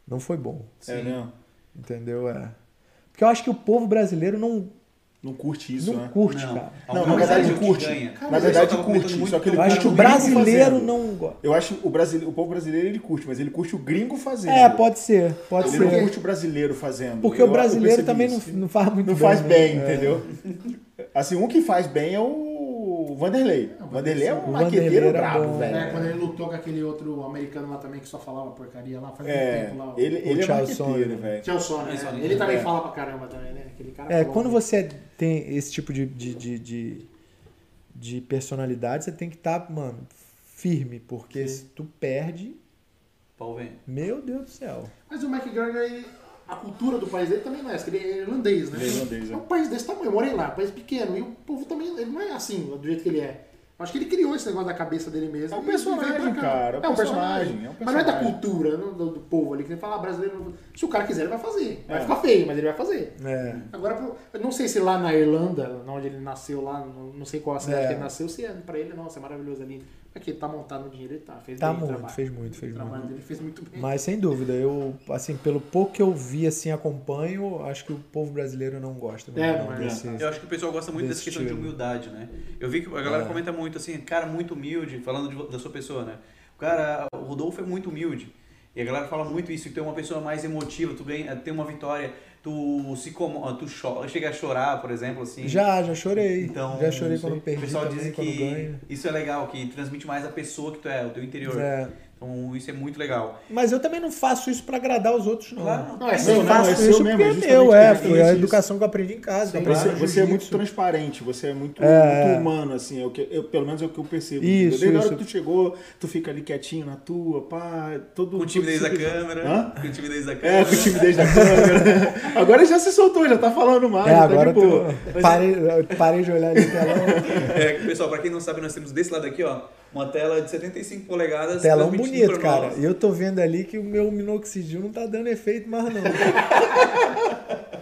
Speaker 4: não foi bom.
Speaker 1: É, não,
Speaker 4: Entendeu? É. Porque eu acho que o povo brasileiro não,
Speaker 1: não curte isso,
Speaker 4: não é
Speaker 1: né?
Speaker 4: curte, cara.
Speaker 1: Não, na verdade curte. Na verdade curte, só que ele tá
Speaker 4: Eu acho
Speaker 1: curte
Speaker 4: que o
Speaker 1: o gringo
Speaker 4: brasileiro
Speaker 1: fazendo.
Speaker 4: não gosta.
Speaker 1: Eu acho o brasileiro, o povo brasileiro ele curte, mas ele curte o gringo fazendo.
Speaker 4: É, pode ser, pode
Speaker 1: Ele não
Speaker 4: ser.
Speaker 1: curte o brasileiro fazendo.
Speaker 4: Porque
Speaker 1: Eu-
Speaker 4: o
Speaker 1: eu
Speaker 4: brasileiro
Speaker 1: percebi
Speaker 4: também
Speaker 1: isso.
Speaker 4: não, não faz muito
Speaker 1: não faz
Speaker 4: né?
Speaker 1: bem,
Speaker 4: É.
Speaker 1: entendeu? Assim, um que faz bem é o Vanderlei.
Speaker 5: o
Speaker 1: Vanderlei é um
Speaker 4: O
Speaker 1: maqueteiro
Speaker 4: Vanderlei era
Speaker 1: brabo,
Speaker 4: bom, né?
Speaker 1: velho.
Speaker 5: É, quando ele lutou com aquele outro americano lá também que só falava porcaria lá, faz muito
Speaker 1: É,
Speaker 5: tempo lá. o-
Speaker 1: ele, ele é
Speaker 4: Charles
Speaker 1: maqueteiro,
Speaker 4: Sonic.
Speaker 1: velho.
Speaker 5: Que é o Sonic, né? Ele também fala pra caramba também, né? Aquele cara
Speaker 4: É,
Speaker 5: falou
Speaker 4: quando
Speaker 5: muito.
Speaker 4: você tem esse tipo de, de, de, de, de personalidade, você tem que estar, mano, firme, porque se tu perde,
Speaker 3: Pau vem.
Speaker 4: meu Deus do céu.
Speaker 5: Mas o McGregor, ele... a cultura do país dele também não é essa, que ele é irlandês, né?
Speaker 1: Ele é irlandês, é.
Speaker 5: é um país desse tamanho, eu morei lá, um país pequeno. E o povo também, ele não é assim, do jeito que ele é. Acho que ele criou esse negócio da cabeça dele mesmo.
Speaker 1: É um
Speaker 5: e veio pra
Speaker 1: personagem,
Speaker 5: cá.
Speaker 1: cara, é um
Speaker 5: É um personagem.
Speaker 1: personagem, é um
Speaker 5: Mas não é da
Speaker 1: personagem.
Speaker 5: cultura, não do, do povo ali, que ele fala ah, brasileiro. não- Se o cara quiser, ele vai fazer. Vai
Speaker 1: É.
Speaker 5: ficar feio, mas ele vai fazer.
Speaker 4: É.
Speaker 5: Agora, pro- eu não sei se lá na Irlanda, onde ele nasceu lá, não não sei qual a cidade
Speaker 4: É.
Speaker 5: que ele nasceu, se é pra ele, nossa, é maravilhoso ali. Aqui, tá montado no dinheiro, ele tá. Fez
Speaker 4: Tá
Speaker 5: bem o
Speaker 4: muito,
Speaker 5: trabalho.
Speaker 4: fez muito, fez
Speaker 5: O trabalho dele fez muito bem.
Speaker 4: Mas sem dúvida, eu, assim, pelo pouco que eu vi, assim, acompanho, acho que o povo brasileiro não gosta muito
Speaker 5: É,
Speaker 4: não,
Speaker 5: não é.
Speaker 4: desse.
Speaker 3: Eu acho que o pessoal gosta muito dessa
Speaker 4: Desse
Speaker 3: questão de
Speaker 4: estilo.
Speaker 3: humildade, né? Eu vi que a galera
Speaker 4: É.
Speaker 3: comenta muito assim, cara, muito humilde, falando de vo- da sua pessoa, né? O cara, o Rodolfo é muito humilde. E a galera fala muito isso, que tu é uma pessoa mais emotiva, tu ganha, tem uma vitória, tu se como, tu cho- chega a chorar, por exemplo, assim.
Speaker 4: Já, já chorei.
Speaker 3: Então,
Speaker 4: já chorei
Speaker 3: isso aí.
Speaker 4: quando perdi,
Speaker 3: O pessoal
Speaker 4: também,
Speaker 3: diz
Speaker 4: quando
Speaker 3: que
Speaker 4: ganho.
Speaker 3: isso é legal, que transmite mais a pessoa que tu é, o teu interior.
Speaker 4: É.
Speaker 3: Então isso é muito legal.
Speaker 4: Mas eu também não faço isso pra agradar os outros, não.
Speaker 3: Claro,
Speaker 5: Não, é
Speaker 4: Eu
Speaker 5: seu,
Speaker 1: Não,
Speaker 5: né?
Speaker 4: faço
Speaker 1: é
Speaker 4: isso
Speaker 1: seu
Speaker 4: porque
Speaker 1: mesmo,
Speaker 4: é
Speaker 1: justamente
Speaker 4: meu, é,
Speaker 1: porque
Speaker 4: foi a
Speaker 1: isso.
Speaker 4: educação que eu aprendi em casa. que eu
Speaker 1: Você,
Speaker 4: aprendi no
Speaker 1: você é muito
Speaker 4: jiu-jitsu.
Speaker 1: transparente, você é muito,
Speaker 4: É.
Speaker 1: muito humano, assim, é o que, eu- pelo menos é o que eu percebo. entendeu?
Speaker 4: Isso,
Speaker 1: Desde a hora
Speaker 4: isso.
Speaker 1: que tu chegou, tu fica ali quietinho na tua, pá, todo
Speaker 3: Com timidez da
Speaker 1: todo-
Speaker 3: câmera,
Speaker 1: Hã?
Speaker 3: com timidez da câmera.
Speaker 1: É, com timidez da câmera. Agora já se soltou, já tá falando mais,
Speaker 4: É,
Speaker 1: tá
Speaker 4: agora
Speaker 1: de boa.
Speaker 4: eu tô- parei, eu parei de olhar ali o telão.
Speaker 3: É, pessoal, pra quem não sabe, nós temos desse lado aqui, ó, uma tela de 75
Speaker 1: tá
Speaker 3: polegadas.
Speaker 4: Telão
Speaker 3: transmitindo
Speaker 4: bonito,
Speaker 3: pra
Speaker 4: cara.
Speaker 3: nós.
Speaker 4: E eu tô vendo ali que o meu minoxidil não tá dando efeito mais, não.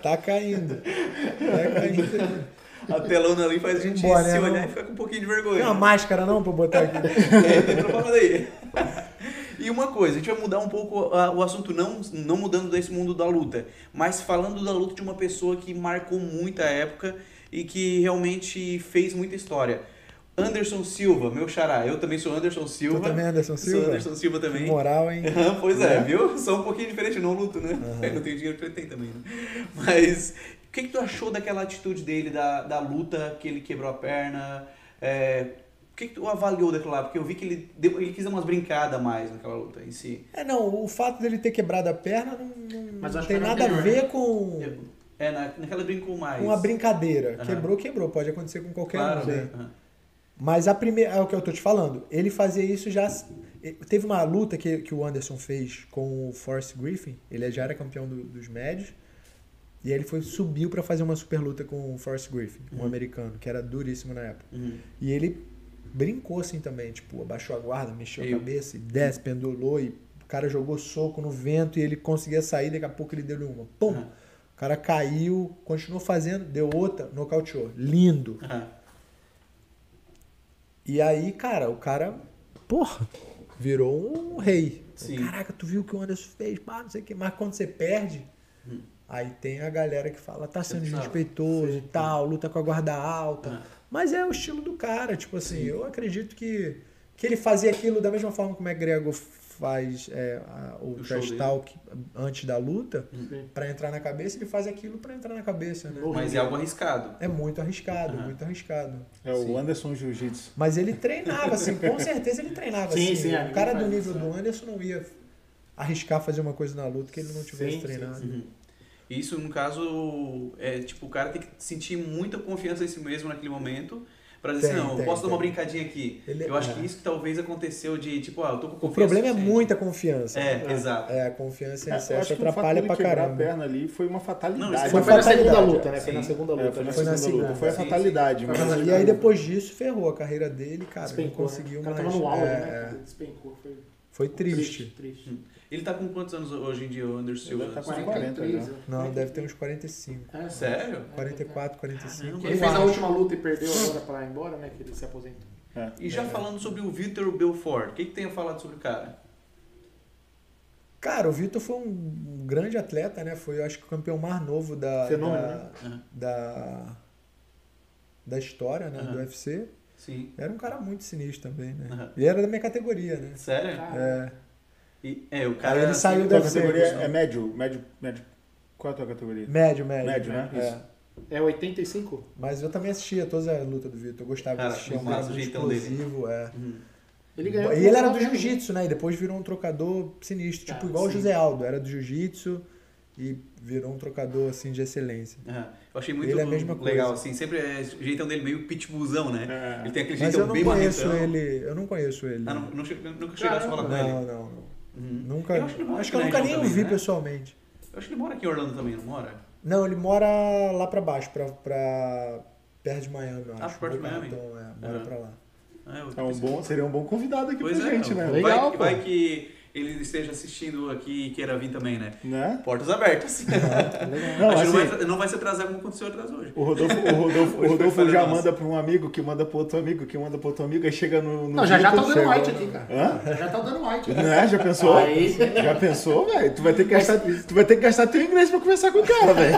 Speaker 4: tá caindo. Tá caindo.
Speaker 3: A telona ali faz a gente
Speaker 4: Bora,
Speaker 3: se
Speaker 4: né,
Speaker 3: olhar
Speaker 4: não?
Speaker 3: e ficar com um pouquinho de
Speaker 4: Tem
Speaker 3: vergonha.
Speaker 4: uma máscara não pra botar aqui.
Speaker 3: É, tem propaganda aí. E uma coisa, a gente vai mudar um pouco ah, o assunto, não, não mudando desse mundo da luta, mas falando da luta de uma pessoa que marcou muita época e que realmente fez muita história. Anderson Silva, meu xará. Eu também sou Anderson Silva.
Speaker 4: também é Anderson Silva?
Speaker 3: Sou Anderson Silva também.
Speaker 4: Moral, hein?
Speaker 3: Aham, *laughs* pois é, viu? Só um pouquinho diferente, não luto, né? *laughs* Eu não tenho dinheiro que ele tem também. Né? Mas o que, que tu achou daquela atitude dele, da, da luta que ele quebrou a perna? É, o que, que tu avaliou daquilo lá? Porque eu vi que ele, deu, ele quis dar umas brincadas a mais naquela luta em si.
Speaker 4: É, não, o fato dele ter quebrado a perna não, não-
Speaker 5: Mas
Speaker 4: não
Speaker 5: acho
Speaker 4: tem
Speaker 5: que era
Speaker 4: nada a
Speaker 5: anterior, né?
Speaker 4: ver com
Speaker 3: É, na, naquela ele brincou mais.
Speaker 4: com a Um. brincadeira.
Speaker 3: Aham.
Speaker 4: Quebrou, quebrou. Pode acontecer com qualquer
Speaker 3: Claro,
Speaker 4: um.
Speaker 3: né?
Speaker 4: né?
Speaker 3: Aham.
Speaker 4: Mas a primeira, é o que eu tô te falando, ele fazia isso já. Teve uma luta que, que o Anderson fez com o Forrest Griffin, ele já era campeão do- dos médios, e ele foi, subiu pra fazer uma super luta com o Forrest Griffin, um americano, que era duríssimo na época.
Speaker 3: Uhum.
Speaker 4: E ele brincou assim também, tipo, abaixou a guarda, mexeu
Speaker 3: E-
Speaker 4: a cabeça, e desce, pendulou, e o cara jogou soco no vento e ele conseguia sair, daqui a pouco ele deu uma. Pum!
Speaker 3: Uhum.
Speaker 4: O cara caiu, continuou fazendo, deu outra, nocauteou. Lindo.
Speaker 3: Aham.
Speaker 4: E aí, cara, o cara, porra, virou um rei.
Speaker 3: Sim.
Speaker 4: Caraca, tu viu o que o Anderson fez? Pá, não sei o que. Mas quando você perde,
Speaker 3: Hum.
Speaker 4: aí tem a galera que fala, tá sendo
Speaker 3: Pensava.
Speaker 4: desrespeitoso e tal, luta com a guarda
Speaker 3: Ah.
Speaker 4: alta. Mas é o estilo do cara, tipo assim, eu acredito que, que ele fazia aquilo da mesma forma como o McGregor faz é, a- o,
Speaker 3: O show
Speaker 4: trash
Speaker 3: dele. Hum.
Speaker 4: talk antes da luta, pra entrar na cabeça, ele faz aquilo pra entrar na cabeça, né?
Speaker 3: Mas é algo arriscado.
Speaker 4: É muito arriscado,
Speaker 3: Ah.
Speaker 4: muito arriscado.
Speaker 1: É o Anderson Jiu-Jitsu.
Speaker 4: Mas ele treinava, assim, com certeza ele treinava.
Speaker 5: Sim,
Speaker 4: assim.
Speaker 5: sim, é,
Speaker 4: o cara do
Speaker 5: ninguém
Speaker 4: nível do Anderson não ia arriscar fazer uma coisa na luta que ele não tivesse
Speaker 5: Sim,
Speaker 4: treinado.
Speaker 3: Uhum. Isso, no caso, é tipo, o cara tem que sentir muita confiança em si mesmo naquele momento. Pra dizer
Speaker 4: Tem,
Speaker 3: assim, não, eu
Speaker 4: tem,
Speaker 3: posso
Speaker 4: tem.
Speaker 3: dar uma brincadinha aqui.
Speaker 4: Ele-
Speaker 3: eu acho
Speaker 4: é.
Speaker 3: que isso que talvez aconteceu de, tipo, ah, eu tô com
Speaker 4: O
Speaker 3: confiança.
Speaker 4: problema é
Speaker 3: suficiente.
Speaker 4: muita confiança.
Speaker 3: É, exato.
Speaker 4: É, a confiança em si
Speaker 1: eu
Speaker 4: acho que
Speaker 5: um
Speaker 1: o fato
Speaker 4: atrapalha
Speaker 1: dele
Speaker 4: pra
Speaker 1: um quebrar
Speaker 4: caramba.
Speaker 1: a perna ali foi uma fatalidade.
Speaker 3: Não, isso
Speaker 5: Foi,
Speaker 4: Foi
Speaker 5: na
Speaker 4: fatalidade,
Speaker 5: segunda luta, né?
Speaker 3: é.
Speaker 5: Foi na
Speaker 3: Sim.
Speaker 5: segunda
Speaker 1: É,
Speaker 5: luta.
Speaker 1: foi na
Speaker 5: né?
Speaker 4: Foi na
Speaker 1: segunda luta.
Speaker 4: segunda.
Speaker 1: Foi a
Speaker 3: Sim, sim.
Speaker 1: fatalidade. mas-
Speaker 4: E aí depois disso ferrou a carreira dele, cara. Não
Speaker 5: Despencou,
Speaker 4: conseguiu
Speaker 5: né? O cara
Speaker 4: mais.
Speaker 5: tava no auge,
Speaker 4: é,
Speaker 5: né?
Speaker 4: é.
Speaker 5: Despencou. Foi
Speaker 4: Foi triste. Hum.
Speaker 5: Triste.
Speaker 3: Ele tá com quantos anos hoje em dia, o
Speaker 1: Ele
Speaker 3: Anderson Silva?
Speaker 1: deve tá com
Speaker 5: 43.
Speaker 1: 43,
Speaker 5: né?
Speaker 4: Não, deve ter uns 45.
Speaker 5: É,
Speaker 3: Sério?
Speaker 4: 44, 45.
Speaker 5: Ele fez a última luta e perdeu agora pra ir embora, né? Que ele se aposentou.
Speaker 3: E
Speaker 4: É.
Speaker 3: já falando sobre o Vitor Belfort, o que, que tem a falar sobre o cara?
Speaker 4: Cara, o Vitor foi um grande atleta, né? Foi, eu acho que o campeão mais novo da.
Speaker 5: Fenômeno,
Speaker 4: da,
Speaker 3: né?
Speaker 4: da, da história, né?
Speaker 3: Aham.
Speaker 4: Do UFC.
Speaker 3: Sim.
Speaker 4: Era um cara muito sinistro também, né?
Speaker 3: Aham.
Speaker 4: E era da minha categoria, né?
Speaker 3: Sério?
Speaker 5: Ah.
Speaker 4: É.
Speaker 3: E- é, o cara.
Speaker 4: Aí ele saiu
Speaker 1: Tua
Speaker 4: da-
Speaker 1: categoria
Speaker 4: Deve ser.
Speaker 1: é médio, médio, médio. Qual é a tua categoria?
Speaker 4: Médio, médio.
Speaker 1: Médio, né?
Speaker 4: É.
Speaker 5: É 85?
Speaker 4: Mas eu também assistia todas as lutas do Vitor. Eu gostava
Speaker 3: Cara,
Speaker 4: de assistir. É um
Speaker 3: muito
Speaker 4: cara
Speaker 3: massa o
Speaker 4: muito
Speaker 3: jeitão dele.
Speaker 4: explosivo, é.
Speaker 3: Uhum,
Speaker 5: Ele
Speaker 4: E
Speaker 5: ganhou. um
Speaker 4: ele era do jiu-jitsu, né? E depois virou um trocador sinistro, tipo
Speaker 5: Ah,
Speaker 4: igual o
Speaker 5: sim.
Speaker 4: José Aldo, era do jiu-jitsu e virou um trocador assim de excelência.
Speaker 3: Aham. Eu achei muito
Speaker 4: Ele é a mesma
Speaker 3: legal,
Speaker 4: coisa. É.
Speaker 3: assim. Sempre é o jeitão dele meio pitbullzão, né? Ele tem aquele
Speaker 4: Mas
Speaker 3: jeitão
Speaker 4: eu não
Speaker 3: bem
Speaker 4: conheço
Speaker 3: marretão.
Speaker 4: ele, eu não conheço ele.
Speaker 3: Ah, não, não, che- nunca chegasse a falar com ele.
Speaker 4: não, não. não. Nunca.
Speaker 3: Uhum. Eu acho que
Speaker 4: acho que,
Speaker 3: ele mora
Speaker 4: eu
Speaker 3: aqui na
Speaker 4: nunca nem
Speaker 3: região
Speaker 4: o
Speaker 3: também,
Speaker 4: vi
Speaker 3: né?
Speaker 4: pessoalmente.
Speaker 3: Eu acho que ele mora aqui em Orlando também, não mora?
Speaker 4: Não, ele mora lá pra baixo, pra, pra perto de Miami, eu acho.
Speaker 3: Ah, perto de
Speaker 4: Boca
Speaker 3: Miami.
Speaker 4: Raton, é, mora
Speaker 3: Aham.
Speaker 4: pra lá.
Speaker 3: Ah, eu-
Speaker 1: É um bom, seria um bom convidado aqui
Speaker 3: Pois
Speaker 1: pra
Speaker 3: é,
Speaker 1: gente, né?
Speaker 3: vai,
Speaker 5: Legal,
Speaker 3: que-
Speaker 5: pô.
Speaker 3: vai que ele esteja assistindo aqui e queira vir também, né?
Speaker 1: Né?
Speaker 3: Portas abertas.
Speaker 1: Não,
Speaker 3: Acho que não, vai,
Speaker 1: assim, Tipo,
Speaker 3: tra- não vai se atrasar como aconteceu atrás hoje.
Speaker 1: o Rodolfo, o Rodolfo, o Rodolfo
Speaker 3: falei,
Speaker 1: já
Speaker 3: nossa.
Speaker 1: manda pra um amigo, que manda pro outro amigo, que manda pro outro amigo, aí chega no. no
Speaker 5: Não, já já tá
Speaker 1: Vitor,
Speaker 5: dando
Speaker 1: chega-
Speaker 4: né?
Speaker 5: white aqui, cara.
Speaker 1: Hã?
Speaker 5: Já tá dando white.
Speaker 1: Né? Já pensou?
Speaker 5: Aí-
Speaker 1: Já pensou, velho? Tu vai ter que gastar, tu vai ter que gastar teu inglês pra conversar com o cara, velho.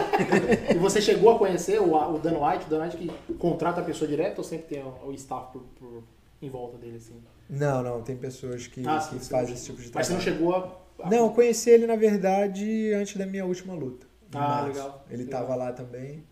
Speaker 5: E você chegou a conhecer o, o Dan White, o Dan White que contrata a pessoa direto ou sempre tem o, o staff por- por- em volta dele, assim?
Speaker 4: Não, não, tem pessoas que,
Speaker 5: Ah,
Speaker 4: que
Speaker 5: sim, sim.
Speaker 4: fazem esse tipo de
Speaker 5: Mas você não
Speaker 4: trabalho.
Speaker 5: chegou a. a-
Speaker 4: Não, eu conheci ele, na verdade, antes da minha última luta. em
Speaker 5: Ah,
Speaker 4: março.
Speaker 5: legal.
Speaker 4: Ele
Speaker 5: Legal.
Speaker 4: tava lá também.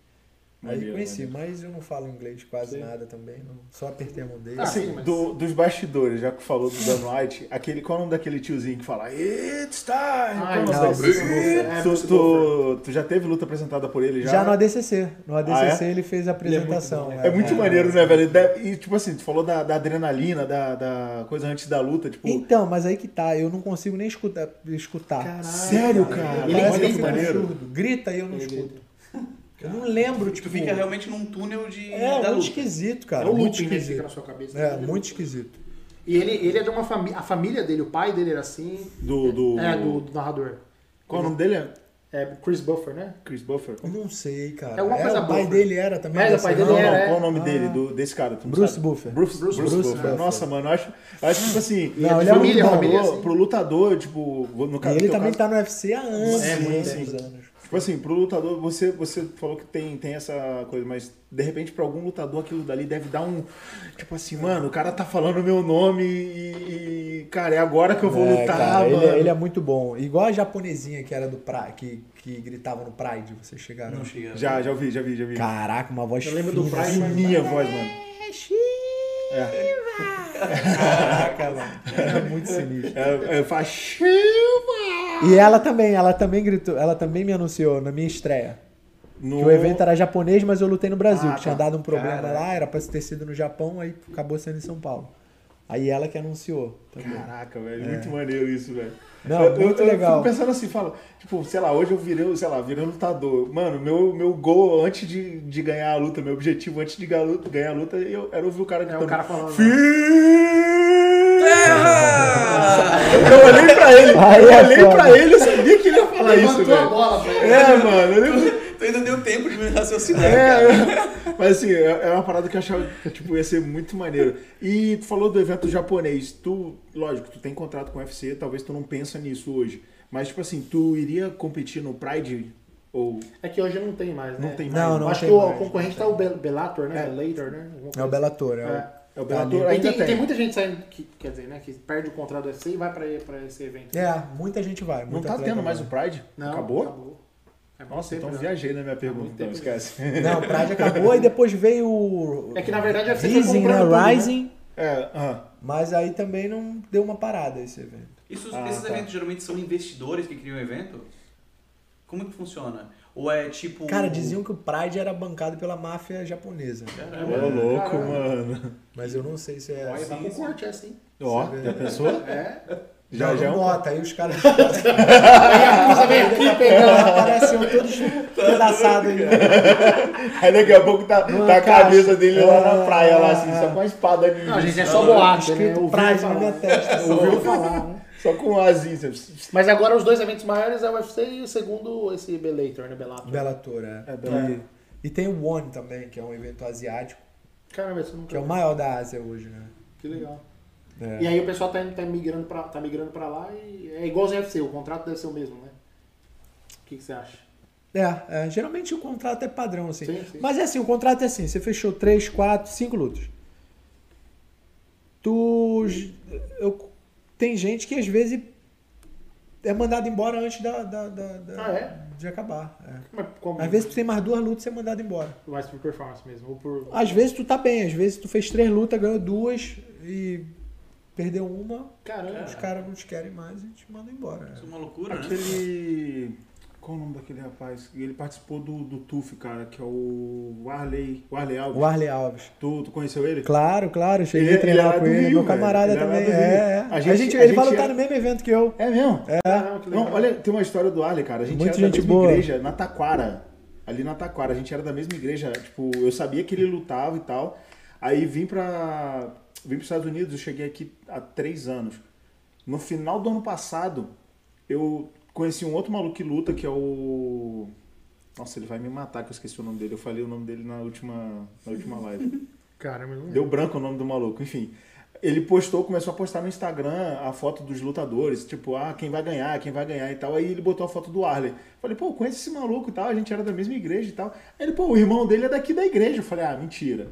Speaker 4: Aí
Speaker 1: Maneiro,
Speaker 4: conheci,
Speaker 1: maneiro.
Speaker 4: mas eu não falo inglês quase
Speaker 5: Sim.
Speaker 4: nada também. não- Só apertei a mão dele.
Speaker 1: Assim,
Speaker 5: Ah, sim, mas-
Speaker 1: do- dos bastidores, já que falou do Dan White, aquele, qual é o nome daquele tiozinho que fala It's time!
Speaker 5: Ah,
Speaker 1: Qual é o nome
Speaker 5: não,
Speaker 1: dele?
Speaker 5: Bruce Buffer. É, Bruce
Speaker 1: tu, tu, tu já teve luta apresentada por ele? Já,
Speaker 4: já, no ADCC. No ADCC
Speaker 1: Ah,
Speaker 4: ele fez a apresentação.
Speaker 1: É muito maneiro, né, velho? Da- E, tipo assim, tu falou da, da adrenalina, da, da coisa antes da luta, tipo...
Speaker 4: Então, mas aí que tá, eu não consigo nem escutar. escutar.
Speaker 1: sério, cara?
Speaker 4: Parece
Speaker 5: Ele
Speaker 4: que eu
Speaker 5: grita,
Speaker 4: fico
Speaker 5: né?
Speaker 4: surdo. Grita e eu não escuto. Eu não lembro, tipo.
Speaker 3: Tu fica realmente num túnel de.
Speaker 4: É,
Speaker 3: da
Speaker 4: muito
Speaker 3: luta.
Speaker 4: esquisito,
Speaker 5: tá É
Speaker 4: cara.
Speaker 5: o
Speaker 4: muito
Speaker 5: looping né, que fica
Speaker 4: esquisito.
Speaker 5: na sua cabeça.
Speaker 4: É, muito esquisito.
Speaker 5: E ele, ele é de uma família. A família dele, o pai dele era assim.
Speaker 1: Do, do...
Speaker 5: É, do, do narrador.
Speaker 1: Qual o nome dele? é?
Speaker 5: É Chris Buffer, né?
Speaker 1: Chris Buffer?
Speaker 4: Eu não sei, cara.
Speaker 5: É alguma
Speaker 4: É,
Speaker 5: coisa
Speaker 4: o pai
Speaker 5: boa.
Speaker 4: dele era também.
Speaker 5: Mas o
Speaker 4: dessa-
Speaker 5: pai dele
Speaker 1: Não, não,
Speaker 5: era-
Speaker 1: qual o nome dele, do, desse cara? tu não
Speaker 4: Bruce
Speaker 1: sabe?
Speaker 4: Buffer.
Speaker 1: Bruce, Bruce,
Speaker 5: Bruce
Speaker 1: Buffer.
Speaker 4: Buffer.
Speaker 1: Nossa, mano, eu acho, eu acho tipo assim...
Speaker 4: Não, ele é
Speaker 1: pro
Speaker 4: muito
Speaker 1: lutador-
Speaker 4: bom.
Speaker 5: família, assim.
Speaker 1: Pro lutador, tipo... No
Speaker 4: E
Speaker 1: caso,
Speaker 4: ele
Speaker 1: teu
Speaker 4: também
Speaker 1: caso,
Speaker 4: tá no UFC
Speaker 5: É
Speaker 4: há anos,
Speaker 1: Sim,
Speaker 4: anos,
Speaker 1: sim.
Speaker 4: anos.
Speaker 1: Tipo assim, pro lutador, você, você falou que tem, tem essa coisa, mas de repente pra algum lutador aquilo dali deve dar um. Tipo assim, mano, o cara tá falando meu nome e. e, cara, é agora que eu vou
Speaker 4: É,
Speaker 1: lutar,
Speaker 4: cara,
Speaker 1: mano.
Speaker 4: ele, ele é muito bom. Igual a japonesinha que era do pra, que, que gritava no Pride, vocês chegaram.
Speaker 3: Não chega.
Speaker 1: Já, já ouvi, já vi, já vi.
Speaker 4: Caraca, uma voz
Speaker 5: Eu lembro do
Speaker 4: fina,
Speaker 5: Pride,
Speaker 4: assim,
Speaker 5: mas-
Speaker 1: Minha voz, mano. É,
Speaker 4: Caraca, mano. Era muito sinistro.
Speaker 1: é, é, faz
Speaker 4: E ela também, ela também gritou, ela também me anunciou na minha estreia.
Speaker 1: no...
Speaker 4: Que o evento era japonês, mas eu lutei no Brasil,
Speaker 1: Oh. Ah,
Speaker 4: que tinha
Speaker 1: tá.
Speaker 4: dado um problema
Speaker 3: Caraca.
Speaker 4: lá, era pra ter sido no Japão, aí acabou sendo em São Paulo. Aí ela que anunciou também.
Speaker 1: Caraca, velho, muito maneiro isso, velho.
Speaker 4: É. Não,
Speaker 1: eu, eu-
Speaker 4: muito
Speaker 1: eu
Speaker 4: legal.
Speaker 1: fico pensando assim, fala, tipo, sei lá, hoje eu virei, sei lá, virei lutador. Mano, meu, meu gol antes de, de ganhar a luta, meu objetivo antes de ganhar a luta, ganhar a luta eu, era ouvir o cara gritando.
Speaker 5: o cara falando.
Speaker 3: Terra! *laughs*
Speaker 1: Eu olhei pra ele,
Speaker 4: Aí
Speaker 1: eu
Speaker 4: é
Speaker 1: olhei
Speaker 4: foda.
Speaker 1: pra ele, eu sabia que ele ia falar isso,
Speaker 5: Levantou a
Speaker 1: velho.
Speaker 5: bola, velho.
Speaker 1: É, mano, eu lembro.
Speaker 3: tu ainda deu tempo de me raciocinar. cara.
Speaker 1: É, mas assim, é é uma parada que eu achava que tipo, ia ser muito maneiro. E tu falou do evento japonês. Tu, lógico, tu tem contrato com o UFC, talvez tu não pensa nisso hoje. Mas, tipo assim, tu iria competir no Pride? Ou.
Speaker 5: É que hoje não tem mais, né?
Speaker 1: Não tem mais.
Speaker 4: Não, não
Speaker 5: Acho
Speaker 4: tem
Speaker 5: que o
Speaker 4: mais.
Speaker 5: concorrente tá o Bel- Bellator, né? Bellator, né? Alguma
Speaker 4: É
Speaker 5: coisa
Speaker 4: o Bellator, é, o-
Speaker 5: É,
Speaker 1: É o Bellator
Speaker 5: assim. E
Speaker 1: ainda
Speaker 5: tem,
Speaker 1: tem.
Speaker 5: tem muita gente saindo, que, quer dizer, né? Que perde o contrato do UFC e vai pra, pra esse evento.
Speaker 4: É, muita gente vai.
Speaker 1: Não
Speaker 4: muita
Speaker 1: tá
Speaker 4: atleta
Speaker 1: tendo mais o
Speaker 4: vai.
Speaker 1: Pride?
Speaker 5: Não,
Speaker 1: acabou?
Speaker 5: acabou. É muito
Speaker 1: Nossa,
Speaker 5: tempo
Speaker 1: então
Speaker 5: já.
Speaker 1: viajei na minha pergunta, então,
Speaker 5: tempo.
Speaker 1: esquece.
Speaker 4: Não, o Pride acabou e depois veio o.
Speaker 5: É que na verdade o UFC foi
Speaker 4: Rising, né?
Speaker 5: comprando tudo, né?
Speaker 4: Rising,
Speaker 1: *laughs* É, aham.
Speaker 4: mas aí também não deu uma parada esse evento.
Speaker 3: Isso-
Speaker 1: Ah,
Speaker 3: esses
Speaker 1: tá.
Speaker 3: eventos geralmente são investidores que criam o evento? Como que funciona? Ou é tipo.
Speaker 4: Cara, diziam que o Pride era bancado pela máfia japonesa. né?
Speaker 1: Ô, louco, mano.
Speaker 4: Mas eu não sei se é.
Speaker 5: Olha,
Speaker 4: assim.
Speaker 5: tá com corte, é assim.
Speaker 1: Ó, já pensou?
Speaker 5: *laughs* É.
Speaker 1: Já,
Speaker 4: não,
Speaker 1: já. é
Speaker 4: não
Speaker 1: um-
Speaker 4: bota, aí os caras. Aí
Speaker 5: vem aqui
Speaker 4: *laughs*
Speaker 5: pegando.
Speaker 4: aparecem um todos pedaçados aí.
Speaker 1: Aí daqui a pouco tá,
Speaker 4: Numa
Speaker 1: tá a
Speaker 4: caixa.
Speaker 1: cabeça dele lá na
Speaker 4: Ah,
Speaker 1: praia, lá assim,
Speaker 4: ah.
Speaker 1: só com a espada ali.
Speaker 5: Não, gente, é só boato, né?
Speaker 4: Escrito
Speaker 5: Ouviu
Speaker 4: Pride na
Speaker 5: falar.
Speaker 4: minha testa. assim.
Speaker 5: *laughs* Ouviu falar, né?
Speaker 1: Só com um asinho. Assim,
Speaker 5: Mas agora os dois eventos maiores é o UFC e o segundo, esse Bellator, né? Bellator.
Speaker 4: Bellator, é.
Speaker 1: É, Bellator.
Speaker 4: E, e tem o One também, que é um evento asiático,
Speaker 5: Caramba, isso eu nunca
Speaker 4: que é o
Speaker 5: vi.
Speaker 4: maior da Ásia hoje, né?
Speaker 5: Que legal.
Speaker 4: É.
Speaker 5: um E aí o pessoal tá, indo- tá migrando, pra, tá migrando pra lá e é igual o UFC, o contrato deve ser o mesmo, né? O que, que você acha?
Speaker 4: É, é, geralmente o contrato é padrão, assim.
Speaker 5: Sim, sim.
Speaker 4: Mas é assim, o contrato é assim, você fechou 3, 4, 5 lutas. Tu. j- Eu, tem gente que às vezes é mandado embora antes da, da- da- da-
Speaker 2: Ah, é?
Speaker 4: de acabar. é.
Speaker 2: Mas como?
Speaker 4: Às vezes tu tem mais duas lutas e é mandado embora.
Speaker 2: Mais por performance mesmo. Ou por.
Speaker 4: Às vezes tu tá bem, às vezes tu fez três lutas, ganhou duas e perdeu uma,
Speaker 2: Caramba.
Speaker 4: os caras não te querem mais e te mandam embora.
Speaker 3: Isso é uma loucura, né?
Speaker 1: Aquele. Qual o nome daquele rapaz? Ele participou do, do TUF, cara, que é o Warley. Warley Alves.
Speaker 4: O Arley Alves.
Speaker 1: Tu, tu conheceu ele?
Speaker 4: Claro, claro, eu cheguei
Speaker 1: Ele-
Speaker 4: a treinar
Speaker 1: ele era
Speaker 4: com
Speaker 1: do
Speaker 4: ele,
Speaker 1: Rio,
Speaker 4: meu
Speaker 1: velho.
Speaker 4: camarada
Speaker 1: Ele era
Speaker 4: também.
Speaker 1: do Rio.
Speaker 4: É, é.
Speaker 1: A
Speaker 4: A
Speaker 1: gente-
Speaker 4: gente,
Speaker 1: a
Speaker 4: ele
Speaker 1: gente
Speaker 4: vai lutar
Speaker 1: é-
Speaker 4: no mesmo evento que eu.
Speaker 1: É mesmo?
Speaker 2: Caramba, que legal.
Speaker 1: Não, olha, tem uma história do Arley, cara. A gente
Speaker 4: Muita
Speaker 1: era da
Speaker 4: gente
Speaker 1: mesma
Speaker 4: boa.
Speaker 1: igreja, na Taquara. Ali na Taquara. A gente era da mesma igreja. Tipo, eu sabia que ele lutava e tal. Aí vim pra. Vim pros Estados Unidos, eu cheguei aqui há três anos. No final do ano passado, eu conheci um outro maluco que luta, que é o. Nossa, ele vai me matar que eu esqueci o nome dele. Eu falei o nome dele na última, na última live.
Speaker 2: Caramba, eu não
Speaker 1: Deu branco o nome do maluco, enfim. Ele postou, começou a postar no Instagram a foto dos lutadores, tipo, ah, quem vai ganhar, quem vai ganhar e tal. Aí ele botou a foto do Arley. Falei, pô, conhece esse maluco e tal, a gente era da mesma igreja e tal. Aí ele, pô, o irmão dele é daqui da igreja. Eu falei, ah, mentira.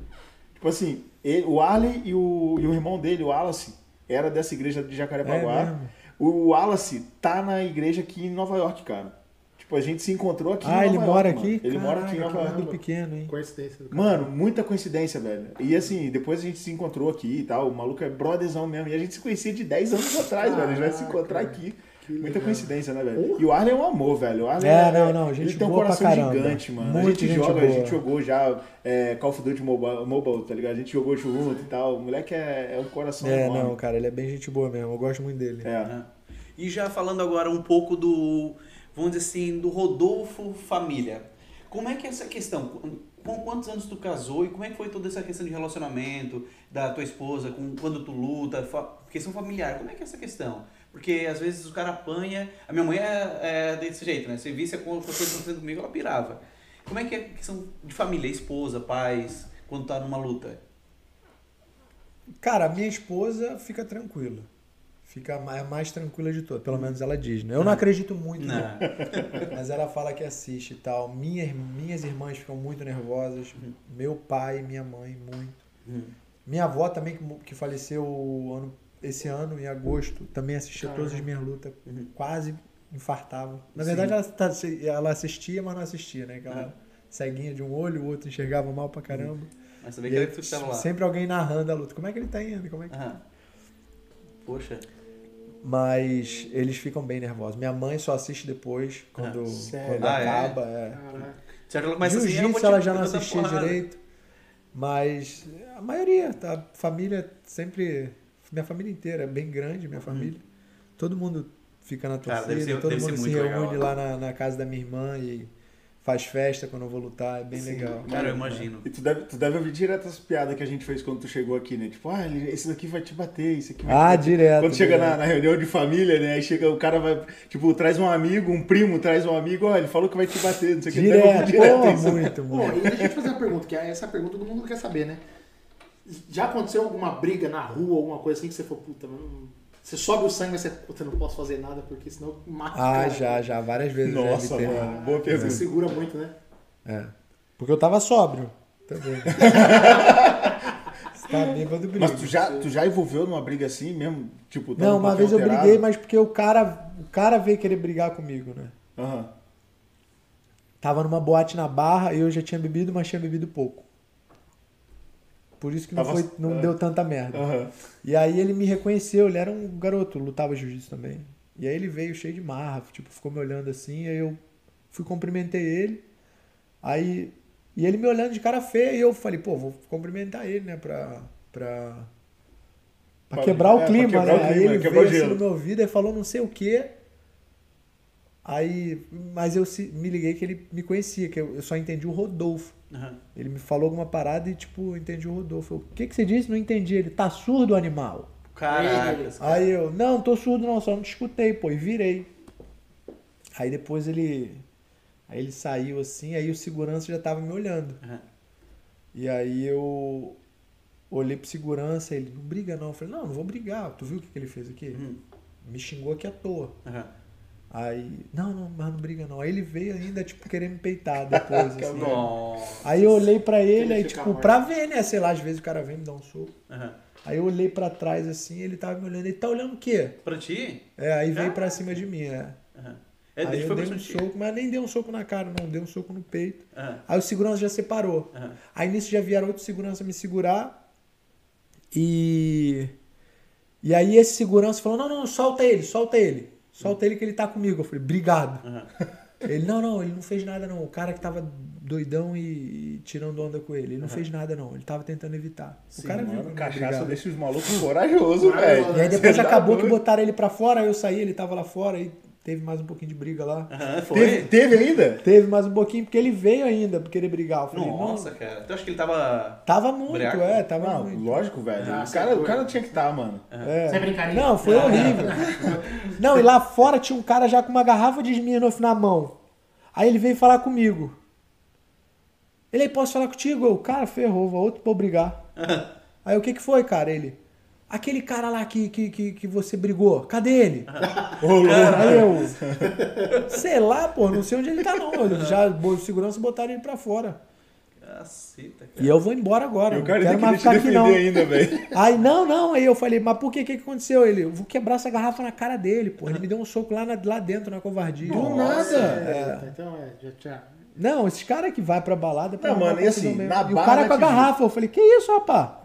Speaker 1: Tipo assim, ele- o Arley e o, e o irmão dele, o Wallace, era dessa igreja de
Speaker 4: É
Speaker 1: Jacarepaguá.
Speaker 4: mesmo?
Speaker 1: o Wallace tá na igreja aqui em Nova York, cara. Tipo, a gente se encontrou aqui em Nova
Speaker 4: ah, ele
Speaker 1: York,
Speaker 4: mora
Speaker 1: mano.
Speaker 4: aqui?
Speaker 1: Ele mora aqui em Nova York.
Speaker 4: do pequeno, hein?
Speaker 2: Coincidência do cara.
Speaker 1: Mano, muita coincidência, velho. E assim, depois a gente se encontrou aqui e tal. O maluco é brotherzão mesmo. E a gente se conhecia de 10 anos atrás, velho. A gente vai se encontrar aqui. Muita coincidência, né, velho? E o Arlen é um amor, velho. O Arlen
Speaker 4: É, não, não, gente
Speaker 1: ele tem um
Speaker 4: boa pra
Speaker 1: coração
Speaker 4: caramba.
Speaker 1: gigante, mano. a
Speaker 4: Muita
Speaker 1: gente,
Speaker 4: gente
Speaker 1: joga, a
Speaker 4: boa.
Speaker 1: gente jogou já é, Call of Duty Mobile, Mobile, tá ligado? A gente jogou junto e tal. O moleque é, é um coração
Speaker 4: É,
Speaker 1: enorme.
Speaker 4: não, cara, ele é bem gente boa mesmo. Eu gosto muito dele.
Speaker 1: É.
Speaker 3: né? E já falando agora um pouco do, vamos dizer assim, do Rodolfo família. Como é que é essa questão? Com- Com quantos anos tu casou e como é que foi toda essa questão de relacionamento da tua esposa, com quando tu luta, fa- questão familiar? Como é que é essa questão? Porque às vezes o cara apanha. A minha mãe é, é desse jeito, né? Se visse com as coisas acontecendo comigo, ela pirava. Como é que é a questão de família, esposa, pais, quando tá numa luta?
Speaker 4: Cara, a minha esposa fica tranquila. Fica a ma- mais tranquila de todas. Pelo menos ela diz, né? Eu não
Speaker 1: É.
Speaker 4: acredito muito, né?
Speaker 3: Não.
Speaker 4: Mas ela fala que assiste e tal. Minha, minhas irmãs ficam muito nervosas. Meu pai, minha mãe, muito.
Speaker 3: Hum.
Speaker 4: Minha avó também, que, mo- que faleceu o ano, esse ano, em agosto, também assistia todas as minhas lutas.
Speaker 3: Uhum.
Speaker 4: Quase infartava. Na verdade, ela, tá- ela assistia, mas não assistia, né? Aquela ceguinha de um olho, o outro enxergava mal pra caramba.
Speaker 3: Mas também
Speaker 4: E aí,
Speaker 3: quero que tu estava lá. Ah.
Speaker 4: sempre alguém narrando a luta. Como é que ele tá indo? Como é que...
Speaker 3: Aham. Poxa.
Speaker 4: Mas eles ficam bem nervosos. Minha mãe só assiste depois, quando, quando
Speaker 3: Ah, é?
Speaker 4: acaba. é.
Speaker 3: Se ela começa assim, eu
Speaker 4: Jiu-jitsu
Speaker 3: vou te
Speaker 4: ela já
Speaker 3: dar
Speaker 4: não assistia
Speaker 3: porrada.
Speaker 4: direito. Mas a maioria, tá? A família sempre. Minha família inteira é bem grande, minha família. Todo mundo fica na
Speaker 3: Cara,
Speaker 4: torcida,
Speaker 3: deve ser-
Speaker 4: todo
Speaker 3: deve ser
Speaker 4: mundo se
Speaker 3: muito legal,
Speaker 4: reúne
Speaker 3: né?
Speaker 4: lá na, na casa da minha irmã e faz festa quando eu vou lutar, é bem legal.
Speaker 3: Cara, eu imagino.
Speaker 1: E tu deve, tu deve ouvir direto as piadas que a gente fez quando tu chegou aqui, né? Tipo, ah, ele- esse daqui vai te bater, esse aqui vai
Speaker 4: Ah,
Speaker 1: te bater.
Speaker 4: direto,
Speaker 1: Quando chega na,
Speaker 4: direto.
Speaker 1: na reunião de família, né? Aí chega, o cara vai, tipo, traz um amigo, um primo, traz um amigo, ó, ele falou que vai te bater, não sei o que. Tu deve ouvir
Speaker 4: Direto, pô,
Speaker 1: isso.
Speaker 4: muito,
Speaker 5: Pô,
Speaker 4: muito.
Speaker 5: e deixa eu te fazer uma pergunta, que é essa pergunta todo mundo quer saber, né? Já aconteceu alguma briga na rua, alguma coisa assim que você falou, puta, mano, você sobe o sangue, mas você, puta, eu não posso fazer nada porque senão mata o
Speaker 4: Ah,
Speaker 5: cara.
Speaker 4: já, já, várias vezes. já
Speaker 1: Nossa,
Speaker 4: evitei.
Speaker 1: mano, boa
Speaker 5: Você
Speaker 1: pergunta.
Speaker 5: segura muito, né?
Speaker 4: É. Porque eu tava sóbrio também. Você tá bêbado, briga.
Speaker 1: Mas tu já, tu já envolveu numa briga assim mesmo? Tipo, tava
Speaker 4: Não,
Speaker 1: um
Speaker 4: uma
Speaker 1: pouquinho
Speaker 4: vez eu
Speaker 1: alterado?
Speaker 4: briguei, mas porque o cara, o cara veio querer brigar comigo, né?
Speaker 1: Aham.
Speaker 4: Tava numa boate na barra e eu já tinha bebido, mas tinha bebido pouco. Por isso que não,
Speaker 1: Tava-
Speaker 4: foi, não
Speaker 1: é.
Speaker 4: deu tanta merda.
Speaker 1: aham.
Speaker 4: E aí ele me reconheceu, ele era um garoto, lutava jiu-jitsu também. E aí ele veio cheio de marra, tipo, ficou me olhando assim, aí eu fui cumprimentei ele. Aí e ele me olhando de cara feia e eu falei, pô, vou cumprimentar ele, né, pra pra pra
Speaker 1: Pra-
Speaker 4: quebrar
Speaker 1: é,
Speaker 4: o
Speaker 1: pra
Speaker 4: clima,
Speaker 1: quebrar o
Speaker 4: né?
Speaker 1: clima,
Speaker 4: aí ele
Speaker 1: quebrar o
Speaker 4: veio assim
Speaker 1: gelo.
Speaker 4: no meu ouvido e falou não sei o quê. Aí, mas eu se- me liguei que ele me conhecia, que eu, eu só entendi o Rodolfo.
Speaker 3: Aham.
Speaker 4: Ele me falou alguma parada e, tipo, eu entendi o Rodolfo. Eu, o que, que você disse? Não entendi. Ele, tá surdo, animal?
Speaker 3: Caracas.
Speaker 4: Aí eu, não, tô surdo não, só não te escutei, pô, e virei. Aí depois ele. Aí ele saiu assim, aí o segurança já tava me olhando.
Speaker 3: Aham.
Speaker 4: E aí eu olhei pro segurança, ele, não briga não. Eu falei, não, não vou brigar. Tu viu o que, que ele fez aqui? Me xingou aqui à toa.
Speaker 3: Aham.
Speaker 4: Aí, não, não, mas não briga não. Aí ele veio ainda, tipo, querendo me peitar depois, assim.
Speaker 3: Nossa.
Speaker 4: Aí eu olhei pra ele, aí,
Speaker 5: fica
Speaker 4: tipo,
Speaker 5: morto.
Speaker 4: pra ver, né? Sei lá, às vezes o cara vem me dar um soco.
Speaker 3: Aham.
Speaker 4: Aí eu olhei pra trás, assim, ele tava me olhando. Ele tá olhando o quê?
Speaker 3: Pra ti?
Speaker 4: É, aí
Speaker 3: Ah.
Speaker 4: veio pra cima de mim, é.
Speaker 3: Aham. É,
Speaker 4: aí
Speaker 3: ele
Speaker 4: eu
Speaker 3: foi pra
Speaker 4: dei
Speaker 3: cima
Speaker 4: um
Speaker 3: de ti.
Speaker 4: soco, mas nem dei um soco na cara, não. Dei um soco no peito.
Speaker 3: Aham.
Speaker 4: Aí o segurança já separou.
Speaker 3: Aham.
Speaker 4: Aí nisso já vieram outros segurança me segurar. E. E aí esse segurança falou: não, não, solta ele, solta ele. Solta ele que ele tá comigo. Eu falei, obrigado.
Speaker 3: Aham.
Speaker 4: *laughs* Ele, não, não, ele não fez nada, não. O cara que tava doidão e, e tirando onda com ele. Ele não fez nada, não. Ele tava tentando evitar. O cara viu. que eu
Speaker 1: Mano,
Speaker 4: não
Speaker 1: um cachaça
Speaker 4: brigava.
Speaker 1: deixa os malucos corajosos, velho.
Speaker 4: E aí depois
Speaker 3: tá
Speaker 4: acabou que botaram ele pra fora, aí eu saí, ele tava lá fora, aí teve mais um pouquinho de briga lá.
Speaker 3: Aham,
Speaker 1: Teve,
Speaker 3: Foi?
Speaker 1: teve ainda?
Speaker 4: Teve mais um pouquinho, porque ele veio ainda pra querer brigar. Eu falei,
Speaker 3: Nossa,
Speaker 4: não,
Speaker 3: cara. Então acho que ele tava.
Speaker 4: tava muito,
Speaker 3: Breaco.
Speaker 4: é, tava
Speaker 1: Não,
Speaker 4: muito.
Speaker 1: lógico, velho. o, cara, o cara tinha que estar, mano.
Speaker 4: É.
Speaker 7: Você brincaria?
Speaker 4: Não, foi horrível. Não, e lá fora tinha um cara já com uma garrafa de Smirnoff na mão. Aí ele veio falar comigo. Ele aí, posso falar contigo? Eu, cara, ferrou, vou outro
Speaker 1: *laughs*
Speaker 4: pra obrigar. Aí o que que foi, cara? Ele, aquele cara lá que, que, que, que você brigou,
Speaker 1: *laughs*
Speaker 4: cadê ele? Aí eu, sei lá, pô, não sei onde ele tá não. Ele já, bo- segurança botaram ele pra fora.
Speaker 3: Caceta, cara.
Speaker 4: E eu vou embora agora,
Speaker 1: É. E o
Speaker 4: não
Speaker 1: cara
Speaker 4: quero
Speaker 1: tem que
Speaker 4: mais
Speaker 1: te
Speaker 4: ficar aqui
Speaker 1: defender
Speaker 4: não.
Speaker 1: ainda, velho.
Speaker 4: Aí, não, não. Aí eu falei, mas por que? O que que aconteceu? Ele, eu vou quebrar essa garrafa na cara dele, pô. Ele me deu um soco lá, na- lá dentro, na covardia.
Speaker 1: Do
Speaker 2: Nossa,
Speaker 1: nada.
Speaker 5: tá,
Speaker 2: é, Então é, já tinha.
Speaker 4: Não, esses caras que vai pra balada... Pra
Speaker 1: Não,
Speaker 4: arrumar
Speaker 1: mano, e
Speaker 4: confusão
Speaker 1: assim,
Speaker 4: mesmo.
Speaker 1: na
Speaker 4: E o
Speaker 1: barra
Speaker 4: cara com a
Speaker 1: te-
Speaker 4: garrafa. Eu falei, que isso, rapá?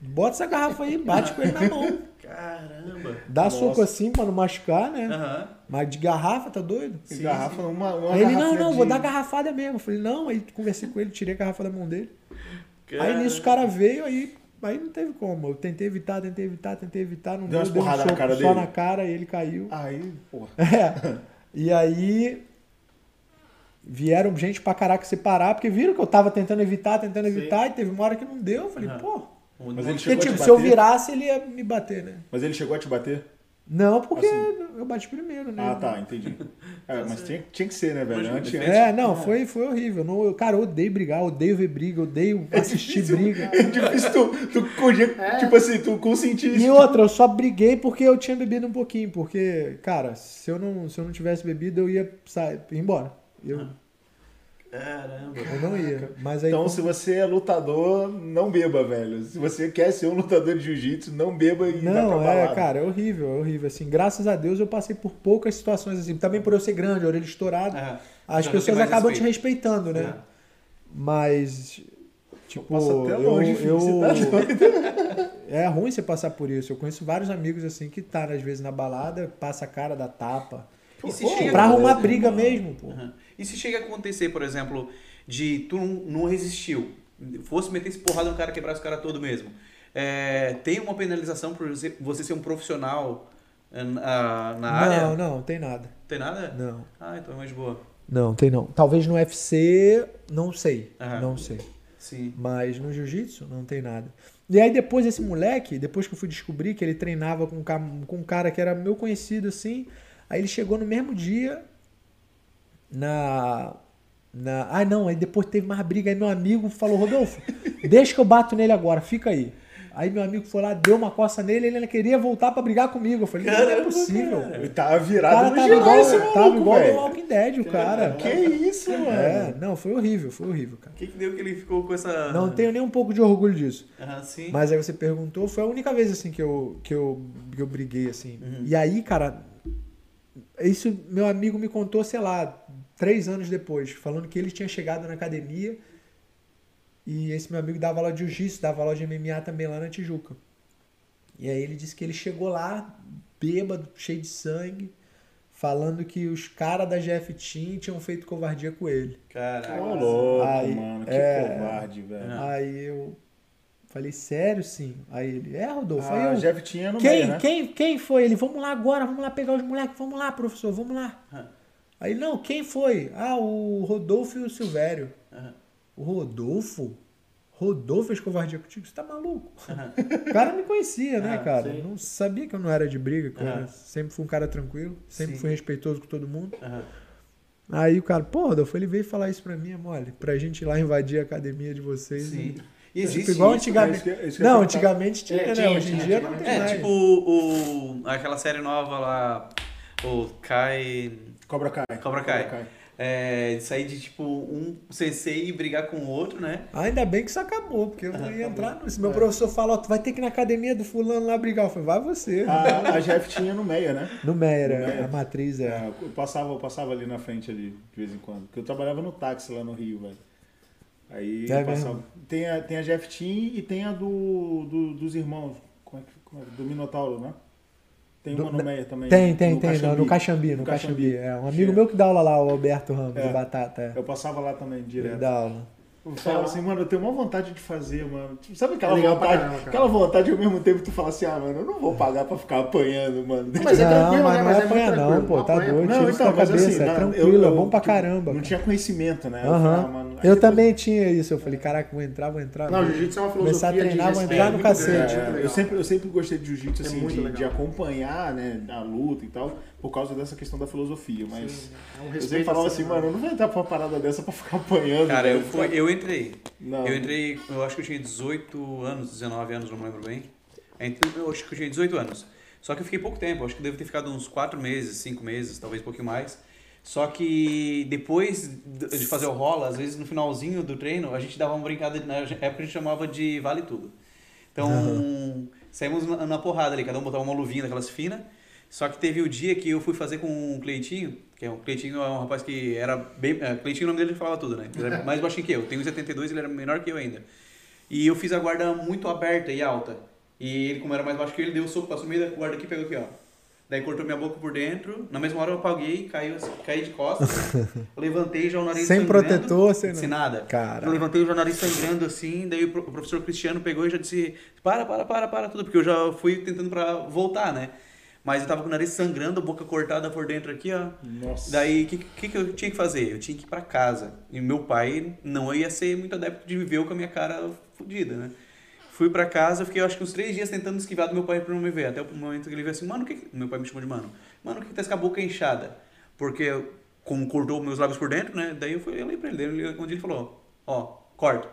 Speaker 4: Bota essa garrafa aí, bate com ele na mão.
Speaker 3: Caramba.
Speaker 4: Dá soco assim pra não machucar, né?
Speaker 3: Aham.
Speaker 4: Mas de garrafa, tá doido?
Speaker 1: E garrafa, uma, uma
Speaker 4: Aí ele, não,
Speaker 1: garrafinha
Speaker 4: não,
Speaker 1: de-
Speaker 4: vou dar garrafada mesmo. Eu falei, não. Aí conversei com ele, tirei a garrafa da mão dele.
Speaker 1: É.
Speaker 4: Aí
Speaker 3: Cara-
Speaker 4: nisso o cara veio, aí, aí não teve como. Eu tentei evitar, tentei evitar, tentei evitar, não
Speaker 1: Deu umas
Speaker 4: deu, deu um
Speaker 1: porradas na
Speaker 4: soco
Speaker 1: cara
Speaker 4: só
Speaker 1: dele?
Speaker 4: na cara e ele caiu.
Speaker 1: Aí, porra.
Speaker 4: *laughs* É. E aí vieram gente pra caraca separar, porque viram que eu tava tentando evitar, tentando evitar, e teve uma hora que não deu. Eu falei, pô.
Speaker 1: Mas ele
Speaker 4: Porque,
Speaker 1: chegou a
Speaker 4: tipo,
Speaker 1: te
Speaker 4: se eu
Speaker 1: bater?
Speaker 4: virasse, ele ia me bater, né?
Speaker 1: Mas ele chegou a te bater?
Speaker 4: Não, porque
Speaker 1: Assim.
Speaker 4: eu bati primeiro, né?
Speaker 1: Ah, tá, entendi. É, mas tinha, tinha que ser, né, velho? Antes,
Speaker 4: É, não, foi, foi horrível. Não, eu, cara, eu odeio brigar, eu odeio ver briga, eu odeio assistir
Speaker 1: *laughs*
Speaker 4: briga.
Speaker 1: É difícil tu, tu conje- tipo assim, tu consentir
Speaker 4: É. E
Speaker 1: isso.
Speaker 4: outra, eu só briguei porque eu tinha bebido um pouquinho, porque, cara, se eu não, se eu não tivesse bebido, eu ia sair, ir embora. Eu,
Speaker 3: Caramba.
Speaker 4: eu não ia. Mas
Speaker 1: Ah.
Speaker 4: aí.
Speaker 1: Então,
Speaker 4: como-
Speaker 1: se você é lutador, não beba, velho. Se você quer ser um lutador de jiu-jitsu, não beba e dá pra
Speaker 4: não,
Speaker 1: balada.
Speaker 4: é, cara, é horrível, é horrível. Assim, graças a Deus eu passei por poucas situações assim. Também por eu ser grande, orelha estourada,
Speaker 3: É.
Speaker 4: as
Speaker 3: Já tem
Speaker 4: pessoas
Speaker 3: mais
Speaker 4: acabam te
Speaker 3: respeito. É.
Speaker 4: respeitando, né? Mas. Tipo,
Speaker 1: Passa até longe, filho,
Speaker 4: eu,
Speaker 1: você tá doido.
Speaker 4: *laughs* É ruim você passar por isso. Eu conheço vários amigos assim que tá, às vezes, na balada, passa a cara da tapa.
Speaker 3: E se
Speaker 4: Pô,
Speaker 3: chega-
Speaker 4: pra arrumar briga mesmo, pô.
Speaker 3: Aham. E se chega a acontecer, por exemplo, de tu não, não resistiu, fosse meter esse porrada no cara, quebrasse o cara todo mesmo, é, tem uma penalização por você- você ser um profissional é, na, na área?
Speaker 4: Não, não, tem nada.
Speaker 3: Tem nada?
Speaker 4: Não.
Speaker 3: Ah, então é mais boa.
Speaker 4: Não, tem não. Talvez no UFC, não sei.
Speaker 3: Aham.
Speaker 4: Não sei.
Speaker 3: Sim.
Speaker 4: Mas no jiu-jitsu, não tem nada. E aí depois esse moleque, depois que eu fui descobrir que ele treinava com um ca- com um cara que era meu conhecido assim, aí ele chegou no mesmo dia na. na ah, não, aí depois teve mais briga. Aí meu amigo falou: Rodolfo, deixa que eu bato nele agora, fica aí. Aí meu amigo foi lá, deu uma coça nele, ele queria voltar pra brigar comigo. Eu falei: Não é possível.
Speaker 1: Ele tava tá
Speaker 4: O
Speaker 1: virado
Speaker 4: cara
Speaker 1: no
Speaker 4: tava
Speaker 1: geral,
Speaker 4: igual,
Speaker 1: esse
Speaker 4: tava
Speaker 1: maluco,
Speaker 4: igual do
Speaker 1: velho.
Speaker 4: Walking Dead, o cara.
Speaker 1: Que isso, mano?
Speaker 4: É, não, foi horrível, foi horrível, cara.
Speaker 3: O que, que deu que ele ficou com essa.
Speaker 4: Não tenho nem um pouco de orgulho disso.
Speaker 3: Aham, sim.
Speaker 4: Mas aí você perguntou, foi a única vez assim que eu, que eu, que eu briguei, assim. E aí, cara, isso meu amigo me contou, sei lá, três anos depois, falando que ele tinha chegado na academia e esse meu amigo dava aula de jiu-jitsu, dava aula de MMA também lá na Tijuca. E aí ele disse que ele chegou lá, bêbado, cheio de sangue, falando que os caras da GF Team tinham feito covardia com ele.
Speaker 3: Caraca.
Speaker 1: Ô, louco,
Speaker 4: Ai,
Speaker 1: mano. Que
Speaker 4: é.
Speaker 1: covarde, velho.
Speaker 4: Aí eu falei, sério, sim? Aí ele, é, Rodolfo? aí
Speaker 1: Ah,
Speaker 4: eu,
Speaker 1: o Jeff tinha no
Speaker 4: quem,
Speaker 1: meio, né?
Speaker 4: quem, quem foi? Ele, vamos lá agora, vamos lá pegar os moleques, vamos lá, professor, vamos lá.
Speaker 3: Aham.
Speaker 4: Aí, não, quem foi? Ah, o Rodolfo e o Silvério.
Speaker 3: Aham.
Speaker 4: O Rodolfo? Rodolfo fez covardia contigo? Você tá maluco? O cara me conhecia,
Speaker 1: Ah,
Speaker 4: né, cara? Não sabia que eu não era de briga, cara.
Speaker 3: Aham.
Speaker 4: Sempre fui um cara tranquilo, sempre
Speaker 3: Sim.
Speaker 4: fui respeitoso com todo mundo.
Speaker 3: Aham.
Speaker 4: Aí o cara, pô, Rodolfo, ele veio falar isso pra mim, é mole, pra gente ir lá invadir a academia de vocês.
Speaker 3: Sim.
Speaker 4: E-
Speaker 3: E existe.
Speaker 4: Tipo, igual
Speaker 1: isso
Speaker 3: isso,
Speaker 4: antigamente.
Speaker 1: que- isso que eu ia
Speaker 4: não,
Speaker 1: perguntar.
Speaker 4: antigamente tinha,
Speaker 5: É,
Speaker 4: né?
Speaker 5: tinha,
Speaker 1: tipo,
Speaker 3: tipo,
Speaker 4: Hoje em
Speaker 5: tinha,
Speaker 4: dia não tem
Speaker 3: É,
Speaker 4: mais.
Speaker 3: tipo o, aquela série nova lá, O Kai.
Speaker 1: Cobra Kai.
Speaker 3: Cobra Kai. É, de sair de tipo um sensei e brigar com o outro, né?
Speaker 4: Ainda bem que isso acabou, porque eu não ia entrar nisso. Meu professor fala, ó, tu vai ter que ir na academia do fulano lá brigar. Eu falei, vai você.
Speaker 1: A, a Jeff tinha no meia, né?
Speaker 4: No Meira,
Speaker 1: Ah. No Meira.
Speaker 4: a matriz *laughs* é.
Speaker 1: É, eu passava, eu passava ali na frente ali, de vez em quando. Porque eu trabalhava no táxi lá no Rio, velho. Aí
Speaker 4: É
Speaker 1: eu passava.
Speaker 4: mesmo?
Speaker 1: Tem a, tem a Jeff Team e tem a do, do- dos irmãos. Como é que, como é que- do Minotauro, né? Tem uma no meia também.
Speaker 4: Tem, tem,
Speaker 1: no
Speaker 4: tem.
Speaker 1: Caxambi.
Speaker 4: No, no Caxambi, no,
Speaker 1: No
Speaker 4: Caxambi.
Speaker 1: Caxambi.
Speaker 4: É um amigo meu que dá aula lá, o Alberto Ramos,
Speaker 1: É.
Speaker 4: do Batata. É.
Speaker 1: Eu passava lá também,
Speaker 4: Ele
Speaker 1: direto.
Speaker 4: dá aula.
Speaker 1: Eu falava assim, mano, eu tenho uma vontade de fazer, mano. Tipo, Sabe aquela
Speaker 5: Então- É legal pra
Speaker 1: vontade?
Speaker 5: caramba, cara.
Speaker 1: aquela vontade ao mesmo tempo tu fala assim, ah, mano, eu não vou pagar pra ficar apanhando, mano.
Speaker 5: Mas é
Speaker 1: *laughs*
Speaker 4: não,
Speaker 5: tranquilo,
Speaker 4: mas
Speaker 5: né?
Speaker 4: não
Speaker 5: Mas é muito
Speaker 4: apanha não,
Speaker 5: tranquilo.
Speaker 4: pô.
Speaker 5: Não então,
Speaker 4: Tá
Speaker 5: apanha.
Speaker 4: doido, tira isso da
Speaker 1: mas
Speaker 4: cabeça.
Speaker 1: assim,
Speaker 4: é
Speaker 1: na-
Speaker 4: tranquilo,
Speaker 1: eu-
Speaker 4: é bom pra
Speaker 1: eu-
Speaker 4: caramba.
Speaker 1: Não
Speaker 4: cara.
Speaker 1: tinha conhecimento, né? Eu
Speaker 4: Aham.
Speaker 1: falava, mano, aí
Speaker 4: Eu
Speaker 1: depois-
Speaker 4: também tinha isso. Eu falei, caraca, vou entrar, vou entrar.
Speaker 5: Não,
Speaker 4: vou-
Speaker 5: jiu-jitsu é uma
Speaker 4: Começar
Speaker 5: filosofia
Speaker 4: a treinar,
Speaker 5: de
Speaker 4: vou
Speaker 5: respeito
Speaker 4: entrar no
Speaker 5: muito grande,
Speaker 4: cacete.
Speaker 5: muito legal. um
Speaker 1: Eu sempre, eu sempre gostei de jiu-jitsu,
Speaker 5: É
Speaker 1: assim,
Speaker 5: muito
Speaker 1: de,
Speaker 5: legal.
Speaker 1: de acompanhar, né, a luta e tal, por causa dessa questão da filosofia, mas...
Speaker 5: É um
Speaker 1: Eu sempre
Speaker 5: respeito.
Speaker 1: falava
Speaker 5: assim,
Speaker 1: assim, mano, eu não vou entrar pra uma parada dessa pra ficar apanhando.
Speaker 3: Cara, eu,
Speaker 1: velho,
Speaker 3: fui,
Speaker 1: sabe?
Speaker 3: eu entrei.
Speaker 1: Não.
Speaker 3: Eu entrei, eu acho que eu tinha 18 anos, 19 anos, não me lembro bem. Entre- Eu acho que eu tinha 18 anos. Só que eu fiquei pouco tempo, acho que eu devo ter ficado uns 4 meses, 5 meses, talvez um pouquinho mais. Só que depois de de fazer o rola, às vezes no finalzinho do treino, a gente dava uma brincada, na época a gente chamava de vale tudo. Então, saímos na, na porrada ali, cada um botava uma luvinha daquelas finas. Só que teve o dia que eu fui fazer com o Cleitinho, que é um Cleitinho é um rapaz que era bem. é, Cleitinho, o nome dele falava tudo, né? Ele era mais baixinho que eu. Tenho 1,72, ele era menor que eu ainda. E eu fiz a guarda muito aberta e alta. E ele, como era mais baixo que eu, ele deu o soco, passou no meio da guarda aqui e pegou aqui, ó. Daí cortou minha boca por dentro. Na mesma hora eu apaguei, caiu, assim- caí de
Speaker 4: *laughs*
Speaker 3: costas. levantei já o nariz
Speaker 4: Sem
Speaker 3: sangrando,
Speaker 4: protetor, sem nada.
Speaker 3: Sem nada.
Speaker 4: Cara.
Speaker 3: Eu levantei já o nariz sangrando assim. Daí o pro- o professor Cristiano pegou e já disse: para, para, para, para tudo. Porque eu já fui tentando pra voltar, né? Mas eu tava com o nariz sangrando, a boca cortada por dentro aqui, ó.
Speaker 1: Nossa.
Speaker 3: Daí, o que, que, que eu tinha que fazer? Eu tinha que ir pra casa. E meu pai não ia ser muito adepto de me ver eu com a minha cara fodida, né? Fui pra casa, eu fiquei acho que uns três dias tentando esquivar do meu pai pra não me ver. Até o momento que ele veio assim, mano, o que, que... Meu pai me chamou de mano. Mano, o que, que tá essa boca inchada? Porque, eu- como cortou meus lábios por dentro, né? Daí eu fui, eu pra ele. Daí, onde ele falou, ó, corta.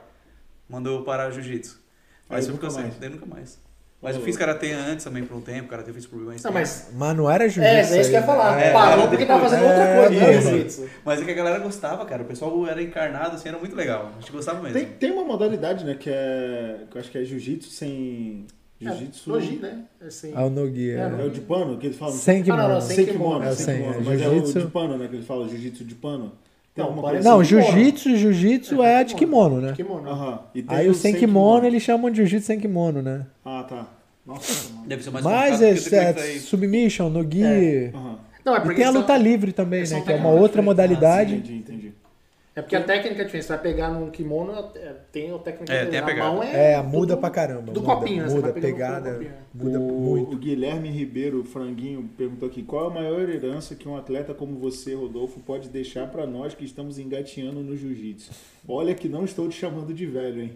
Speaker 3: Mandou eu parar o jiu-jitsu. Mas
Speaker 1: Aí
Speaker 3: eu
Speaker 1: nunca
Speaker 3: nunca mais.
Speaker 1: mais.
Speaker 3: Daí nunca mais. Mas eu fiz karatê antes também por um tempo. Karatê eu fiz por mais
Speaker 5: Não,
Speaker 3: tempo.
Speaker 5: mas.
Speaker 4: Mas não era jiu-jitsu.
Speaker 5: É, é isso que eu ia
Speaker 4: aí,
Speaker 5: falar.
Speaker 4: né?
Speaker 5: Parou porque tava fazendo outra coisa,
Speaker 4: É,
Speaker 5: né?
Speaker 4: mano.
Speaker 5: jiu-jitsu.
Speaker 3: Mas é que a galera gostava, cara. O pessoal era encarnado, assim, era muito legal. A gente gostava mesmo.
Speaker 1: Tem, tem uma modalidade, né, que é... Que eu acho que é jiu-jitsu sem... Jiu-jitsu...
Speaker 5: É, Noji, né? Assim.
Speaker 4: Ah, o Nogueira.
Speaker 1: É o de pano que eles falam?
Speaker 4: Sem
Speaker 5: Ah, não, não,
Speaker 4: kimono.
Speaker 5: sem
Speaker 1: Sem kimono,
Speaker 5: kimono,
Speaker 4: é,
Speaker 1: sem
Speaker 4: sem,
Speaker 1: kimono.
Speaker 4: é,
Speaker 1: Mas é o
Speaker 4: jiu-jitsu.
Speaker 1: de pano, né, que eles falam, jiu-jitsu de pano. Tem
Speaker 5: Não,
Speaker 1: alguma
Speaker 5: parece-
Speaker 1: coisa assim?
Speaker 4: Não,
Speaker 5: sem kimono.
Speaker 4: jiu-jitsu, jiu-jitsu é, de kimono, né?
Speaker 5: Kimono.
Speaker 1: Aham. E tem
Speaker 4: Aí o sem kimono, eles chamam de jiu-jitsu sem kimono, né?
Speaker 1: Ah, tá. Nossa, mano.
Speaker 3: Deve ser mais
Speaker 4: Mas
Speaker 3: complicado
Speaker 4: é,
Speaker 3: porque
Speaker 4: é
Speaker 3: tem que
Speaker 4: submission, no gi.
Speaker 1: Aham.
Speaker 5: Não, é
Speaker 4: E
Speaker 5: porque.
Speaker 4: tem a
Speaker 5: são-
Speaker 4: luta livre também, né?
Speaker 5: são Ah,
Speaker 4: Que é uma
Speaker 5: técnicas
Speaker 4: outra modalidade.
Speaker 1: Ah, Entendi, entendi.
Speaker 5: É porque a técnica é diferente. Você vai pegar num kimono, é, tem a técnica.
Speaker 3: É, tem a pegada.
Speaker 5: mão
Speaker 4: É, muda
Speaker 5: do-
Speaker 4: pra caramba.
Speaker 5: Do
Speaker 4: muda,
Speaker 5: copinho, né? Você
Speaker 4: Muda,
Speaker 5: vai pegando
Speaker 4: pegada.
Speaker 5: do copinho.
Speaker 4: Muda
Speaker 1: o,
Speaker 4: muito.
Speaker 1: o Guilherme Ribeiro Franguinho perguntou aqui: qual a maior herança que um atleta como você, Rodolfo, pode deixar pra nós que estamos engateando no jiu-jitsu? Olha que não estou te chamando de velho, hein?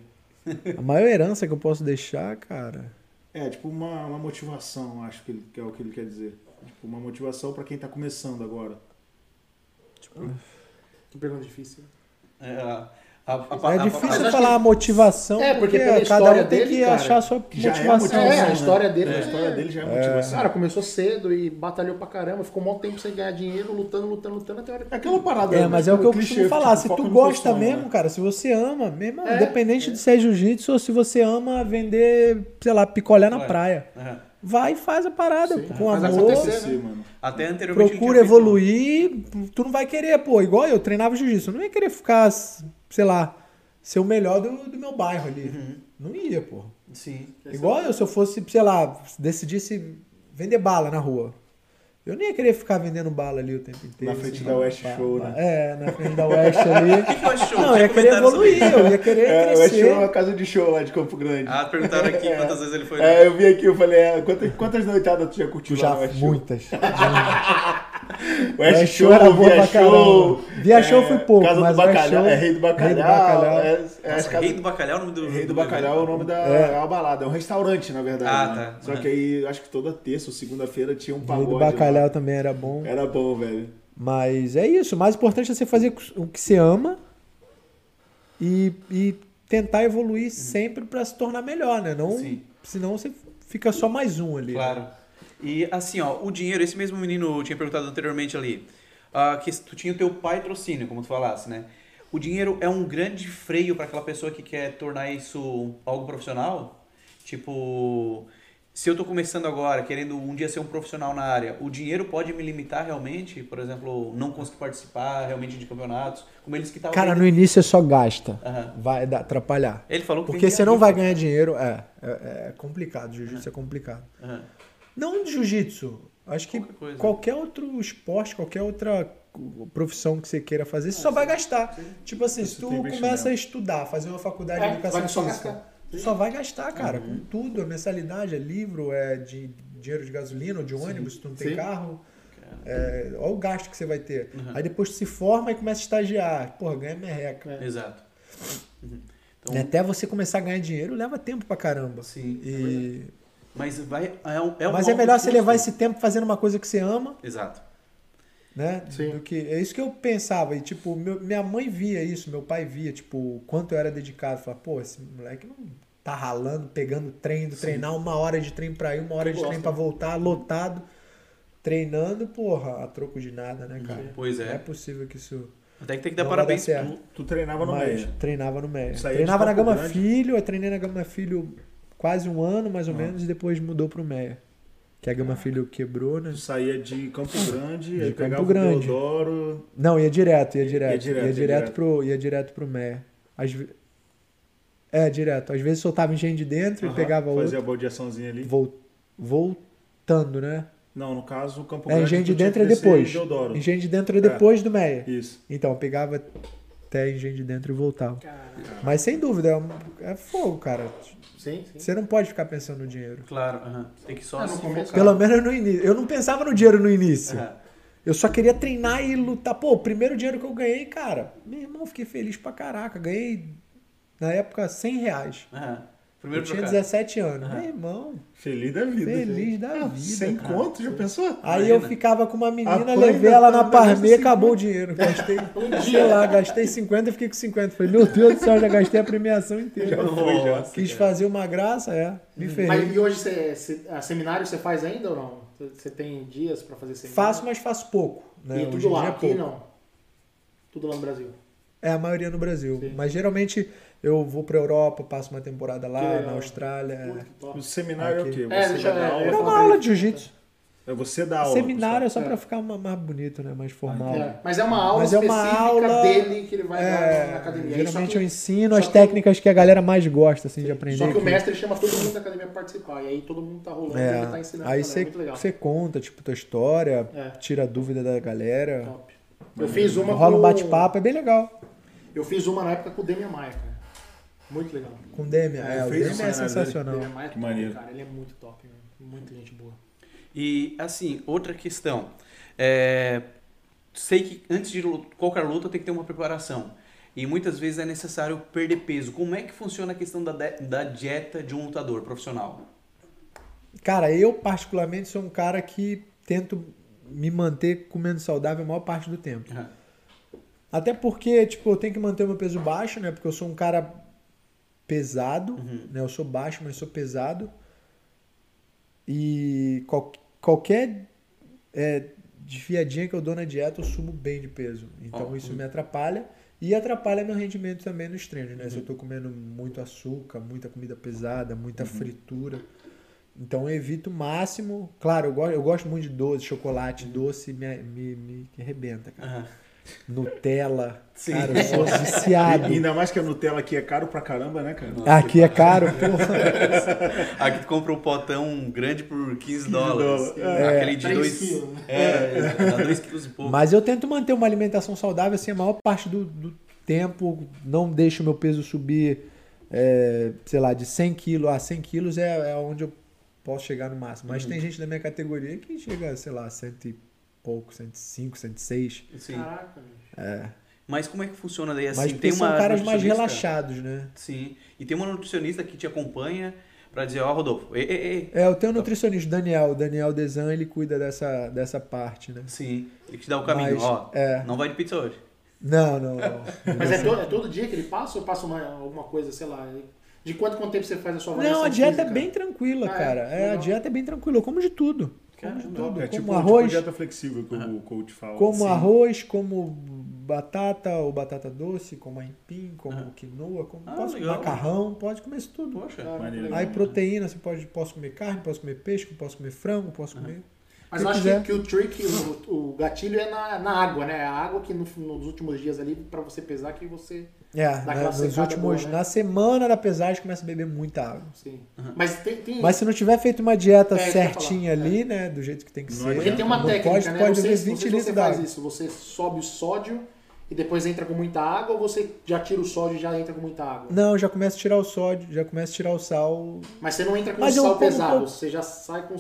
Speaker 4: A maior herança que eu posso deixar, cara.
Speaker 1: É, tipo uma, uma motivação, acho que, ele- que é o que ele quer dizer. Tipo, uma motivação pra quem tá começando agora.
Speaker 5: Que pergunta difícil. né?
Speaker 3: É, a- a- a-
Speaker 4: É
Speaker 3: a-
Speaker 4: difícil
Speaker 5: mas acho
Speaker 4: falar a motivação,
Speaker 5: É,
Speaker 4: porque,
Speaker 5: porque pela
Speaker 4: cada
Speaker 5: história
Speaker 4: um tem
Speaker 5: dele,
Speaker 4: que
Speaker 5: cara,
Speaker 4: achar a sua
Speaker 1: já é
Speaker 4: motivação.
Speaker 1: motivação.
Speaker 5: É, a
Speaker 1: né?
Speaker 5: história dele.
Speaker 1: A história dele já é motivação.
Speaker 5: Tipo, Cara, começou cedo e batalhou pra caramba, ficou um tempo sem ganhar dinheiro, lutando, lutando, lutando até a hora que.
Speaker 1: É aquela parada.
Speaker 4: É, mas é o que eu costumo falar. Se tu gosta mesmo,
Speaker 1: cara.
Speaker 4: cara, se você ama, meu irmão,
Speaker 5: É,
Speaker 4: independente de ser jiu-jitsu ou se você ama vender, sei lá, picolé na
Speaker 3: Vai.
Speaker 4: praia.
Speaker 3: Aham.
Speaker 4: Vai e faz a parada com
Speaker 5: faz
Speaker 4: amor.
Speaker 5: acontecer.
Speaker 1: Sim,
Speaker 4: né?
Speaker 1: mano.
Speaker 3: Até anteriormente. eu
Speaker 4: Procura
Speaker 3: tinha feito-
Speaker 4: evoluir. Tu não vai querer, pô, igual eu treinava jiu-jitsu. Eu não ia querer ficar, sei lá, ser o melhor do, do meu bairro ali. Não ia, pô.
Speaker 3: Sim.
Speaker 4: Igual
Speaker 1: um
Speaker 4: eu, se eu fosse, sei lá, decidisse vender bala na rua. Eu nem ia querer ficar vendendo bala ali o tempo inteiro.
Speaker 1: Na frente
Speaker 4: assim,
Speaker 1: da West
Speaker 4: pá,
Speaker 1: Show,
Speaker 4: pá.
Speaker 1: né? um
Speaker 4: É, na frente da West ali.
Speaker 1: *laughs*
Speaker 3: O que eu acho?
Speaker 4: Não, é eu ia querer
Speaker 3: Comentaram sobre
Speaker 4: evoluir,
Speaker 3: isso.
Speaker 4: eu ia querer
Speaker 1: É, o West Show é
Speaker 4: crescer.
Speaker 1: uma casa de show lá de Campo Grande.
Speaker 3: Ah, perguntaram aqui quantas vezes ele foi.
Speaker 1: É, eu vi aqui, eu falei, é, quantas, quantas noitadas tu já curtiu
Speaker 4: Já
Speaker 1: lá no West Show? *laughs*
Speaker 4: muitas.
Speaker 1: West
Speaker 4: West
Speaker 1: Show,
Speaker 4: Show era boa
Speaker 1: Via
Speaker 4: pra
Speaker 1: Show. é,
Speaker 4: caramba. Via Show foi pouco,
Speaker 1: Casa
Speaker 4: mas
Speaker 1: do
Speaker 4: West
Speaker 1: Bacalhau,
Speaker 4: Show-
Speaker 1: é Rei do Bacalhau.
Speaker 4: Rei do Bacalhau.
Speaker 1: É, é as
Speaker 3: Nossa,
Speaker 1: casas-
Speaker 3: Rei do Bacalhau é o nome do.
Speaker 1: Rei do
Speaker 3: evento. né?
Speaker 1: Bacalhau é o nome da é uma balada, é um restaurante, na verdade.
Speaker 3: Ah,
Speaker 1: né?
Speaker 3: tá.
Speaker 1: Só que aí, acho que toda terça ou segunda-feira tinha um
Speaker 4: O
Speaker 1: pagode.
Speaker 4: do
Speaker 1: lá.
Speaker 4: bacalhau também era bom.
Speaker 1: Era bom, velho.
Speaker 4: Mas é isso. O mais importante é você fazer o que você ama e, e tentar evoluir
Speaker 1: Uhum.
Speaker 4: sempre pra se tornar melhor, né? Não,
Speaker 3: Sim.
Speaker 4: Senão você fica só mais um ali. né?
Speaker 3: Claro. E assim, ó, o dinheiro, esse mesmo menino tinha perguntado anteriormente ali, ah, que tu tinha o teu patrocínio, como tu falasse, né? O dinheiro é um grande freio para aquela pessoa que quer tornar isso algo profissional? Tipo, se eu tô começando agora, querendo um dia ser um profissional na área, o dinheiro pode me limitar realmente? Por exemplo, não conseguir participar realmente de campeonatos, como eles que estavam...
Speaker 4: Cara, no início você só gasta.
Speaker 3: Aham.
Speaker 4: Vai dar- atrapalhar.
Speaker 3: Ele falou que
Speaker 4: Porque
Speaker 3: tem
Speaker 4: você não vai
Speaker 3: dinheiro.
Speaker 4: ganhar dinheiro. É, é, é complicado. Jiu-jitsu é complicado.
Speaker 3: Aham.
Speaker 4: Não de jiu-jitsu. Acho que
Speaker 3: Qualquer coisa.
Speaker 4: qualquer outro esporte, qualquer outra profissão que você queira fazer,
Speaker 3: É,
Speaker 4: você só vai gastar. Tipo assim, se tu começa a estudar, fazer uma faculdade
Speaker 3: É,
Speaker 4: de educação física, tu só vai gastar, cara,
Speaker 3: Uhum.
Speaker 4: com tudo. É mensalidade, é livro, é de dinheiro de gasolina ou de ônibus, se tu não tem carro. É, olha o gasto que você vai ter.
Speaker 3: Uhum.
Speaker 4: Aí depois tu se forma e começa a estagiar. Porra, ganha merreca.
Speaker 3: Exato. Uhum. É. Então,
Speaker 4: E Até você começar a ganhar dinheiro leva tempo pra caramba.
Speaker 3: Sim, é
Speaker 4: E-
Speaker 3: Mas vai. É um, é um
Speaker 4: Mas é
Speaker 3: alto
Speaker 4: melhor você
Speaker 3: custo.
Speaker 4: levar esse tempo fazendo uma coisa que você ama
Speaker 3: Exato.
Speaker 4: né? Do que é isso que eu pensava e tipo meu- minha mãe via isso, meu pai via tipo o quanto eu era dedicado, falava, pô, esse moleque não tá ralando, pegando trem, do treinar uma hora de trem pra ir, uma hora de trem
Speaker 1: né?
Speaker 4: pra voltar, lotado, treinando, porra, a troco de nada, né, cara?
Speaker 3: Pois é.
Speaker 4: Não é possível que isso
Speaker 3: Até que tem que dar
Speaker 4: Não vai
Speaker 3: parabéns.
Speaker 4: dar certo.
Speaker 1: Tu treinava no
Speaker 4: mas
Speaker 1: meio.
Speaker 4: treinava no Meia.
Speaker 1: Saía de
Speaker 4: Treinava na
Speaker 1: Campo
Speaker 4: Gama
Speaker 1: Grande.
Speaker 4: Filho, eu treinei na Gama Filho quase um ano, mais ou menos, e depois mudou pro Meia. Que a Gama Filho quebrou, né?
Speaker 1: Tu saía de Campo Grande,
Speaker 4: De
Speaker 1: aí
Speaker 4: Campo
Speaker 1: pegava o
Speaker 4: Grande.
Speaker 1: Teodoro.
Speaker 4: Não, ia direto, ia direto. Ia
Speaker 1: direto,
Speaker 4: direto,
Speaker 1: ia direto.
Speaker 4: pro, ia direto pro Meia. Às ve- É, direto. Às vezes soltava engenho de dentro
Speaker 1: aham,
Speaker 4: e pegava
Speaker 1: Fazia
Speaker 4: outro.
Speaker 1: a baldeaçãozinha ali.
Speaker 4: Vol- Voltando, né?
Speaker 1: Não, no caso, o Campo
Speaker 4: É,
Speaker 1: Grande.
Speaker 4: engenho
Speaker 1: tu
Speaker 4: de
Speaker 1: tinha que
Speaker 4: dentro é
Speaker 1: descer
Speaker 4: depois.
Speaker 1: Deodoro.
Speaker 4: Engenho de dentro é depois do Meia.
Speaker 1: Isso.
Speaker 4: Então, eu pegava até engenho de dentro e voltava. Mas sem dúvida, é, um- é fogo, cara.
Speaker 5: Sim, sim. Ah,
Speaker 4: Você não pode ficar pensando no dinheiro.
Speaker 3: Claro, aham. tem que
Speaker 4: Ah,
Speaker 3: só. assim se
Speaker 5: começo.
Speaker 3: focar.
Speaker 4: Pelo menos no início. Eu não pensava no dinheiro no início.
Speaker 3: Aham.
Speaker 4: Eu só queria treinar e lutar. Pô, o primeiro dinheiro que eu ganhei, cara, meu irmão, fiquei feliz pra caraca. Ganhei, na época, 100 reais.
Speaker 3: Aham.
Speaker 4: Eu
Speaker 3: Primeiro
Speaker 4: tinha
Speaker 3: trocado.
Speaker 4: 17 anos. Meu irmão,
Speaker 1: Feliz da vida.
Speaker 4: feliz da
Speaker 1: Ah,
Speaker 4: vida.
Speaker 1: Sem
Speaker 4: cara. Ah,
Speaker 1: conto, já pensou?
Speaker 4: Aí eu
Speaker 3: Imagina.
Speaker 4: ficava com uma menina,
Speaker 1: Apanha,
Speaker 4: levei ela na
Speaker 1: apanha,
Speaker 4: Parmê,
Speaker 1: gasta
Speaker 4: acabou o dinheiro. Gastei, sei lá, gastei 50 e fiquei com 50. Falei, meu Deus do céu, já gastei a premiação inteira.
Speaker 1: foi, já.
Speaker 4: Quis fazer uma graça, é. Me ferrei.
Speaker 5: Mas e hoje você, você- a seminário você faz ainda ou não? Você- Você tem dias pra fazer seminário?
Speaker 4: Faço, mas faço pouco. Né?
Speaker 5: E
Speaker 4: Hoje
Speaker 5: tudo
Speaker 4: em
Speaker 5: lá,
Speaker 4: dia é
Speaker 5: aqui
Speaker 4: pouco.
Speaker 5: não. Tudo lá no Brasil.
Speaker 4: É, a maioria no Brasil.
Speaker 5: Sim.
Speaker 4: Mas geralmente eu vou pra Europa, passo uma temporada
Speaker 5: Que
Speaker 4: lá,
Speaker 5: legal.
Speaker 4: na Austrália.
Speaker 5: Puta, que top.
Speaker 1: O seminário
Speaker 4: Aqui.
Speaker 1: é o quê?
Speaker 5: É,
Speaker 1: Você
Speaker 5: deixa eu-
Speaker 1: dá
Speaker 5: é,
Speaker 1: aula.
Speaker 5: eu
Speaker 4: É
Speaker 5: ia
Speaker 4: uma
Speaker 5: falar
Speaker 4: aula
Speaker 5: pra
Speaker 4: de jiu-jitsu.
Speaker 1: É você dar aula.
Speaker 4: Seminário é só pra
Speaker 5: É.
Speaker 4: ficar uma- mais bonito, né? Mais formal.
Speaker 5: É, mas é uma aula
Speaker 4: Mas é uma
Speaker 5: específica
Speaker 4: aula-
Speaker 5: dele que ele vai dar
Speaker 4: É,
Speaker 5: na academia. Aí
Speaker 4: geralmente
Speaker 5: só
Speaker 4: eu
Speaker 5: que,
Speaker 4: ensino
Speaker 5: só
Speaker 4: as
Speaker 5: que-
Speaker 4: técnicas que a galera mais gosta, assim, de aprender.
Speaker 5: só que o
Speaker 4: que-
Speaker 5: mestre chama todo mundo da academia pra participar. E aí todo mundo tá rolando e ele tá ensinando.
Speaker 4: aí
Speaker 5: também, é
Speaker 4: você
Speaker 5: muito legal.
Speaker 4: você conta, tipo, tua história,
Speaker 5: É.
Speaker 4: tira a dúvida da galera.
Speaker 5: Top. Eu fiz uma
Speaker 4: É. Rola um
Speaker 5: com-
Speaker 4: bate-papo, é bem legal.
Speaker 5: Eu fiz uma na época com o Demian Maia, cara. Muito legal.
Speaker 4: Com o Demian.
Speaker 1: É,
Speaker 4: É,
Speaker 1: fez um
Speaker 4: o Demian é
Speaker 1: seminário dele.
Speaker 4: sensacional.
Speaker 5: Demian Maia é
Speaker 1: que
Speaker 5: top,
Speaker 1: maneiro.
Speaker 5: cara. Ele é muito top, né? Muita gente boa.
Speaker 3: E assim, outra questão. É, sei que antes de lu- qualquer luta tem que ter uma preparação. E muitas vezes é necessário perder peso. Como é que funciona a questão da, de- da dieta de um lutador profissional?
Speaker 4: Cara, eu particularmente sou um cara que tento me manter comendo saudável a maior parte do tempo.
Speaker 3: Aham.
Speaker 4: Até porque, tipo, eu tenho que manter o meu peso baixo, né? Porque eu sou um cara pesado, né? Eu sou baixo, mas sou pesado. E qual- qualquer é, desfiadinha que eu dou na dieta, eu subo bem de peso. Então isso me atrapalha. E atrapalha meu rendimento também nos treinos, né? Se eu tô comendo muito açúcar, muita comida pesada, muita fritura. Então eu evito o máximo. Claro, eu gosto, eu gosto muito de doce, chocolate, doce me, me, me arrebenta, cara.
Speaker 3: Uhum. Aham.
Speaker 4: Nutella.
Speaker 3: *laughs* Sim.
Speaker 4: Cara, eu sou
Speaker 1: E-
Speaker 4: viciado.
Speaker 1: Ainda mais que a Nutella aqui é caro pra caramba, né, cara?
Speaker 4: Aqui é caro,
Speaker 3: *laughs*
Speaker 4: porra.
Speaker 3: *laughs* Aqui tu compra um potão grande por 15 dólares. É.
Speaker 1: dólares.
Speaker 4: É.
Speaker 3: Aquele de 2
Speaker 4: né?
Speaker 3: quilos.
Speaker 4: *laughs*
Speaker 3: É, dá 2 quilos e pouco.
Speaker 4: Mas eu tento manter uma alimentação saudável assim a maior parte do, do tempo. Não deixo meu peso subir, é, sei lá, de 100 quilos a 100 quilos é, é onde eu posso chegar no máximo.
Speaker 3: Uhum.
Speaker 4: Mas tem gente da minha categoria que chega, sei lá, cento e pouco, 105, 106.
Speaker 3: Sim.
Speaker 5: Caraca, bicho.
Speaker 3: Mas como é que funciona daí assim?
Speaker 4: Mas porque são caras mais relaxados, né?
Speaker 3: Sim. E tem uma nutricionista que te acompanha pra dizer, ó, Rodolfo, ei, ei, ei.
Speaker 4: É, eu tenho um nutricionista, Daniel. O Daniel Desan, ele cuida dessa, dessa parte, né?
Speaker 3: Sim. Ele te dá o caminho,
Speaker 4: Mas,
Speaker 3: ó.
Speaker 4: é.
Speaker 3: Não vai de pizza hoje.
Speaker 4: Não, não, não.
Speaker 5: Mas é, to- é todo dia que ele passa ou passa uma, alguma coisa, sei lá? De quanto, quanto tempo você faz a sua avaliação
Speaker 4: Não, a dieta
Speaker 5: física?
Speaker 4: é bem tranquila,
Speaker 5: Ah, é?
Speaker 4: cara. É, a
Speaker 5: Legal.
Speaker 4: dieta é bem tranquila. Eu como de tudo. Como de tudo.
Speaker 1: É
Speaker 4: como
Speaker 1: tipo
Speaker 4: arroz, Ah.
Speaker 1: arroz, dieta flexível que o coach fala.
Speaker 4: como
Speaker 1: Sim.
Speaker 4: arroz, como batata ou batata doce, como aipim, como quinoa, como
Speaker 3: Ah,
Speaker 4: posso
Speaker 3: legal.
Speaker 4: macarrão, pode comer isso tudo.
Speaker 3: Poxa.
Speaker 1: Maneiro.
Speaker 4: Aí proteína, você pode posso comer carne, posso comer peixe, posso comer frango, posso comer.
Speaker 5: Mas
Speaker 4: Se
Speaker 5: eu acho
Speaker 4: quiser.
Speaker 5: que, que o trick, o, o gatilho é na, na água, né? A água que no- nos últimos dias ali, pra você pesar, que você.
Speaker 4: É,
Speaker 5: Dá
Speaker 4: né,
Speaker 5: aquela
Speaker 4: nos
Speaker 5: secada
Speaker 4: últimos.
Speaker 5: boa, né?
Speaker 4: Na semana da pesagem começa a beber muita água.
Speaker 5: Sim. Mas tem. tem
Speaker 4: Mas se não tiver feito uma dieta
Speaker 5: É, isso que eu ia
Speaker 4: certinha ali, né? Do jeito que tem que
Speaker 1: Não
Speaker 4: ser.
Speaker 5: Porque tem uma
Speaker 4: não
Speaker 5: técnica,
Speaker 4: pode,
Speaker 5: né?
Speaker 4: Pode
Speaker 5: não sei,
Speaker 4: beber
Speaker 5: se- não
Speaker 4: 20
Speaker 5: sei se você
Speaker 4: litros d'água.
Speaker 5: faz isso. Você sobe o sódio e depois entra com muita água ou você já tira o sódio e já entra com muita água?
Speaker 4: Não, já começa a tirar o sódio, já começa a tirar o sal.
Speaker 5: Mas você não entra com
Speaker 4: Mas eu
Speaker 5: sal
Speaker 4: como
Speaker 5: pesado,
Speaker 4: todo-
Speaker 5: você já sai com.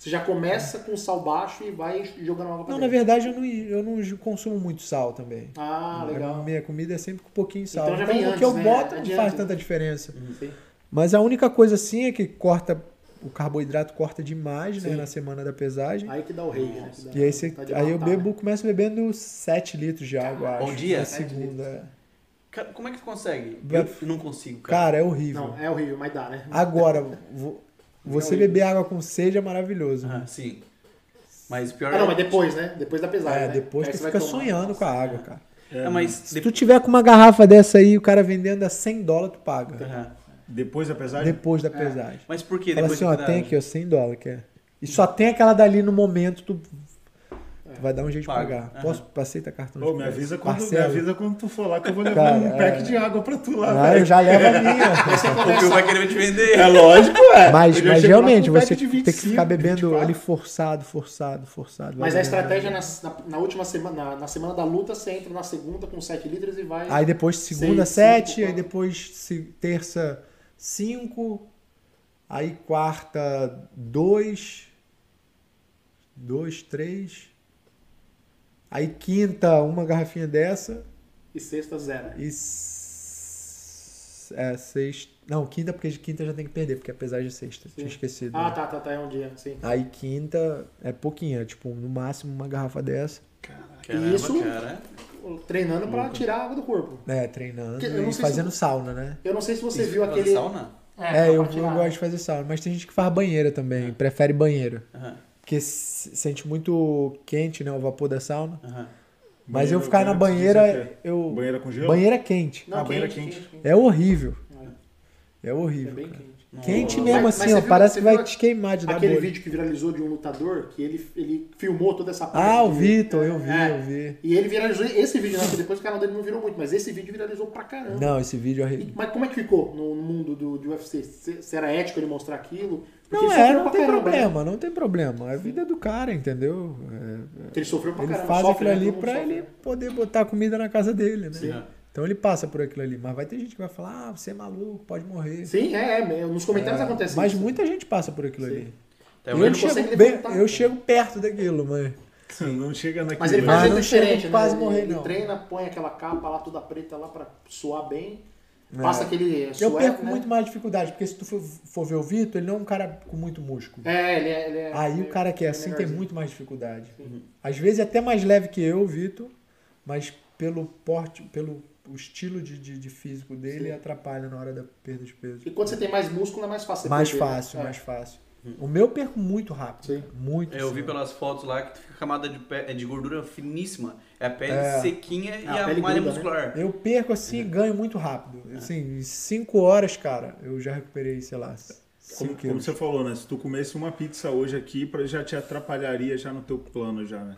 Speaker 5: Você já começa com sal baixo e vai jogando água pra
Speaker 4: Não, na
Speaker 5: dentro.
Speaker 4: verdade eu não, eu não consumo muito sal também.
Speaker 5: Ah,
Speaker 4: A
Speaker 5: legal.
Speaker 4: minha comida é sempre com um pouquinho de sal.
Speaker 5: Então já vem
Speaker 4: o que eu
Speaker 5: antes, né?
Speaker 4: boto não
Speaker 5: Adianta.
Speaker 4: faz tanta diferença.
Speaker 5: Sim.
Speaker 4: Mas a única coisa assim é que corta. O carboidrato corta demais, né?
Speaker 5: Sim.
Speaker 4: Na semana da pesagem.
Speaker 5: Aí que dá o rei, né? Que dá-
Speaker 4: E aí, você,
Speaker 5: tá de
Speaker 4: aí eu
Speaker 5: matar,
Speaker 4: bebo, começo bebendo 7 litros de água, acho.
Speaker 3: Bom dia.
Speaker 4: Na
Speaker 3: Sete
Speaker 4: segunda.
Speaker 3: Cara, como é que tu consegue?
Speaker 4: Vai-
Speaker 3: Eu não consigo, cara.
Speaker 4: Cara, é
Speaker 5: né?
Speaker 4: horrível. Ah,
Speaker 5: Não, é horrível, mas dá, né?
Speaker 4: Agora, vo- você
Speaker 5: Não,
Speaker 4: beber água com sede é maravilhoso.
Speaker 3: Ah, sim. Mas o pior
Speaker 5: Ah, não,
Speaker 3: é-
Speaker 5: mas depois, né? Depois da pesagem.
Speaker 4: é,
Speaker 5: né?
Speaker 4: depois
Speaker 5: Aí
Speaker 4: tu
Speaker 5: você vai
Speaker 4: fica
Speaker 5: tomar.
Speaker 4: sonhando com a água, cara.
Speaker 3: É, mas
Speaker 4: Se
Speaker 3: de-
Speaker 4: tu tiver com uma garrafa dessa aí, o cara vendendo a 100 dólares, tu paga.
Speaker 3: Aham.
Speaker 1: Depois, apesar de.
Speaker 4: Depois da pesagem.
Speaker 3: Mas por que?
Speaker 4: Fala
Speaker 3: Depois
Speaker 4: assim,
Speaker 3: de
Speaker 4: ó,
Speaker 3: cada-
Speaker 4: tem aqui, ó, 100 dólares, quer. E só tem aquela dali no momento, tu, tu vai dar um jeito de
Speaker 3: Paga.
Speaker 4: pagar. Posso, aceita cartão
Speaker 1: Ô,
Speaker 4: de
Speaker 1: me
Speaker 4: crédito.
Speaker 1: avisa, quando, me
Speaker 4: Parcela.
Speaker 1: avisa quando tu for lá que eu vou levar
Speaker 4: Cara,
Speaker 1: um pack de água pra tu lá,
Speaker 4: Ah,
Speaker 1: velho.
Speaker 4: eu já levo a minha.
Speaker 3: O Pio vai querer te vender.
Speaker 1: É lógico, é.
Speaker 4: Mas,
Speaker 1: Eu já
Speaker 4: mas
Speaker 1: chego lá
Speaker 4: realmente,
Speaker 1: com um pack
Speaker 4: você
Speaker 1: de
Speaker 4: tem que
Speaker 1: 25,
Speaker 4: ficar bebendo
Speaker 1: 24.
Speaker 4: ali forçado, forçado, forçado. vai
Speaker 5: Mas a
Speaker 4: bebendo.
Speaker 5: estratégia na, na- na última semana, na, na semana da luta, você entra na segunda com 7 litros e vai.
Speaker 4: Aí depois segunda
Speaker 5: Seis,
Speaker 4: sete,
Speaker 5: cinco,
Speaker 4: aí depois se- terça cinco, aí quarta dois, dois, três, aí quinta uma garrafinha dessa
Speaker 5: E sexta, zero.
Speaker 4: e s- é, sexta, não quinta porque de quinta já tem que perder porque apesar de sexta, tinha
Speaker 5: Sim.
Speaker 4: esquecido.
Speaker 5: Ah,
Speaker 4: né?
Speaker 5: tá, tá, tá, é um dia, sim.
Speaker 4: Aí quinta é pouquinha, tipo no máximo uma garrafa dessa,
Speaker 3: Caramba,
Speaker 5: Isso.
Speaker 3: cara.
Speaker 5: Um, Treinando pra tirar a água do corpo.
Speaker 4: né, treinando
Speaker 5: Que- eu não
Speaker 4: e
Speaker 5: sei se-
Speaker 4: fazendo sauna, né?
Speaker 5: Eu não sei se você
Speaker 3: Isso,
Speaker 5: viu
Speaker 3: fazer
Speaker 5: aquele.
Speaker 3: Sauna?
Speaker 4: É,
Speaker 10: dá
Speaker 4: eu,
Speaker 10: pra tirar.
Speaker 4: eu gosto de fazer sauna, mas tem gente que faz banheira também, prefere banheiro.
Speaker 3: Aham,
Speaker 4: Porque se- sente muito quente, né? O vapor da sauna.
Speaker 3: aham.
Speaker 4: Mas
Speaker 1: Banheiro,
Speaker 4: eu ficar na
Speaker 1: banheiro, você diz o
Speaker 4: banheira,
Speaker 1: quê?
Speaker 4: eu.
Speaker 1: Banheira com gelo?
Speaker 4: Banheira quente.
Speaker 5: Não,
Speaker 1: Ah, banheira quente.
Speaker 4: É horrível. É
Speaker 5: É
Speaker 4: horrível.
Speaker 5: bem
Speaker 4: cara.
Speaker 5: quente.
Speaker 4: Quente
Speaker 5: Mas-
Speaker 4: mesmo,
Speaker 5: mas
Speaker 4: assim,
Speaker 5: você
Speaker 4: ó.
Speaker 5: viu-
Speaker 4: parece
Speaker 5: você
Speaker 4: que vai
Speaker 5: viu
Speaker 4: te queimar de dar
Speaker 5: Aquele
Speaker 4: bolha.
Speaker 5: vídeo que viralizou de um lutador que ele, ele filmou toda essa parte.
Speaker 4: Ah, o
Speaker 5: de-
Speaker 4: Vitor, eu vi,
Speaker 5: É.
Speaker 4: eu vi.
Speaker 5: E ele viralizou esse vídeo, né? Que depois o canal dele não virou muito, mas esse vídeo viralizou pra caramba.
Speaker 4: Não, esse vídeo é
Speaker 5: E-
Speaker 4: horrível.
Speaker 5: Mas como é que ficou no mundo do, do UFC? Se, se era ético ele mostrar aquilo?
Speaker 4: Não
Speaker 5: Porque ele
Speaker 4: é,
Speaker 5: sofreu
Speaker 4: não
Speaker 5: pra
Speaker 4: tem
Speaker 5: caramba, né?
Speaker 4: problema, não tem problema. É a vida do cara, entendeu? É,
Speaker 5: Ele sofreu pra
Speaker 4: ele
Speaker 5: caramba.
Speaker 4: faz
Speaker 5: sofre,
Speaker 4: aquilo ali
Speaker 5: né? Todo mundo
Speaker 4: pra
Speaker 5: sofre,
Speaker 4: ele
Speaker 5: né?
Speaker 4: poder botar comida na casa dele, né?
Speaker 3: Aham.
Speaker 4: Então ele passa por aquilo ali. Mas vai ter gente que vai falar, ah, você é maluco, pode morrer.
Speaker 5: Sim, é, é. Nos comentários acontece
Speaker 4: Mas
Speaker 5: isso.
Speaker 4: muita gente passa por aquilo ali.
Speaker 3: Até
Speaker 4: Eu,
Speaker 3: hoje-
Speaker 5: não
Speaker 4: chego,
Speaker 5: consegue
Speaker 4: bem-
Speaker 5: levantar.
Speaker 4: eu chego perto daquilo, mas.
Speaker 1: Não chega naquele.
Speaker 5: Mas ele
Speaker 4: Ah,
Speaker 5: faz
Speaker 4: não
Speaker 5: jeito
Speaker 4: chega
Speaker 5: diferente, né?
Speaker 4: quase
Speaker 5: ele,
Speaker 4: morrer,
Speaker 5: ele
Speaker 4: não.
Speaker 5: treina, põe aquela capa lá toda preta lá pra suar bem. Passa aquele é,
Speaker 4: Eu
Speaker 5: sueco,
Speaker 4: perco
Speaker 5: né?
Speaker 4: muito mais dificuldade, porque se tu for, for ver o Vitor, ele não é um cara com muito músculo.
Speaker 5: É, ele é. ele é-
Speaker 4: Aí o cara que é
Speaker 5: ele
Speaker 4: assim tem
Speaker 5: melhorzinho.
Speaker 4: muito mais dificuldade. Às vezes é até mais leve que eu, Vitor, mas pelo porte, pelo o estilo de, de- de físico dele, atrapalha na hora da perda de peso.
Speaker 5: E quando você tem mais músculo, é mais fácil. você
Speaker 4: Mais
Speaker 5: perder, né?
Speaker 4: fácil,
Speaker 5: É.
Speaker 4: mais fácil. O meu eu perco muito rápido.
Speaker 5: Sim.
Speaker 4: Muito.
Speaker 3: É, Eu vi
Speaker 4: assim.
Speaker 3: pelas fotos lá que fica camada de, pe- de gordura finíssima. É a pele sequinha e
Speaker 5: Ah,
Speaker 3: É, a,
Speaker 5: a pele
Speaker 3: malha
Speaker 5: gruda, né?
Speaker 3: muscular.
Speaker 4: Eu perco assim e ganho muito rápido.
Speaker 5: É.
Speaker 4: Assim, em 5 horas, cara, eu já recuperei, sei lá, 5
Speaker 1: Como, como
Speaker 4: quilos.
Speaker 1: você falou, né? Se tu comesse uma pizza hoje aqui, pra- já te atrapalharia já no teu plano, já, né?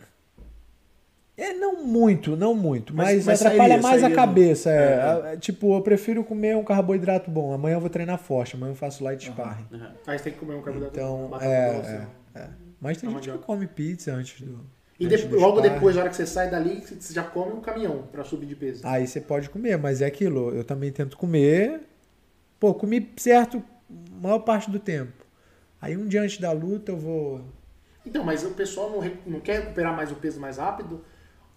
Speaker 4: É, não muito, não muito,
Speaker 1: Mas-
Speaker 4: mas,
Speaker 1: mas
Speaker 4: atrapalha
Speaker 1: sairia,
Speaker 4: mais
Speaker 1: sairia
Speaker 4: a
Speaker 1: no-
Speaker 4: cabeça. é.
Speaker 1: É, é.
Speaker 4: A- é, Tipo, eu prefiro comer um carboidrato bom. Amanhã eu vou treinar forte, amanhã eu faço light sparring.
Speaker 5: Aí você tem que comer um carboidrato.
Speaker 4: Então,
Speaker 5: batata
Speaker 4: é,
Speaker 5: doce,
Speaker 4: é,
Speaker 5: né?
Speaker 4: é. Mas tem
Speaker 5: Tá
Speaker 4: gente que
Speaker 5: mandioca.
Speaker 4: come pizza antes do.
Speaker 5: E
Speaker 4: antes
Speaker 5: de-
Speaker 4: do
Speaker 5: logo
Speaker 4: sparring.
Speaker 5: depois, na hora que você sai dali, você já come um caminhão pra subir de peso.
Speaker 4: Aí você pode comer, mas é aquilo. Eu também tento comer. Pô, comi certo a maior parte do tempo. Aí um dia antes da luta eu vou.
Speaker 5: Então, mas o pessoal não, re- não quer recuperar mais o peso mais rápido,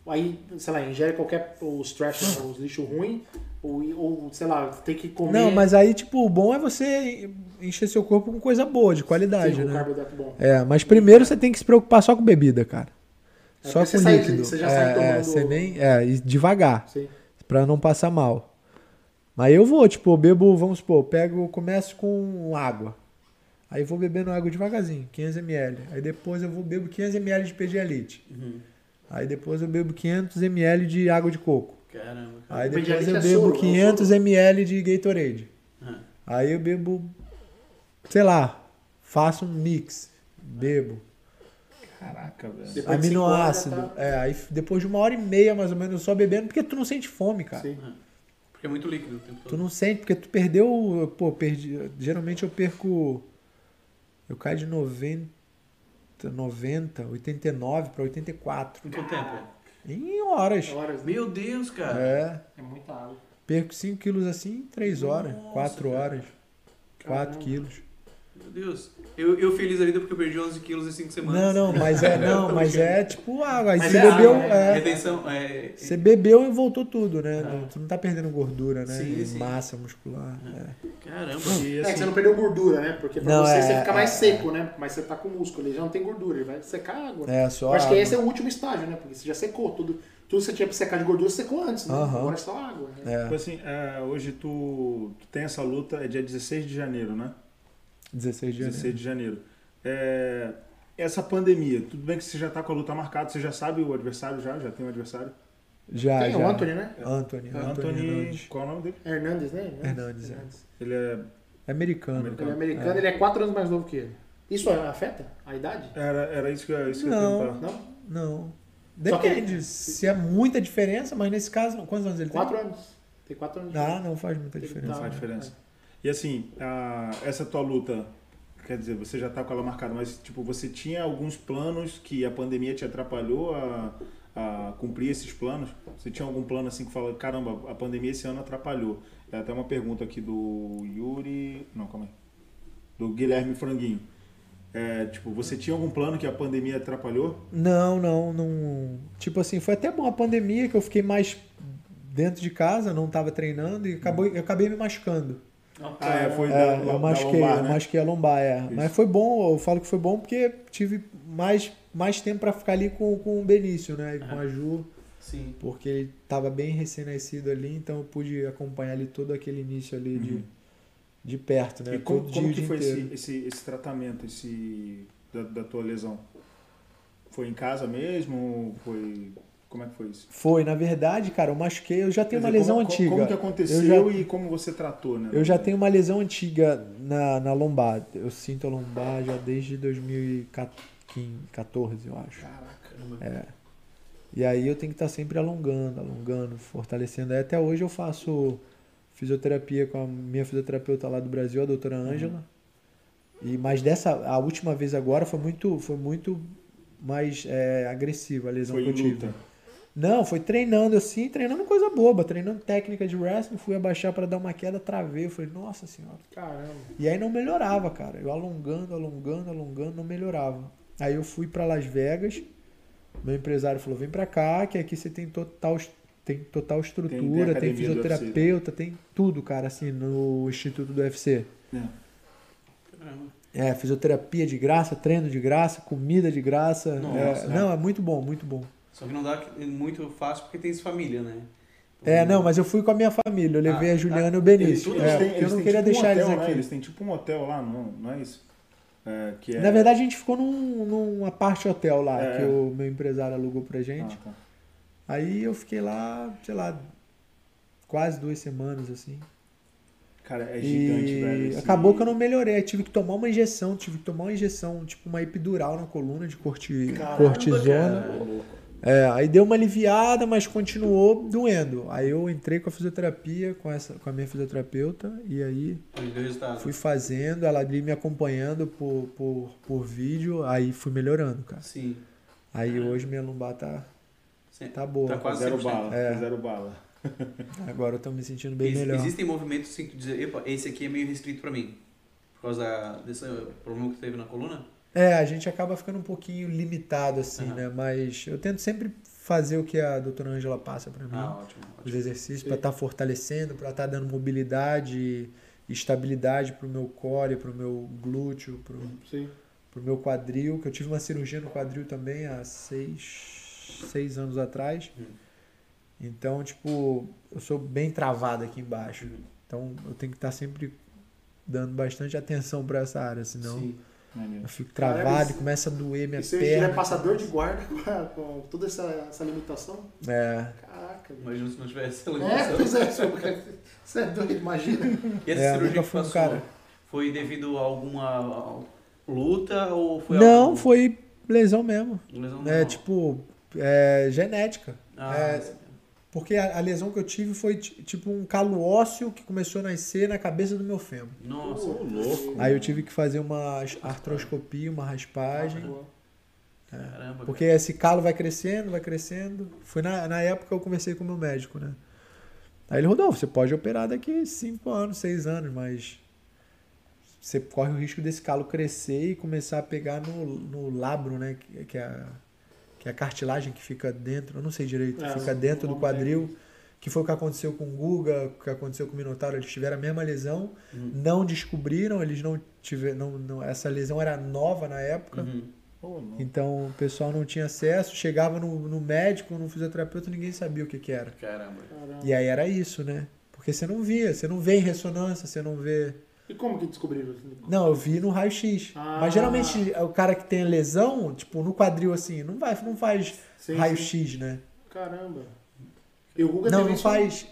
Speaker 5: aí, sei lá, ingere qualquer os trash, os lixo ruim, ou, ou, sei lá, tem que comer
Speaker 4: Não, mas aí, tipo, o bom é você encher seu corpo com coisa boa, de qualidade,
Speaker 5: sim, um
Speaker 4: né?
Speaker 5: carboidrato bom.
Speaker 4: É, mas primeiro você tem que se preocupar só com bebida, cara.
Speaker 5: É,
Speaker 4: só
Speaker 5: porque
Speaker 4: com
Speaker 5: você sai-
Speaker 4: líquido.
Speaker 5: você já
Speaker 4: é,
Speaker 5: sai
Speaker 4: é,
Speaker 5: tomando-
Speaker 4: você nem, é, e devagar,
Speaker 5: Sim.
Speaker 4: pra não passar mal. Mas eu vou, tipo, eu bebo, vamos supor, eu pego, eu começo com água. Aí vou bebendo água devagarzinho, 500ml. Aí depois eu vou bebo 500ml de pedialite.
Speaker 5: Uhum.
Speaker 4: Aí depois eu bebo 500ml de água de coco.
Speaker 3: Caramba. cara.
Speaker 4: Aí depois
Speaker 5: Pedialyte
Speaker 4: eu
Speaker 5: é
Speaker 4: bebo
Speaker 5: soro, não é
Speaker 4: 500 ml de Gatorade.
Speaker 3: Ah.
Speaker 4: Aí eu bebo, sei lá, faço um mix, bebo.
Speaker 1: Caraca, velho.
Speaker 5: Depois de cinco horas já tá-
Speaker 4: Aminoácido.
Speaker 3: tá.
Speaker 4: É, aí f- depois de uma hora e meia mais ou menos só bebendo, porque tu não sente fome, cara.
Speaker 5: Sim.
Speaker 3: Porque é muito líquido o tempo todo.
Speaker 4: Tu não sente, porque tu perdeu. Pô, perdi. Geralmente eu perco. Eu caio de 90, 90 89 pra 84.
Speaker 3: Em quanto tempo?
Speaker 4: Em horas.
Speaker 5: Horas, né?
Speaker 3: É. Meu Deus, cara.
Speaker 4: É.
Speaker 11: É muita água.
Speaker 4: Perco 5 quilos assim em 3 horas,
Speaker 3: Nossa,
Speaker 4: 4
Speaker 3: cara.
Speaker 4: horas. 4 quilos.
Speaker 3: Meu Deus. Eu, eu feliz da vida porque eu perdi 11 quilos em 5
Speaker 4: Não,
Speaker 3: semanas.
Speaker 4: não, mas é,
Speaker 3: *laughs*
Speaker 4: não, mas é tipo água. Aí
Speaker 3: Mas
Speaker 4: você
Speaker 3: é
Speaker 4: bebeu.
Speaker 3: água,
Speaker 4: é.
Speaker 3: né? Retenção. É,
Speaker 4: Você bebeu e voltou tudo, né? Não, tu não tá perdendo gordura, né?
Speaker 3: Sim,
Speaker 4: E
Speaker 3: sim.
Speaker 4: Massa muscular. é.
Speaker 3: Caramba.
Speaker 5: É
Speaker 1: assim,
Speaker 5: que você não perdeu gordura, né? Porque pra
Speaker 4: Não,
Speaker 5: você,
Speaker 4: é-
Speaker 5: você fica mais
Speaker 4: é-
Speaker 5: seco, né? Mas você tá com músculo, ele já não tem gordura, ele vai secar a água.
Speaker 4: É, só
Speaker 5: Eu acho que
Speaker 4: água.
Speaker 5: esse é o último estágio, né? Porque você já secou tudo. Tudo que você tinha pra secar de gordura, você secou antes, né?
Speaker 4: Aham.
Speaker 5: Agora é só água. Né?
Speaker 4: É.
Speaker 1: Tipo assim, é, hoje tu, tu tem essa luta, é dia 16 de janeiro, né?
Speaker 4: 16 dias. né?
Speaker 1: 16 de janeiro. É, essa pandemia, tudo bem que você já tá com a luta marcada, você já sabe o adversário já, já tem o adversário.
Speaker 4: Já,
Speaker 5: Tem
Speaker 4: É, já.
Speaker 5: o Anthony, né?
Speaker 4: Anthony. Anthony Hernandes.
Speaker 1: qual é o nome dele?
Speaker 5: É Hernandes, né?
Speaker 4: Hernandes, é.
Speaker 1: Ele é,
Speaker 4: É americano.
Speaker 5: Ele é americano, ele é 4 anos mais novo que ele. Isso afeta a idade?
Speaker 1: era, era isso que, eu- isso que eu
Speaker 4: Não.
Speaker 1: ia perguntar.
Speaker 5: Não?
Speaker 4: Não.
Speaker 5: Só que-
Speaker 4: Depende. Se é muita diferença, mas nesse caso, não. quantos anos ele
Speaker 5: 4 anos. Tem 4 anos. tá.
Speaker 4: tem? Ah, não faz muita
Speaker 1: Não
Speaker 4: diferença.
Speaker 1: faz diferença. E assim, a- essa tua luta, quer dizer, você já tá com ela marcada, mas tipo, você tinha alguns planos que a pandemia te atrapalhou a, a cumprir esses planos? Você tinha algum plano assim que fala, caramba, a pandemia esse ano atrapalhou? É até uma pergunta aqui do Yuri. Não, calma aí. Do Guilherme Franguinho. É, tipo, você tinha algum plano que a pandemia atrapalhou?
Speaker 4: Não, não, não. Tipo assim, foi até bom a pandemia que eu fiquei mais dentro de casa, não tava treinando e acabou, eu acabei me machucando.
Speaker 1: Ah, é, foi
Speaker 4: É,
Speaker 1: da, da
Speaker 4: eu machuquei,
Speaker 1: lombar,
Speaker 4: eu
Speaker 1: né?
Speaker 4: machuquei a lombar, é. Mas foi bom, eu falo que foi bom porque tive mais, mais tempo pra ficar ali com, com o Benício, né? E com a Ju,
Speaker 3: Sim.
Speaker 4: porque ele tava bem recém-nascido ali, então eu pude acompanhar ali todo aquele início ali de, de perto, né?
Speaker 1: Uhum. E como,
Speaker 4: todo
Speaker 1: como
Speaker 4: dia, o
Speaker 1: que
Speaker 4: dia
Speaker 1: foi
Speaker 4: inteiro.
Speaker 1: esse, esse, esse tratamento esse, da, da tua lesão? Foi em casa mesmo? Foi. Como é que foi isso?
Speaker 4: Foi, na verdade, cara, eu machuquei, eu já tenho
Speaker 1: Quer
Speaker 4: uma
Speaker 1: dizer,
Speaker 4: lesão
Speaker 1: como,
Speaker 4: antiga.
Speaker 1: Como que aconteceu
Speaker 4: Eu já-
Speaker 1: e como você tratou, né?
Speaker 4: Eu já tenho uma lesão antiga na, na lombar. Eu sinto a lombar já desde 2014, eu acho. É.
Speaker 3: Caramba.
Speaker 4: E aí eu tenho que estar sempre alongando, alongando, fortalecendo. Aí até hoje eu faço fisioterapia com a minha fisioterapeuta lá do Brasil, a doutora
Speaker 1: Uhum.
Speaker 4: Ângela. E mas dessa a última vez agora foi muito foi muito mais é, agressiva a lesão
Speaker 1: Foi
Speaker 4: que
Speaker 1: em
Speaker 4: eu tive.
Speaker 1: luta.
Speaker 4: Não, foi treinando assim, treinando coisa boba, treinando técnica de wrestling, fui abaixar pra dar uma queda, travei, eu falei, nossa senhora.
Speaker 5: Caramba.
Speaker 4: E aí não melhorava, cara. Eu alongando, alongando, alongando, não melhorava. Aí eu fui pra Las Vegas. Meu empresário falou: "Vem pra cá, que aqui você tem total tem total estrutura, tem,
Speaker 1: academia do
Speaker 4: fisioterapeuta, tem tudo, cara, assim, no instituto do UFC.
Speaker 3: Caramba.
Speaker 4: É, fisioterapia de graça, treino de graça, comida de graça.
Speaker 3: Nossa.
Speaker 4: É, não, é muito bom, muito bom.
Speaker 3: Só que não dá muito fácil porque tem família, né?
Speaker 4: É, não, mas eu fui com a minha família. Eu levei
Speaker 3: Ah,
Speaker 4: a Juliana
Speaker 3: tá.
Speaker 4: e o Benício.
Speaker 3: Eles-
Speaker 4: é,
Speaker 3: eles
Speaker 4: porque eu não queria deixar
Speaker 1: um hotel,
Speaker 4: eles
Speaker 1: né?
Speaker 4: aqui.
Speaker 1: Eles têm tipo um hotel lá, não, não é isso? É, que é...
Speaker 4: Na verdade, a gente ficou num, numa parte hotel lá,
Speaker 1: É.
Speaker 4: que o meu empresário alugou pra gente.
Speaker 1: Ah, tá.
Speaker 4: Aí eu fiquei lá, sei lá, quase duas semanas, assim.
Speaker 1: Cara, é gigante,
Speaker 4: e
Speaker 1: velho. esse-
Speaker 4: acabou que eu não melhorei. Tive que tomar uma injeção, tive que tomar uma injeção, tipo uma epidural na coluna de corti... cortisona. É, aí deu uma aliviada, mas continuou doendo. Aí eu entrei com a fisioterapia, com, essa, com a minha fisioterapeuta, e aí
Speaker 3: Os dois resultados.
Speaker 4: fui fazendo, ela ali me acompanhando por, por, por vídeo, aí fui melhorando, cara.
Speaker 3: Sim.
Speaker 4: Aí hoje minha lombar tá,
Speaker 3: Sim.
Speaker 4: tá boa.
Speaker 3: É. Tá quase
Speaker 1: Zero
Speaker 3: 100%.
Speaker 1: bala,
Speaker 4: É.
Speaker 1: zero bala.
Speaker 4: Agora eu tô me sentindo bem
Speaker 3: Ex-
Speaker 4: melhor.
Speaker 3: Existem movimentos assim que dizer, epa, esse aqui é meio restrito pra mim. Por causa desse eh, problema que teve na coluna?
Speaker 4: É, a gente acaba ficando um pouquinho limitado, assim,
Speaker 3: Aham.
Speaker 4: né? Mas eu tento sempre fazer o que a doutora Angela passa pra mim.
Speaker 3: Ah, ótimo. ótimo.
Speaker 4: os exercícios pra estar fortalecendo, pra estar dando mobilidade e estabilidade pro meu core, pro meu glúteo, pro,
Speaker 5: Sim.
Speaker 4: pro meu quadril, que eu tive uma cirurgia no quadril também há seis, seis anos atrás. Então, tipo, eu sou bem travado aqui embaixo. Então eu tenho que estar tá sempre dando bastante atenção para essa área, senão Sim. eu fico travado cara, e começa a doer minha se perna. Se
Speaker 5: eu passador de guarda *laughs* com, toda essa, essa limitação.
Speaker 4: É.
Speaker 5: Caraca.
Speaker 3: Imagina se não tivesse essa
Speaker 5: limitação. É, pois é, você é doido, imagina.
Speaker 3: E essa é, cirurgia que passou, um cara. foi devido a alguma luta ou foi
Speaker 4: Não, algum... foi lesão mesmo.
Speaker 3: Lesão
Speaker 4: é,
Speaker 3: normal.
Speaker 4: tipo, é, genética.
Speaker 3: Ah,
Speaker 4: é, porque a, a, lesão que eu tive foi t- tipo um calo ósseo que começou a nascer na cabeça do meu fêmur.
Speaker 3: Nossa,
Speaker 4: uh,
Speaker 3: oh, louco.
Speaker 4: Aí eu tive que fazer uma artroscopia, uma raspagem.
Speaker 3: Ah, é. Caramba,
Speaker 4: porque
Speaker 3: cara.
Speaker 4: esse calo vai crescendo, vai crescendo. Foi na, na época que eu conversei com o meu médico, né? Aí ele, Rodolfo, você pode operar daqui 5 anos, 6 anos, mas você corre o risco desse calo crescer e começar a pegar no, no labro, né? Que, que é a, que é a cartilagem que fica dentro, eu não sei direito, é, fica dentro do quadril, é que foi o que aconteceu com o Guga, o que aconteceu com o Minotauro, eles tiveram a mesma lesão, uhum. não descobriram, eles não tiveram, não, não, essa lesão era nova na época,
Speaker 3: uhum.
Speaker 4: oh, então o pessoal não tinha acesso, chegava no, no médico, no fisioterapeuta, ninguém sabia o que, que era.
Speaker 3: Caramba.
Speaker 4: E aí era isso, né? Porque você não via, você não vê em ressonância, você não vê...
Speaker 5: E como que descobriram?
Speaker 4: Não, eu vi no raio-x. Ah. Mas geralmente o cara que tem a lesão, tipo, no quadril assim, não, vai, não faz sim, raio-x, sim. né?
Speaker 5: Caramba. E o Guga
Speaker 4: não, não faz. Isso...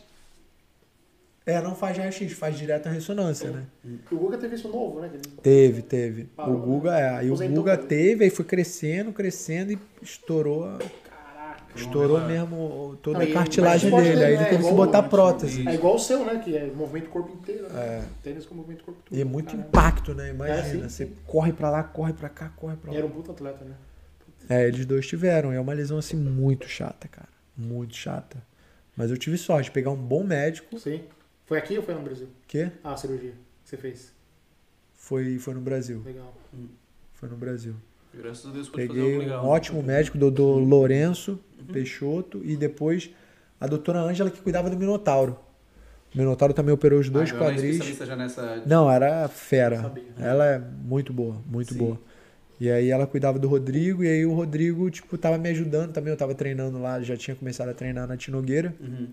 Speaker 4: É, não faz raio-x, faz direto a ressonância, é. né?
Speaker 5: E o Guga teve isso novo, né? Ele...
Speaker 4: Teve, teve. Parou, o Guga, né? é. Aí o Guga também. teve, aí foi crescendo, crescendo e estourou a... Estourou não, mesmo toda não, a cartilagem dele. Ter, aí ele é, teve que botar prótese.
Speaker 5: É igual o seu, né? Que é movimento do corpo inteiro. Né? É. Tênis com movimento do corpo
Speaker 4: inteiro. E muito Caramba. impacto, né? Imagina. É, você corre pra lá, corre pra cá, corre pra lá.
Speaker 5: E era um puto atleta, né?
Speaker 4: É, eles dois tiveram. É uma lesão assim muito chata, cara. Muito chata. Mas eu tive sorte de pegar um bom médico.
Speaker 5: Sim. Foi aqui ou foi no Brasil?
Speaker 4: Quê?
Speaker 5: Ah, a cirurgia que você fez.
Speaker 4: Foi, foi no Brasil.
Speaker 5: Legal. Hum.
Speaker 4: Foi no Brasil.
Speaker 3: Graças a Deus
Speaker 4: Peguei fazer algo legal. um
Speaker 3: né?
Speaker 4: ótimo médico, o doutor Lourenço uhum. Peixoto, e depois a doutora Ângela, que cuidava do Minotauro. O Minotauro também operou os dois ah, quadris.
Speaker 3: Não, é nessa...
Speaker 4: não, era fera. Ela é muito boa, muito Sim. boa. E aí ela cuidava do Rodrigo, e aí o Rodrigo, tipo, tava me ajudando também. Eu tava treinando lá, já tinha começado a treinar na Tinogueira.
Speaker 3: Uhum.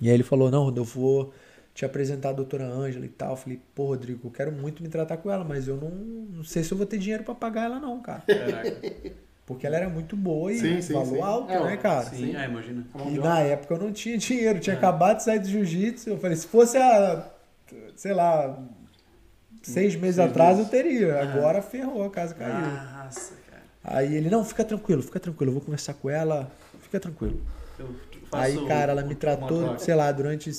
Speaker 4: E aí ele falou, não, Rodolfo, vou te apresentar a doutora Ângela e tal. Eu falei, pô, Rodrigo, eu quero muito me tratar com ela, mas eu não, não sei se eu vou ter dinheiro para pagar ela, não, cara.
Speaker 3: Caraca.
Speaker 4: Porque ela era muito boa e sim, sim, valor sim. alto, é, né, *laughs* cara?
Speaker 3: Sim, ah, imagina.
Speaker 1: É
Speaker 4: E na época eu não tinha dinheiro, tinha é. acabado de sair do jiu-jitsu. Eu falei, se fosse a, sei lá, seis meses seis atrás meses. eu teria. Agora ah. ferrou, a casa caiu.
Speaker 3: Ah. Nossa, cara.
Speaker 4: Aí ele, não, fica tranquilo, fica tranquilo, eu vou conversar com ela, fica tranquilo. Aí, cara, ela me tratou, sei lá, durante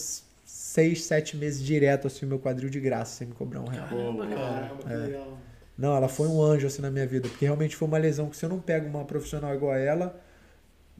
Speaker 4: seis, sete meses direto assim meu quadril de graça, sem me cobrar um real.
Speaker 3: Caramba,
Speaker 5: caramba, é. legal.
Speaker 4: Não, ela foi um anjo assim na minha vida, porque realmente foi uma lesão que se eu não pego uma profissional igual a ela,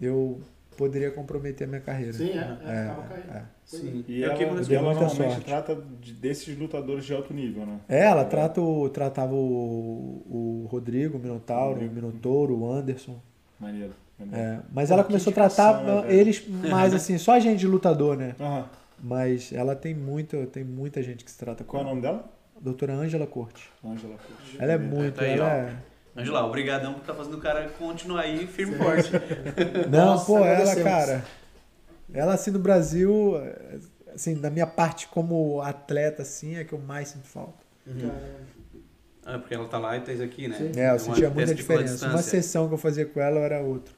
Speaker 4: eu poderia comprometer a minha carreira.
Speaker 5: Sim, né? é, é, é, carreira. é.
Speaker 1: Sim. E eu ela, e ela normalmente sorte. trata de, desses lutadores de alto nível, né?
Speaker 4: É, ela trata o, tratava o, o Rodrigo, o Minotauro, o Minotouro, o Anderson.
Speaker 1: Maneiro.
Speaker 4: maneiro. mas Pô, ela começou a tratar né, eles
Speaker 1: *laughs*
Speaker 4: mais assim, só a gente de lutador, né?
Speaker 1: Aham.
Speaker 4: Mas ela tem muito, tem muita gente que se trata
Speaker 1: Qual com Qual é o nome dela?
Speaker 4: Doutora Ângela Corte.
Speaker 1: Ângela Corte.
Speaker 4: Ela é muito, é, tá ela aí,
Speaker 3: é... Angela, obrigadão por estar tá fazendo o cara continuar aí firme
Speaker 1: *laughs*
Speaker 3: e forte.
Speaker 4: Não, Nossa, pô, ela, cara. Ela assim no Brasil, assim, da minha parte como atleta assim, é que eu mais sinto falta.
Speaker 3: Uhum. Ah, porque ela tá lá e tá aqui, né?
Speaker 4: Sim. É, eu então, sentia muita diferença. Uma sessão que eu fazia com ela era outra.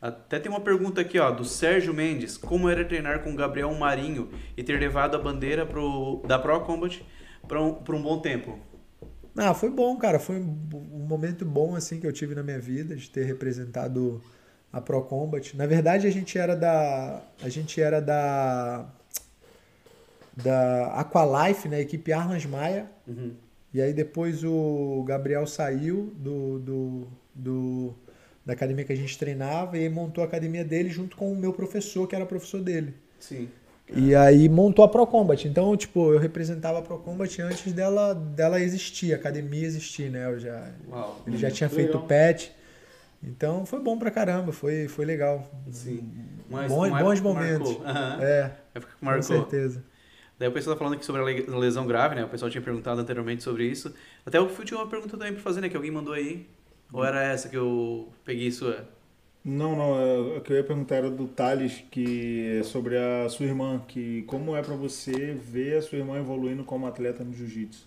Speaker 3: Até tem uma pergunta aqui, ó, do Sérgio Mendes. Como era treinar com Gabriel Marinho e ter levado a bandeira pro, da Pro Combat para um, pra um bom tempo?
Speaker 4: Ah, foi bom, cara. Foi um momento bom, assim, que eu tive na minha vida, de ter representado a Pro Combat. Na verdade, a gente era da... A gente era da... Da Aqualife, né? Equipe Armas Maia.
Speaker 3: Uhum.
Speaker 4: E aí depois o Gabriel saiu do... do, do da academia que a gente treinava e montou a academia dele junto com o meu professor, que era professor dele.
Speaker 3: Sim.
Speaker 4: E aí montou a Procombat. Então, tipo, eu representava a Procombat antes dela, dela existir, a academia existir, né? Eu já,
Speaker 3: Uau,
Speaker 4: ele já tinha feito o pet. Então foi bom pra caramba, foi, foi legal.
Speaker 3: Sim.
Speaker 4: Mas, bons, Uhum. bons momentos.
Speaker 3: Marcou.
Speaker 1: Ah,
Speaker 3: Uhum.
Speaker 4: É.
Speaker 3: Época que marcou.
Speaker 4: Com certeza.
Speaker 3: Daí o pessoal tá falando aqui sobre a lesão grave, né? O pessoal tinha perguntado anteriormente sobre isso. Até o Fio tinha uma pergunta também pra fazer, né? Que alguém mandou aí. Ou era essa que eu peguei sua?
Speaker 1: Não, não, é, o que eu ia perguntar era do Thales, que é sobre a sua irmã, que como é pra você ver a sua irmã evoluindo como atleta no jiu-jitsu?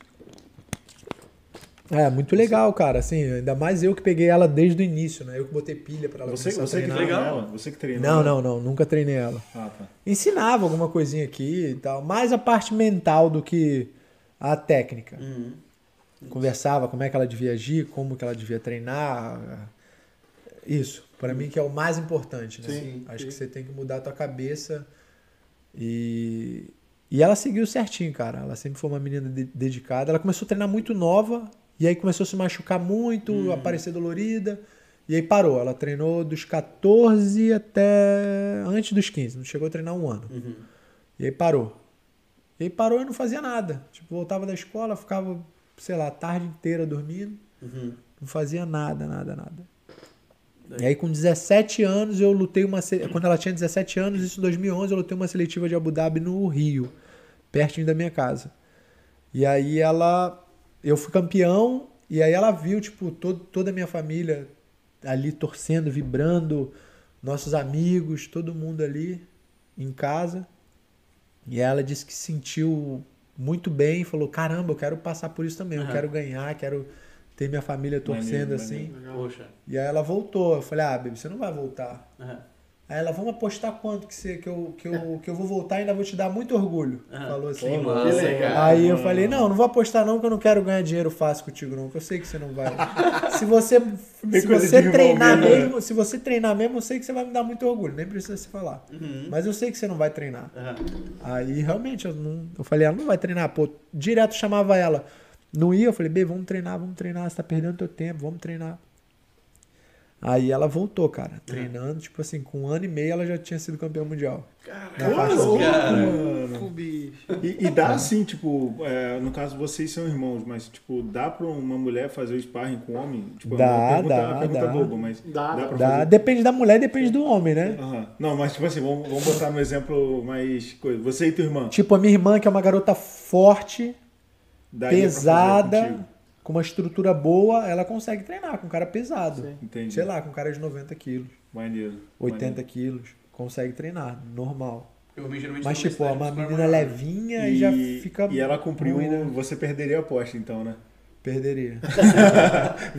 Speaker 4: É, muito legal, cara. Assim, ainda mais eu que peguei ela desde o início, né? Eu que botei pilha pra ela
Speaker 1: Você,
Speaker 4: começar a
Speaker 1: você que
Speaker 4: treinar.
Speaker 1: treinou ela? Você que treinou
Speaker 4: Não,
Speaker 1: ela?
Speaker 4: não, não. Nunca treinei ela.
Speaker 1: Ah, tá.
Speaker 4: Ensinava alguma coisinha aqui e tal. Mais a parte mental do que a técnica. Conversava como é que ela devia agir, como que ela devia treinar. Isso. Pra mim que é o mais importante, né?
Speaker 5: Sim,
Speaker 4: Acho
Speaker 5: sim.
Speaker 4: que você tem que mudar a tua cabeça. E... E ela seguiu certinho, cara. Ela sempre foi uma menina de- dedicada. Ela começou a treinar muito nova. E aí começou a se machucar muito,
Speaker 5: Uhum.
Speaker 4: aparecer dolorida. E aí parou. Ela treinou dos 14 até antes dos 15. Não chegou a treinar um ano.
Speaker 3: Uhum.
Speaker 4: E aí parou. E aí parou e não fazia nada. Tipo, voltava da escola, ficava, sei lá, a tarde inteira dormindo.
Speaker 3: Uhum.
Speaker 4: Não fazia nada, nada, nada. E aí com 17 anos eu lutei uma... se- Quando ela tinha 17 anos, isso em 2011, eu lutei uma seletiva de Abu Dhabi no Rio. Pertinho da minha casa. E aí ela... Eu fui campeão e aí ela viu, tipo, todo, toda a minha família ali torcendo, vibrando. Nossos amigos, todo mundo ali em casa. E ela disse que se sentiu muito bem, falou: caramba, eu quero passar por isso também, eu quero ganhar, quero ter minha família torcendo
Speaker 1: Maneiro,
Speaker 4: assim.
Speaker 3: Poxa.
Speaker 4: E aí ela voltou. Eu falei: ah, baby, você não vai voltar. Aí ela, vamos apostar quanto que, você, que, eu,
Speaker 1: *laughs*
Speaker 4: que, eu, que eu vou voltar e ainda vou te dar muito orgulho.
Speaker 1: Ah,
Speaker 4: Falou assim.
Speaker 3: massa, cara.
Speaker 4: Aí eu falei, não, não vou apostar não, que eu não quero ganhar dinheiro fácil contigo não, que eu sei que você
Speaker 1: *laughs*
Speaker 4: não vai. se você, se
Speaker 1: coisa de
Speaker 4: você treinar
Speaker 1: envolver, né?
Speaker 4: mesmo, se você treinar mesmo, eu sei que você vai me dar muito orgulho, nem precisa se falar.
Speaker 3: Uhum.
Speaker 4: Mas eu sei que você não vai treinar. Aí realmente eu, não, eu falei, ela não vai treinar, pô, direto chamava ela. Não ia, eu falei, bem, vamos treinar, vamos treinar, você tá perdendo teu tempo, vamos treinar. Aí ela voltou, cara, treinando, tipo assim, com um ano e meio ela já tinha sido campeã mundial. Na faixa
Speaker 1: Ô,
Speaker 3: Cara.
Speaker 1: mano. E, e dá assim, tipo, é, no caso vocês são irmãos, mas tipo, dá pra uma mulher fazer o sparring com homem? Tipo, é
Speaker 4: Dá,
Speaker 1: uma pergunta,
Speaker 4: dá,
Speaker 1: uma pergunta
Speaker 4: dá.
Speaker 1: boba, mas
Speaker 5: Dá,
Speaker 1: dá pra
Speaker 4: Dá-
Speaker 1: fazer.
Speaker 4: depende da mulher, depende do homem, né?
Speaker 1: Aham. Não, mas tipo assim, vamos, vamos botar no exemplo mais coisa. Você e tua irmã.
Speaker 4: Tipo, a minha irmã, que é uma garota forte,
Speaker 1: daria pra fazer
Speaker 4: pesada,
Speaker 1: contigo?
Speaker 4: com uma estrutura boa, ela consegue treinar com um cara pesado.
Speaker 1: Entendi.
Speaker 4: Sei lá, com um cara de 90 quilos,
Speaker 1: Maneiro.
Speaker 4: 80
Speaker 1: maneiro.
Speaker 4: quilos, consegue treinar, normal.
Speaker 3: Eu vi geralmente
Speaker 4: Mas,
Speaker 1: é
Speaker 3: não
Speaker 4: tipo,
Speaker 3: me
Speaker 4: ó,
Speaker 3: estresse,
Speaker 4: uma
Speaker 3: mas
Speaker 4: menina
Speaker 3: não.
Speaker 4: levinha e, já fica.
Speaker 1: né? E ela cumpriu.
Speaker 4: ruim, né?
Speaker 1: Você perderia a aposta, então, né? *laughs*
Speaker 4: Perderia.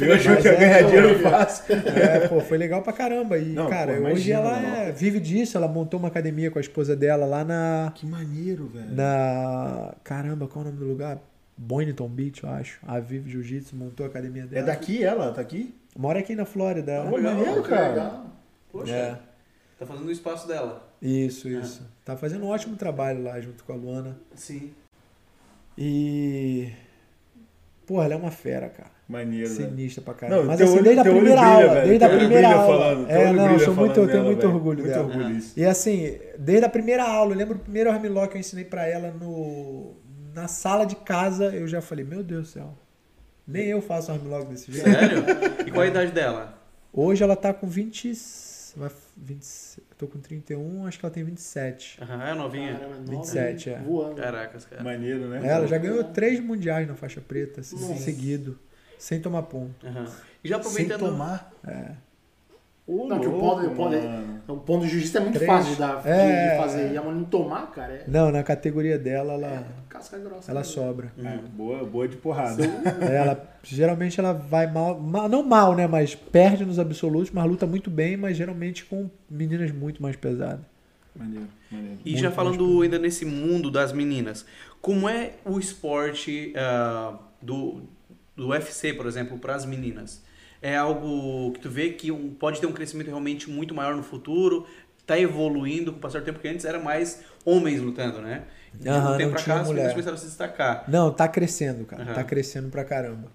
Speaker 1: Eu achou
Speaker 4: mas
Speaker 1: que ia
Speaker 4: é,
Speaker 1: ganhar
Speaker 4: eu-
Speaker 1: dinheiro fácil.
Speaker 4: É, pô, foi legal pra caramba. E,
Speaker 1: Não,
Speaker 4: cara,
Speaker 1: pô,
Speaker 4: hoje
Speaker 1: imagino,
Speaker 4: ela
Speaker 1: não.
Speaker 4: é- vive disso. Ela montou uma academia com a esposa dela lá na.
Speaker 1: Que maneiro, velho.
Speaker 4: Na. Caramba, qual é o nome do lugar? Boynton Beach, eu acho. A Vive Jiu-Jitsu montou a academia
Speaker 1: É
Speaker 4: dela.
Speaker 1: daqui Tá ela? Tá aqui?
Speaker 4: Mora aqui na Flórida. né? ela.
Speaker 1: Pô, maneiro, cara.
Speaker 3: Poxa,
Speaker 4: É.
Speaker 3: tá fazendo o espaço dela.
Speaker 4: Isso, isso.
Speaker 1: Ah.
Speaker 4: Tá fazendo um ótimo trabalho lá junto com a Luana.
Speaker 3: Sim.
Speaker 4: E. Porra, ela é uma fera, cara.
Speaker 1: Maneiro, velho.
Speaker 4: Sinistra pra caramba.
Speaker 1: Não,
Speaker 4: Mas
Speaker 1: teu
Speaker 4: assim,
Speaker 1: olho-
Speaker 4: desde a
Speaker 1: teu olho
Speaker 4: primeira
Speaker 1: brilha,
Speaker 4: aula.
Speaker 1: velho.
Speaker 4: Desde a
Speaker 1: Teu olho
Speaker 4: primeira
Speaker 1: brilha
Speaker 4: aula.
Speaker 1: falando, teu
Speaker 4: é,
Speaker 1: olho
Speaker 4: não, eu
Speaker 1: brilha
Speaker 4: sou muito,
Speaker 1: falando
Speaker 4: eu tenho
Speaker 1: dela,
Speaker 4: muito
Speaker 1: velho.
Speaker 4: orgulho
Speaker 1: Muito
Speaker 4: dela.
Speaker 1: orgulho, isso.
Speaker 4: E assim, desde a primeira aula, eu lembro o primeiro armlock que eu ensinei pra ela no na sala de casa, eu já falei, meu Deus do céu. Nem eu faço armlock desse jeito.
Speaker 3: Sério? E
Speaker 4: É.
Speaker 3: qual a idade dela?
Speaker 4: Hoje ela tá com 20, vai- 20, eu tô com 31, acho que ela tem 27.
Speaker 3: Aham, é novinha?
Speaker 5: Caramba, é nove,
Speaker 4: 27, é.
Speaker 5: Voando.
Speaker 3: Caracas, cara.
Speaker 1: Maneiro, né?
Speaker 4: Ela já ganhou três mundiais na faixa preta, assim, seguido, sem tomar ponto.
Speaker 3: Aham. E já
Speaker 1: Sem
Speaker 3: Tá aproveitando.
Speaker 1: tomar.
Speaker 5: Não, que o ponto, o ponto,
Speaker 1: mano.
Speaker 5: o ponto do jiu-jitsu é muito
Speaker 4: Três.
Speaker 5: fácil de, dar, de-
Speaker 4: É.
Speaker 5: de fazer. E a mulher não tomar, cara, é
Speaker 4: Não, na categoria dela, ela,
Speaker 5: casca grossa.
Speaker 4: ela
Speaker 5: né?
Speaker 4: sobra. É,
Speaker 1: Ah, boa, boa de porrada.
Speaker 4: Ela geralmente ela vai mal, ma- não mal, né, mas perde nos absolutos, mas luta muito bem, mas geralmente com meninas muito mais pesadas.
Speaker 1: maneiro, maneiro.
Speaker 3: E já falando ainda nesse mundo das meninas, como é o esporte ah, do, do UFC, por exemplo, para as meninas? É algo que tu vê que um- pode ter um crescimento realmente muito maior no futuro, tá evoluindo com o passar do tempo, porque antes era mais homens lutando, né? E de
Speaker 4: Aham,
Speaker 3: um tempo
Speaker 4: não
Speaker 3: pra
Speaker 4: tinha
Speaker 3: cá as meninas
Speaker 4: mulher.
Speaker 3: começaram a se destacar.
Speaker 4: Não, tá crescendo, cara.
Speaker 3: Aham.
Speaker 4: Tá crescendo pra caramba.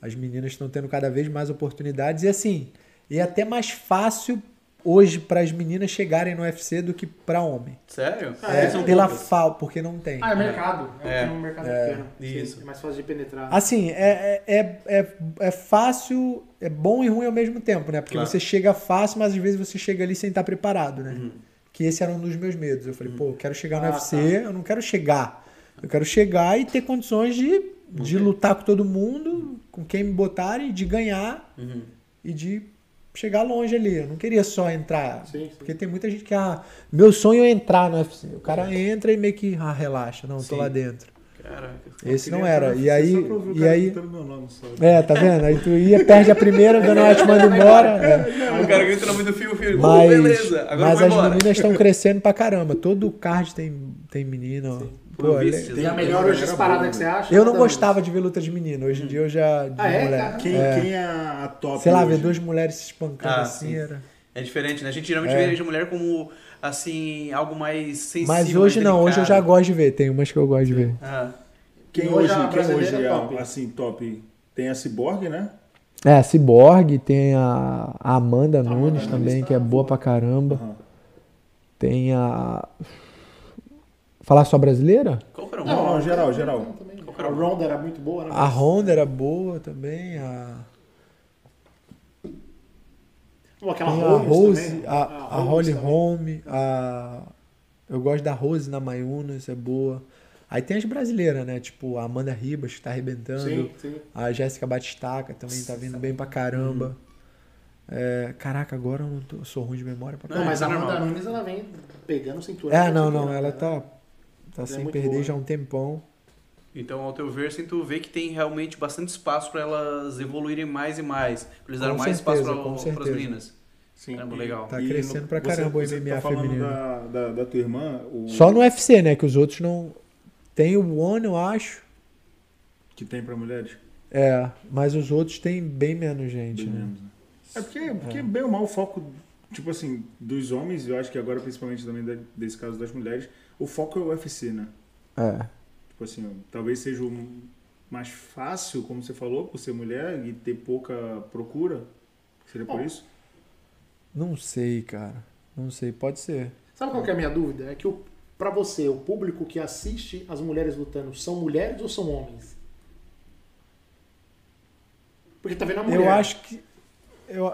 Speaker 4: As meninas estão tendo cada vez mais oportunidades e assim, e é até mais fácil hoje para as meninas chegarem no UFC do que pra homem.
Speaker 3: Sério?
Speaker 4: É,
Speaker 3: Ah, São
Speaker 4: pela
Speaker 3: poucas.
Speaker 4: fal, porque não tem.
Speaker 5: Ah, é mercado. É, um mercado pequeno. Sim,
Speaker 3: isso.
Speaker 5: É mais fácil de penetrar.
Speaker 4: Assim, é, é, é, é- é fácil, é bom e ruim ao mesmo tempo, né? Porque
Speaker 3: Claro.
Speaker 4: você chega fácil, mas às vezes você chega ali sem estar preparado, né?
Speaker 1: Uhum.
Speaker 4: Que esse era um dos meus medos. Eu falei, pô, eu quero chegar no UFC, eu não quero chegar. Eu quero chegar e ter condições de,
Speaker 3: Uhum.
Speaker 4: de lutar com todo mundo, com quem me botarem, de ganhar e de chegar longe ali. Eu não queria só entrar.
Speaker 5: Sim, sim.
Speaker 4: Porque tem muita gente que, ah, meu sonho é entrar no UFC. O cara entra e meio que, ah, relaxa, não, tô lá dentro.
Speaker 3: Caraca.
Speaker 4: Esse não era. E aí.
Speaker 1: Só pra ouvir o
Speaker 4: E
Speaker 1: cara
Speaker 4: aí.
Speaker 1: gritando meu nome só.
Speaker 4: É, tá vendo? Aí tu ia, perde a primeira, o Dana te manda embora. É.
Speaker 3: O cara grita no meio do filme, filho.
Speaker 4: Mas,
Speaker 3: "Uh, beleza, agora eu
Speaker 4: mas
Speaker 3: vou
Speaker 4: as
Speaker 3: embora.
Speaker 4: meninas estão crescendo pra caramba. Todo card tem, tem menino. Pô,
Speaker 3: eu vi
Speaker 4: le-
Speaker 3: esses
Speaker 5: E é a
Speaker 3: dias.
Speaker 5: melhor hoje disparada que você acha?
Speaker 4: eu não
Speaker 5: Nada
Speaker 4: gostava de ver luta de menino. Hoje em dia eu já. De
Speaker 5: Ah, é?
Speaker 4: mulher.
Speaker 5: Cara,
Speaker 1: Quem, quem é a top?
Speaker 4: Sei lá,
Speaker 1: hoje?
Speaker 4: ver duas mulheres se espancando
Speaker 3: Ah,
Speaker 4: assim
Speaker 3: sim.
Speaker 4: era.
Speaker 3: É diferente, né? A gente geralmente vê a mulher como, assim, algo mais sensível.
Speaker 4: Mas hoje
Speaker 3: mais
Speaker 4: não, hoje eu já
Speaker 3: delicado.
Speaker 4: gosto de ver. Tem umas que eu gosto de ver.
Speaker 3: Ah,
Speaker 1: Quem
Speaker 5: E hoje
Speaker 1: hoje,
Speaker 5: a
Speaker 1: quem
Speaker 5: brasileira
Speaker 1: hoje
Speaker 5: é
Speaker 1: é,
Speaker 5: top.
Speaker 1: assim, top? Tem a Cyborg, né?
Speaker 4: É, a Cyborg, tem a a Amanda Nunes também, que é boa pra caramba.
Speaker 1: Aham.
Speaker 4: Tem a. Falar só brasileira?
Speaker 3: qual que era o
Speaker 1: Não,
Speaker 3: nome?
Speaker 1: geral, geral.
Speaker 3: Qual que
Speaker 5: A
Speaker 3: era o nome?
Speaker 5: Ronda era muito boa, né?
Speaker 4: A Honda era boa também, a.
Speaker 5: Pô, aquela
Speaker 4: Tem a
Speaker 5: Rose,
Speaker 4: Rose,
Speaker 5: também. Ah,
Speaker 4: a, a Holly Holm, a. Eu gosto da Rose na Mayunas, é boa. Aí tem as brasileiras, né? Tipo, a Amanda Ribas, que tá arrebentando.
Speaker 5: Sim, sim.
Speaker 4: A Jéssica Batistaca também tá vindo bem pra caramba. É, caraca, agora eu não tô- eu sou ruim de memória pra
Speaker 5: Não,
Speaker 4: caramba.
Speaker 5: mas
Speaker 3: isso
Speaker 5: a
Speaker 3: é normal.
Speaker 5: Amanda Nunes, ela vem pegando cintura. né? Tipo,
Speaker 4: É, não,
Speaker 5: cintura,
Speaker 4: não, ela tá, tá sem
Speaker 5: muito
Speaker 4: perder
Speaker 5: boa,
Speaker 4: já há um tempão.
Speaker 3: Então, ao teu ver, assim, tu vê que tem realmente bastante espaço pra elas evoluírem mais e mais. Pra eles
Speaker 4: Com
Speaker 3: darem mais
Speaker 4: certeza, com
Speaker 3: espaço para as
Speaker 4: certeza.
Speaker 3: meninas.
Speaker 1: Sim.
Speaker 3: Caramba, legal.
Speaker 4: Tá crescendo pra caramba o
Speaker 1: você, você
Speaker 4: MMA
Speaker 1: tá falando
Speaker 4: feminino.
Speaker 1: da, da, da tua irmã, o
Speaker 4: Só no UFC, né? Que os outros não. Tem o One, eu acho.
Speaker 1: que tem pra mulheres?
Speaker 4: É, mas os outros tem bem menos gente,
Speaker 1: Bem
Speaker 4: né?
Speaker 1: menos, né? É porque, porque bem ou mal o foco, tipo assim, dos homens, eu acho que agora principalmente também da- desse caso das mulheres, o foco é o UFC, né?
Speaker 4: É.
Speaker 1: Tipo assim, talvez seja um- mais fácil, como você falou, por ser mulher e ter pouca procura. Seria por isso?
Speaker 4: Não sei, cara. Não sei, pode ser.
Speaker 5: Sabe qual que é a minha dúvida? É que o, pra você, o público que assiste as mulheres lutando são mulheres ou são homens? Porque tá vendo a mulher.
Speaker 4: Eu acho que. Eu...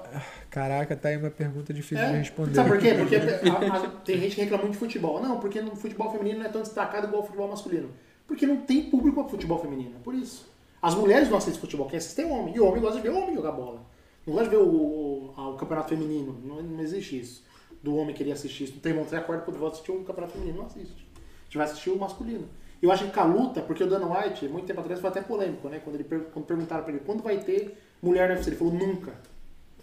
Speaker 4: Caraca, tá aí uma pergunta difícil de
Speaker 5: É.
Speaker 4: responder.
Speaker 5: Sabe por quê?
Speaker 4: *laughs*
Speaker 5: Porque a- a- tem gente que reclama muito de futebol. Não, porque no futebol feminino não é tão destacado igual o futebol masculino. Porque não tem público para futebol feminino, por isso. As mulheres não assistem futebol, quem assiste é homem. E o homem gosta de ver o homem jogar bola. Não gosta de ver o, o- a- o campeonato feminino. Não, não existe isso. Do homem querer assistir isso. Não tem monte de acordo quando vou assistir um campeonato feminino, não assiste. A gente vai assistir o masculino. Eu acho que com a luta, porque o Dana White, muito tempo atrás, foi até polêmico, né? Quando, ele, per- quando perguntaram pra ele quando vai ter mulher no UFC, ele falou nunca.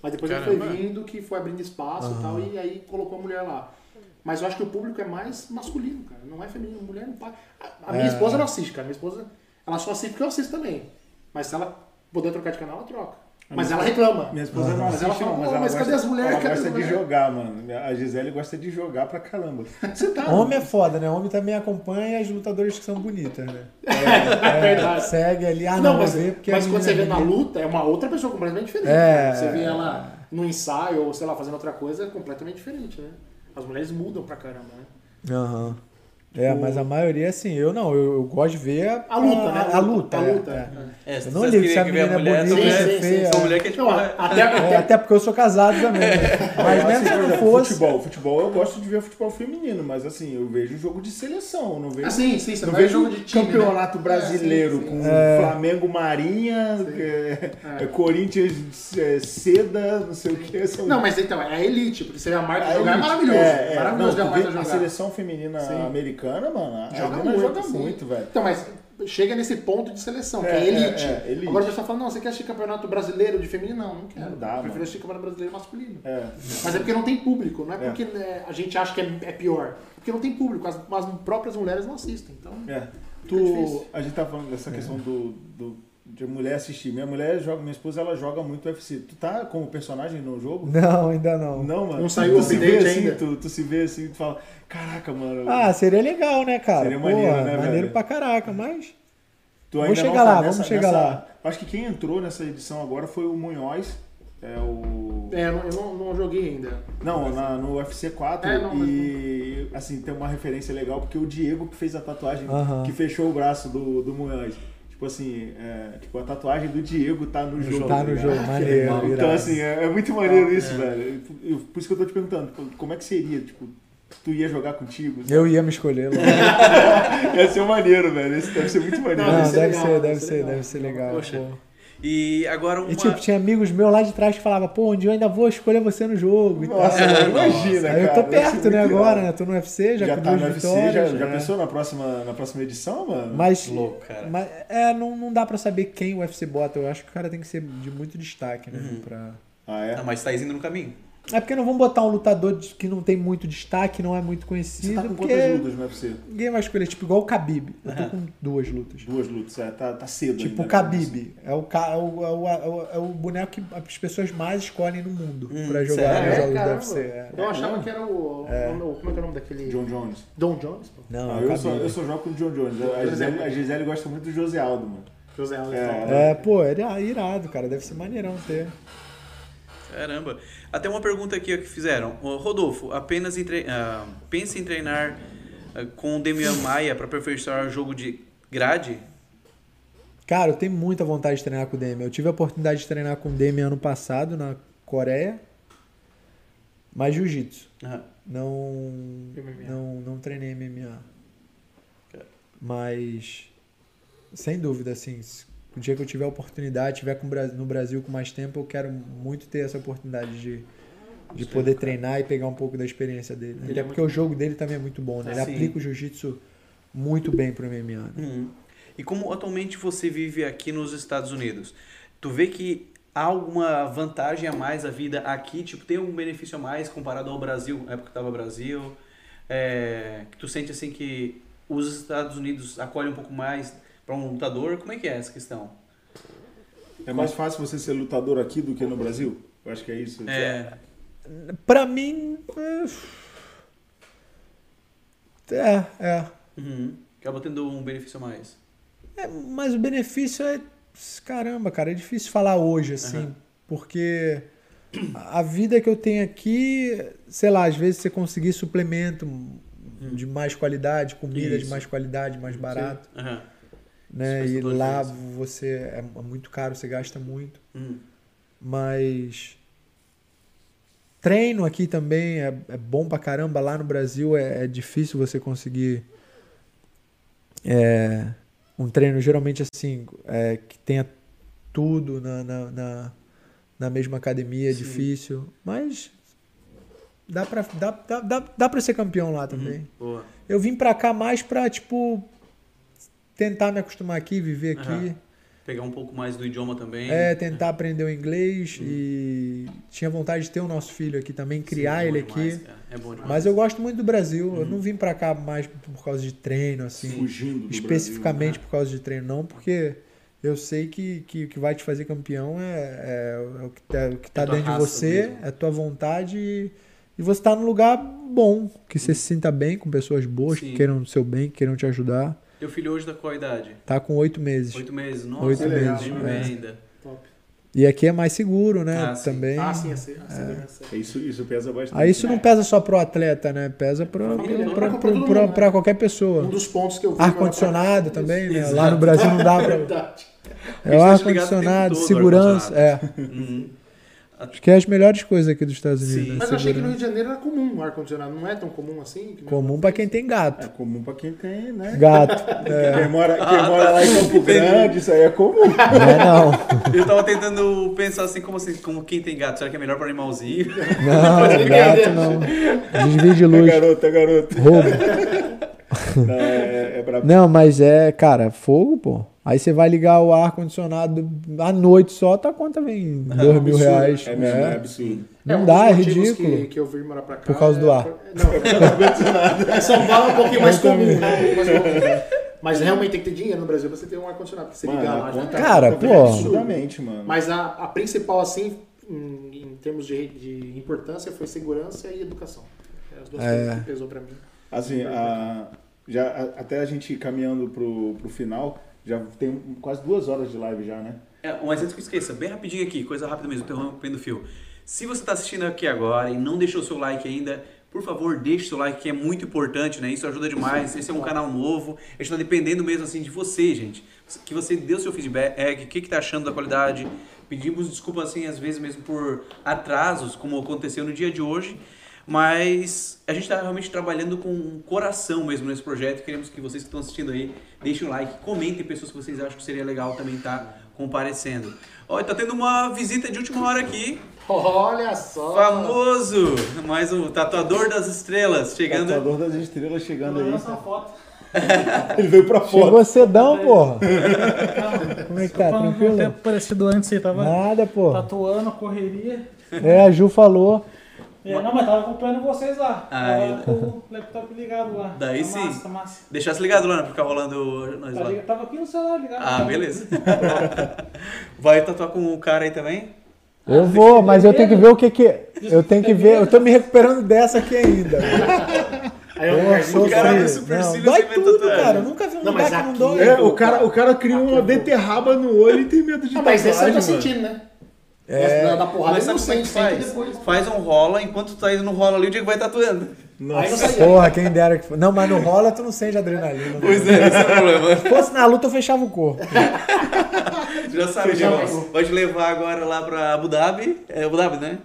Speaker 5: Mas depois ele foi
Speaker 3: Caramba.
Speaker 5: vindo que foi abrindo espaço e tal, e aí colocou a mulher lá. Mas eu acho que o público é mais masculino, cara. Não é feminino. Mulher não paga. A, a
Speaker 1: É.
Speaker 5: minha esposa não assiste, cara. Minha esposa, ela só assiste porque eu assisto também. Mas se ela puder trocar de canal, ela troca. Mas ela reclama.
Speaker 1: Minha esposa não
Speaker 5: Mas
Speaker 1: assiste,
Speaker 5: ela fala,
Speaker 1: não, mas
Speaker 5: "Pô,
Speaker 1: ela
Speaker 5: mas
Speaker 1: gosta,
Speaker 5: cadê as mulheres?
Speaker 1: Ela
Speaker 5: Cadê
Speaker 1: gosta
Speaker 5: as
Speaker 1: de
Speaker 5: mulheres?"
Speaker 1: jogar, mano. A Gisele gosta de jogar pra caramba. Você tá
Speaker 4: Homem é foda, né? Homem também acompanha as lutadoras que são bonitas, né?
Speaker 5: É verdade.
Speaker 4: Segue ali, ah,
Speaker 5: não,
Speaker 4: não, vou
Speaker 1: é
Speaker 5: mas,
Speaker 4: ver porque a
Speaker 5: mas quando você vê
Speaker 4: menina
Speaker 5: na
Speaker 4: ali-
Speaker 1: né?
Speaker 5: luta, é uma outra pessoa completamente diferente.
Speaker 4: É.
Speaker 5: cara. Você vê ela no ensaio ou, sei lá, fazendo outra coisa, é completamente diferente, né? As mulheres mudam pra caramba, né?
Speaker 4: Aham. É, mas a maioria, assim, eu não, eu, eu gosto de ver a,
Speaker 5: A luta,
Speaker 1: Ah,
Speaker 5: né?
Speaker 4: A, a luta,
Speaker 5: A
Speaker 4: é,
Speaker 5: luta,
Speaker 4: é.
Speaker 5: é.
Speaker 3: É, se
Speaker 4: Eu não
Speaker 3: vocês
Speaker 4: ligo se a
Speaker 3: querem ver
Speaker 4: menina é
Speaker 3: mulher,
Speaker 4: bonita,
Speaker 3: são
Speaker 5: sim,
Speaker 4: se é
Speaker 5: sim,
Speaker 4: feia.
Speaker 5: sim.
Speaker 3: São mulher que é tipo...
Speaker 5: Não, até,
Speaker 4: É, até porque eu sou casado também. né?
Speaker 5: É.
Speaker 4: Mas
Speaker 1: Eu
Speaker 4: mesmo se
Speaker 1: assisto, por
Speaker 4: não
Speaker 1: exemplo,
Speaker 4: fosse.
Speaker 1: Futebol, futebol, eu gosto de ver futebol feminino, mas assim, eu vejo jogo de seleção, eu não vejo.
Speaker 5: Ah, sim, sim, você
Speaker 1: não
Speaker 5: vai
Speaker 1: vejo um
Speaker 5: jogo de time,
Speaker 1: campeonato
Speaker 5: né?
Speaker 1: brasileiro
Speaker 5: É, sim, sim.
Speaker 1: com Flamengo Marinha, é, é, Corinthians é, Seda, não sei o que. São...
Speaker 5: Não, mas então, é a elite, porque você vê a Marta
Speaker 1: Aí,
Speaker 5: jogar, é maravilhoso.
Speaker 1: é, é,
Speaker 5: maravilhoso
Speaker 1: não,
Speaker 5: ver
Speaker 1: tu
Speaker 5: a
Speaker 1: vê
Speaker 5: Marta
Speaker 1: a
Speaker 5: jogar.
Speaker 1: seleção feminina americana, mano, a joga muito, joga
Speaker 5: sim.
Speaker 1: muito, velho.
Speaker 5: Então, mas chega nesse ponto de seleção, que
Speaker 1: É,
Speaker 5: é elite.
Speaker 1: é, é, elite.
Speaker 5: Agora o pessoal fala, não, você quer assistir campeonato brasileiro de feminino? Não, não quero.
Speaker 1: Não dá,
Speaker 5: Eu prefiro
Speaker 1: mano.
Speaker 5: assistir campeonato brasileiro masculino.
Speaker 1: É.
Speaker 5: Mas é porque não tem público, não é
Speaker 1: É.
Speaker 5: porque né, a gente acha que é, é pior. Porque não tem público, as, as próprias mulheres não assistem. Então,
Speaker 1: É.
Speaker 5: difícil. É.
Speaker 1: Tu, a gente tá falando dessa questão do, do- de mulher assistir. Minha mulher joga, minha esposa ela joga muito UFC. Tu tá como personagem no jogo?
Speaker 4: Não, ainda não.
Speaker 1: Não, mano.
Speaker 5: Não saiu
Speaker 1: tu se
Speaker 5: o
Speaker 1: vê
Speaker 5: update
Speaker 1: assim,
Speaker 5: ainda?
Speaker 1: Tu, tu se vê assim, tu fala, caraca, mano.
Speaker 4: Ah, seria legal, né, cara?
Speaker 1: Seria
Speaker 4: Pô,
Speaker 1: maneiro, né,
Speaker 4: maneiro
Speaker 1: velho?
Speaker 4: pra caraca, mas.
Speaker 1: tu
Speaker 4: vamos
Speaker 1: não
Speaker 4: chegar
Speaker 1: tá
Speaker 4: lá, vamos chegar lá.
Speaker 1: Acho que quem entrou nessa edição agora foi o Munhoz. É o.
Speaker 5: é, eu não- eu não, não joguei ainda.
Speaker 1: Não, na- no UFC 4
Speaker 5: É, não, mas
Speaker 1: e assim, tem uma referência legal porque o Diego que fez a tatuagem
Speaker 4: Aham.
Speaker 1: que fechou o braço do, do Munhoz. Tipo assim, é, tipo, a tatuagem do Diego tá no jogo.
Speaker 4: Tá no
Speaker 1: ligado?
Speaker 4: jogo, maneiro.
Speaker 1: Então,
Speaker 4: irado.
Speaker 1: assim, é, é muito maneiro isso, velho. Eu- por isso que eu tô te perguntando, tipo, como é que seria? Tipo, tu ia jogar contigo?
Speaker 5: É.
Speaker 4: Eu ia me escolher logo.
Speaker 1: Ia ser maneiro, velho. Isso deve ser muito maneiro.
Speaker 4: Não,
Speaker 5: deve ser
Speaker 4: deve
Speaker 5: legal,
Speaker 4: ser,
Speaker 5: deve
Speaker 4: deve
Speaker 5: ser
Speaker 4: ser,
Speaker 5: legal.
Speaker 4: deve ser legal.
Speaker 3: Poxa.
Speaker 4: pô.
Speaker 3: E agora uma...
Speaker 4: E tipo, tinha amigos meus lá de trás que falavam, pô, onde um eu ainda vou escolher você no jogo e tal.
Speaker 1: Nossa, mano, imagina,
Speaker 4: Aí eu
Speaker 1: cara,
Speaker 4: tô
Speaker 1: deve ser
Speaker 4: perto, né,
Speaker 1: muito
Speaker 4: agora,
Speaker 1: irado.
Speaker 4: né? Tô no UFC, já,
Speaker 1: Já
Speaker 4: com
Speaker 1: tá
Speaker 4: duas
Speaker 1: no UFC,
Speaker 4: vitórias.
Speaker 1: já, já
Speaker 4: né?
Speaker 1: pensou na próxima, na próxima edição, mano?
Speaker 4: Mas,
Speaker 3: Louco, cara.
Speaker 4: mas é, não, não dá pra saber quem o UFC bota. Eu acho que o cara tem que ser de muito destaque, né? pra-
Speaker 1: Ah, é?
Speaker 3: Ah, mas tá indo no caminho.
Speaker 4: É porque não vão botar um lutador de- que não tem muito destaque, não é muito
Speaker 1: Você
Speaker 4: conhecido.
Speaker 1: tá com
Speaker 4: porque
Speaker 1: quantas lutas no UFC?
Speaker 4: ninguém vai escolher. Tipo, igual o Khabib. Eu tô com duas lutas.
Speaker 1: Duas lutas, é, tá, tá cedo ainda,
Speaker 4: Tipo, o
Speaker 1: né?
Speaker 4: Khabib. É o, ca- é, o, é, o, é o- é o boneco que as pessoas mais escolhem no mundo
Speaker 3: Hum,
Speaker 4: pra jogar
Speaker 3: sério?
Speaker 4: nos jogos do
Speaker 5: É, caramba.
Speaker 4: UFC. é.
Speaker 5: Eu achava que era o, o meu- Como é que é o nome daquele.
Speaker 1: John Jones.
Speaker 5: Don Jones, pô.
Speaker 4: Não,
Speaker 1: Ah,
Speaker 4: é o
Speaker 1: eu, só,
Speaker 4: Khabib.
Speaker 1: eu só jogo com o John Jones. A Gisele, a Gisele gosta muito do José Aldo, mano.
Speaker 5: José Alves. né?
Speaker 1: É.
Speaker 4: É, pô, ele é irado, cara. Deve ser maneirão ter.
Speaker 3: Caramba. Até uma pergunta aqui ó, que fizeram. Ô, Rodolfo, apenas em tre- ah, pensa em treinar ah, com o Demian Maia para aperfeiçoar o jogo de grade?
Speaker 4: Cara, eu tenho muita vontade de treinar com o Demi. Eu tive a oportunidade de treinar com o Demi ano passado na Coreia, mas jiu-jitsu.
Speaker 3: Aham.
Speaker 4: Não, não, não treinei MMA. Mas, sem dúvida, assim, se- o dia que eu tiver a oportunidade, tiver com o Bra- no Brasil com mais tempo, eu quero muito ter essa oportunidade de, de poder treinar e pegar um pouco da experiência dele. Né?
Speaker 5: Ele é
Speaker 4: Até porque o jogo dele também é muito bom, né? Ele
Speaker 3: Sim.
Speaker 4: aplica o jiu-jitsu muito bem pro MMA. né?
Speaker 3: Uhum. E como atualmente você vive aqui nos Estados Unidos, tu vê que há alguma vantagem a mais a vida aqui? Tipo, tem algum benefício a mais comparado ao Brasil, na época que tava Brasil? É, que tu sente assim que os Estados Unidos acolhem um pouco mais para um lutador? Como é que é essa questão?
Speaker 1: É mais fácil você ser lutador aqui do que no Brasil? Eu acho que é isso.
Speaker 3: É,
Speaker 4: Pra mim. é- É, é.
Speaker 3: uhum. acaba tendo um benefício a mais.
Speaker 4: É, mas o benefício é. Caramba, cara, é difícil falar hoje, assim, porque a a vida que eu tenho aqui, sei lá, às vezes você conseguir suplemento de mais qualidade, comida de
Speaker 3: Hum. Isso.
Speaker 4: mais qualidade, mais barato,
Speaker 3: Aham.
Speaker 4: né?
Speaker 3: Isso
Speaker 4: E
Speaker 3: faz toda a
Speaker 4: lá você é muito caro, você gasta muito.
Speaker 3: Uhum.
Speaker 4: Mas treino aqui também é, é bom pra caramba. Lá no Brasil é, é difícil você conseguir é, um treino geralmente assim, é, que tenha tudo na, na, na, na mesma academia, é difícil. Mas dá pra, dá, dá, dá, dá pra ser campeão lá também.
Speaker 3: Uhum. Boa.
Speaker 4: Eu vim pra cá mais pra, tipo, tentar me acostumar aqui, viver aqui.
Speaker 3: Aham. Pegar um pouco mais do idioma também.
Speaker 4: É, tentar aprender o inglês e tinha vontade de ter o nosso filho aqui também, criar
Speaker 3: Sim, é bom
Speaker 4: ele
Speaker 3: demais, Uhum.
Speaker 4: aqui.
Speaker 3: cara. É bom demais.
Speaker 4: Mas eu gosto muito do Brasil. Eu não vim pra cá mais por causa de treino, assim,
Speaker 3: né?
Speaker 1: Fugindo do
Speaker 4: especificamente
Speaker 1: Brasil,
Speaker 4: por causa de treino, não, porque eu sei que, que o que vai te fazer campeão é, é- é o que tá, o que tá
Speaker 3: É tua
Speaker 4: dentro de
Speaker 3: raça
Speaker 4: você,
Speaker 3: mesmo.
Speaker 4: é a tua vontade e, e você tá num lugar bom, que você se sinta bem com pessoas boas,
Speaker 3: Sim.
Speaker 4: que queiram o seu bem, que queiram te ajudar.
Speaker 3: Teu filho hoje da qual idade?
Speaker 4: Tá com oito meses.
Speaker 3: Oito meses, nossa.
Speaker 4: Oito
Speaker 3: legal,
Speaker 4: meses,
Speaker 3: jovem
Speaker 4: é.
Speaker 3: ainda.
Speaker 4: E aqui é mais seguro, né?
Speaker 3: Ah, sim.
Speaker 4: Também.
Speaker 5: Ah, sim, é a se- a
Speaker 4: É.
Speaker 5: segurança.
Speaker 1: né? Isso, isso pesa bastante. né?
Speaker 4: Aí isso não pesa só pro atleta, né? Pesa pro-
Speaker 3: família, pra-
Speaker 4: pro- pro-
Speaker 5: pra todo
Speaker 4: pro-
Speaker 5: mundo,
Speaker 4: pra
Speaker 5: né?
Speaker 4: qualquer
Speaker 5: Um
Speaker 4: pessoa.
Speaker 5: dos pontos que eu vi.
Speaker 4: Ar-condicionado também, né? Lá no Brasil não dá pra.
Speaker 5: Verdade.
Speaker 4: É o
Speaker 3: Eles deixam ligado o tempo
Speaker 4: ar-condicionado,
Speaker 3: todo,
Speaker 4: segurança. É.
Speaker 3: Uhum.
Speaker 4: Acho que é as melhores coisas aqui dos Estados Unidos.
Speaker 3: Sim.
Speaker 4: né?
Speaker 5: Mas eu achei que
Speaker 4: Segurança.
Speaker 5: no Rio de Janeiro era comum o ar-condicionado. Não é tão comum assim? Que
Speaker 4: Comum pra quem tem
Speaker 1: É
Speaker 4: gato.
Speaker 1: comum pra quem tem, né?
Speaker 4: Gato. É.
Speaker 1: Quem mora, quem mora lá em Campo Grande, isso aí é comum.
Speaker 4: Não é não.
Speaker 3: Eu tava tentando pensar assim, como, assim, como quem tem gato, será que é melhor para animalzinho?
Speaker 4: Não, gato não. Desvio de
Speaker 1: É
Speaker 4: luz.
Speaker 1: garoto, é garoto.
Speaker 4: Roubo.
Speaker 1: Não, é, é brabo.
Speaker 4: Não, mas é, cara, fogo, pô. Aí você vai ligar o ar-condicionado à noite só, tua conta vem dois mil reais.
Speaker 1: É mesmo, é
Speaker 4: É.
Speaker 1: absurdo.
Speaker 4: Não
Speaker 5: um
Speaker 4: dá, é
Speaker 5: dos motivos
Speaker 4: ridículo.
Speaker 5: Que, que eu vim morar pra cá.
Speaker 4: Por causa do
Speaker 5: é-
Speaker 4: ar.
Speaker 5: *laughs* Não, é São Paulo é um pouquinho mais
Speaker 4: Eu
Speaker 5: comum,
Speaker 4: também.
Speaker 5: né? Mais comum. Mas realmente tem que ter dinheiro no Brasil pra você ter um ar-condicionado, pra você
Speaker 1: Mano,
Speaker 5: ligar
Speaker 1: a
Speaker 5: lá. né?
Speaker 1: conta-
Speaker 4: Cara,
Speaker 1: a conta
Speaker 4: pô.
Speaker 1: é Absurdamente, mano.
Speaker 5: Mas a, a principal, assim, em, em termos de, de importância, foi segurança e educação. É As duas
Speaker 4: É.
Speaker 5: coisas que pesou pra mim.
Speaker 1: Assim, a- já, a- até a gente caminhando pro, pro final, já tem um, quase duas horas de live já, né?
Speaker 3: É, mas antes que eu esqueça, bem rapidinho aqui, coisa rápida mesmo, interrompendo o fio. Se você está assistindo aqui agora e não deixou seu like ainda, por favor, deixe seu like, que é muito importante, né? Isso ajuda demais. Esse é um canal novo. A gente está dependendo mesmo assim de você, gente. Que você dê o seu feedback, o que, que tá achando da qualidade. Pedimos desculpa, assim, às vezes mesmo por atrasos, como aconteceu no dia de hoje. Mas a gente está realmente trabalhando com o coração mesmo nesse projeto. Queremos que vocês que estão assistindo aí deixem o like, comentem pessoas que vocês acham que seria legal também estar tá comparecendo. Olha, tá tendo uma visita de última hora aqui.
Speaker 5: Olha só!
Speaker 3: Famoso! Mais o Tatuador das Estrelas chegando.
Speaker 1: Tatuador das estrelas chegando aí.
Speaker 7: Essa foto.
Speaker 1: Ele veio pra fora.
Speaker 4: Chegou cedão, porra. Como é que tá?
Speaker 7: Pra tá *laughs* não
Speaker 4: Tranquilo?
Speaker 7: ter parecido antes, você tava
Speaker 4: Nada, porra.
Speaker 7: tatuando, correria.
Speaker 4: É, a Ju falou.
Speaker 7: É, não, mas tava acompanhando vocês lá.
Speaker 3: Ah,
Speaker 7: tava com o laptop ligado lá.
Speaker 3: Daí
Speaker 7: Tá
Speaker 3: sim.
Speaker 7: Massa, tá massa.
Speaker 3: Deixasse ligado, Lana, pra ficar rolando nós
Speaker 7: Tá
Speaker 3: lá.
Speaker 7: ligado- Tava aqui no celular ligado.
Speaker 3: Ah, beleza. *laughs* Vai tatuar com o cara aí também?
Speaker 7: Ah,
Speaker 4: Eu vou, mas eu tenho que ver o que que. Eu tenho que ver. Eu tô me recuperando dessa aqui
Speaker 5: *laughs*
Speaker 4: ainda. Porra, sou
Speaker 3: cara
Speaker 4: feio.
Speaker 3: do Super
Speaker 4: Não,
Speaker 3: Cílios
Speaker 5: assim,
Speaker 4: Dói
Speaker 5: tá
Speaker 3: inventa
Speaker 4: tudo,
Speaker 3: tatuagem.
Speaker 4: cara. Eu nunca vi um lugar
Speaker 5: mas
Speaker 4: que não
Speaker 5: aqui- é
Speaker 4: dói.
Speaker 1: É, o cara, o cara cria uma beterraba no olho e tem medo de
Speaker 5: Ah, mas esse eu
Speaker 1: tatuagem,
Speaker 5: tô
Speaker 1: mano.
Speaker 5: sentindo, né? É. Da, da porrada
Speaker 3: Mas
Speaker 5: eu não
Speaker 3: sabe como é que
Speaker 5: sente, sente
Speaker 3: faz?
Speaker 5: depois.
Speaker 3: Faz um rola, enquanto tu tá indo no rola ali, o Diego vai tatuando.
Speaker 5: Aí não sai.
Speaker 4: Porra, quem dera que foi. Não, mas no rola tu não sente adrenalina. né?
Speaker 3: Pois é, esse é o problema.
Speaker 4: Se fosse na luta, eu fechava o corpo.
Speaker 3: Tu já sabe, Diego. Vai te levar agora lá pra Abu Dhabi. É Abu Dhabi, né?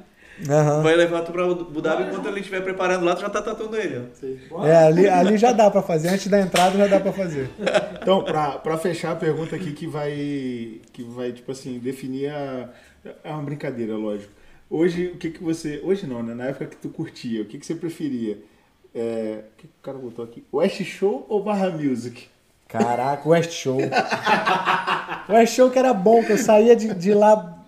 Speaker 4: Aham.
Speaker 3: Vai levar tu pra Abu Dhabi enquanto ele estiver preparando lá, tu já tá tatuando ele. ó.
Speaker 4: É, ali, ali já dá pra fazer. Antes da entrada já dá pra fazer.
Speaker 1: Então, pra, pra fechar a pergunta aqui que vai, que vai tipo assim, definir a... É uma brincadeira, lógico. Hoje, o que que você... Hoje não, né? Na época que tu curtia, o que que você preferia? É, O que que o cara botou aqui? West Show ou Barra Music?
Speaker 4: Caraca, West Show. West Show que era bom, que eu saía de, de lá
Speaker 1: Do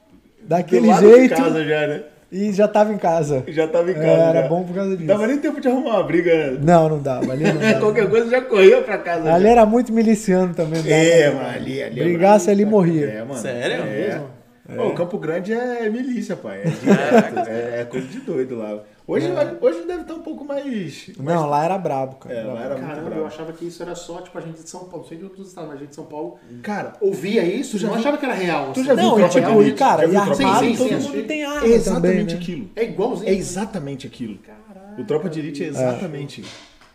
Speaker 4: daquele
Speaker 1: lado
Speaker 4: jeito
Speaker 1: de casa já, né?
Speaker 4: e já tava em casa.
Speaker 1: Já tava em casa.
Speaker 4: É, era
Speaker 1: já.
Speaker 4: bom por causa
Speaker 1: Não
Speaker 4: disso.
Speaker 1: dava nem tempo de arrumar uma briga, né?
Speaker 4: Não, não dava. Ali não dava.
Speaker 1: Qualquer coisa já corria pra casa.
Speaker 4: Ali
Speaker 1: já.
Speaker 4: era muito miliciano também. não dava,
Speaker 1: É,
Speaker 4: não.
Speaker 1: mano, ali, ali. é
Speaker 4: Brigasse,
Speaker 1: brabo.
Speaker 4: ele morria.
Speaker 1: É, mano.
Speaker 3: Sério?
Speaker 1: É. Pô, o Campo Grande é milícia, pai. É, direto, é, é coisa de doido lá. Hoje, hoje deve estar um pouco mais.
Speaker 4: É. Não, lá era brabo, cara.
Speaker 1: É,
Speaker 4: Era
Speaker 1: lá era muito
Speaker 5: Caramba, eu
Speaker 1: bravo.
Speaker 5: achava que isso era só, tipo, a gente de São Paulo. Não sei de outros estados, mas a gente de São Paulo
Speaker 1: Cara,
Speaker 5: ouvia isso e não achava que era real.
Speaker 1: Tu
Speaker 5: assim.
Speaker 1: já viu
Speaker 4: Não, e
Speaker 1: Tropa de
Speaker 4: tipo,
Speaker 1: Elite?
Speaker 4: e, cara,
Speaker 1: Já viu
Speaker 4: e
Speaker 1: Tropa de
Speaker 4: armado
Speaker 5: Elite?
Speaker 4: todo
Speaker 5: Sim, sim,
Speaker 4: mundo
Speaker 5: sim.
Speaker 4: tem
Speaker 1: é
Speaker 4: arma também,
Speaker 1: exatamente
Speaker 4: né?
Speaker 1: aquilo.
Speaker 5: É igualzinho.
Speaker 1: É exatamente aquilo. O Tropa de Elite é exatamente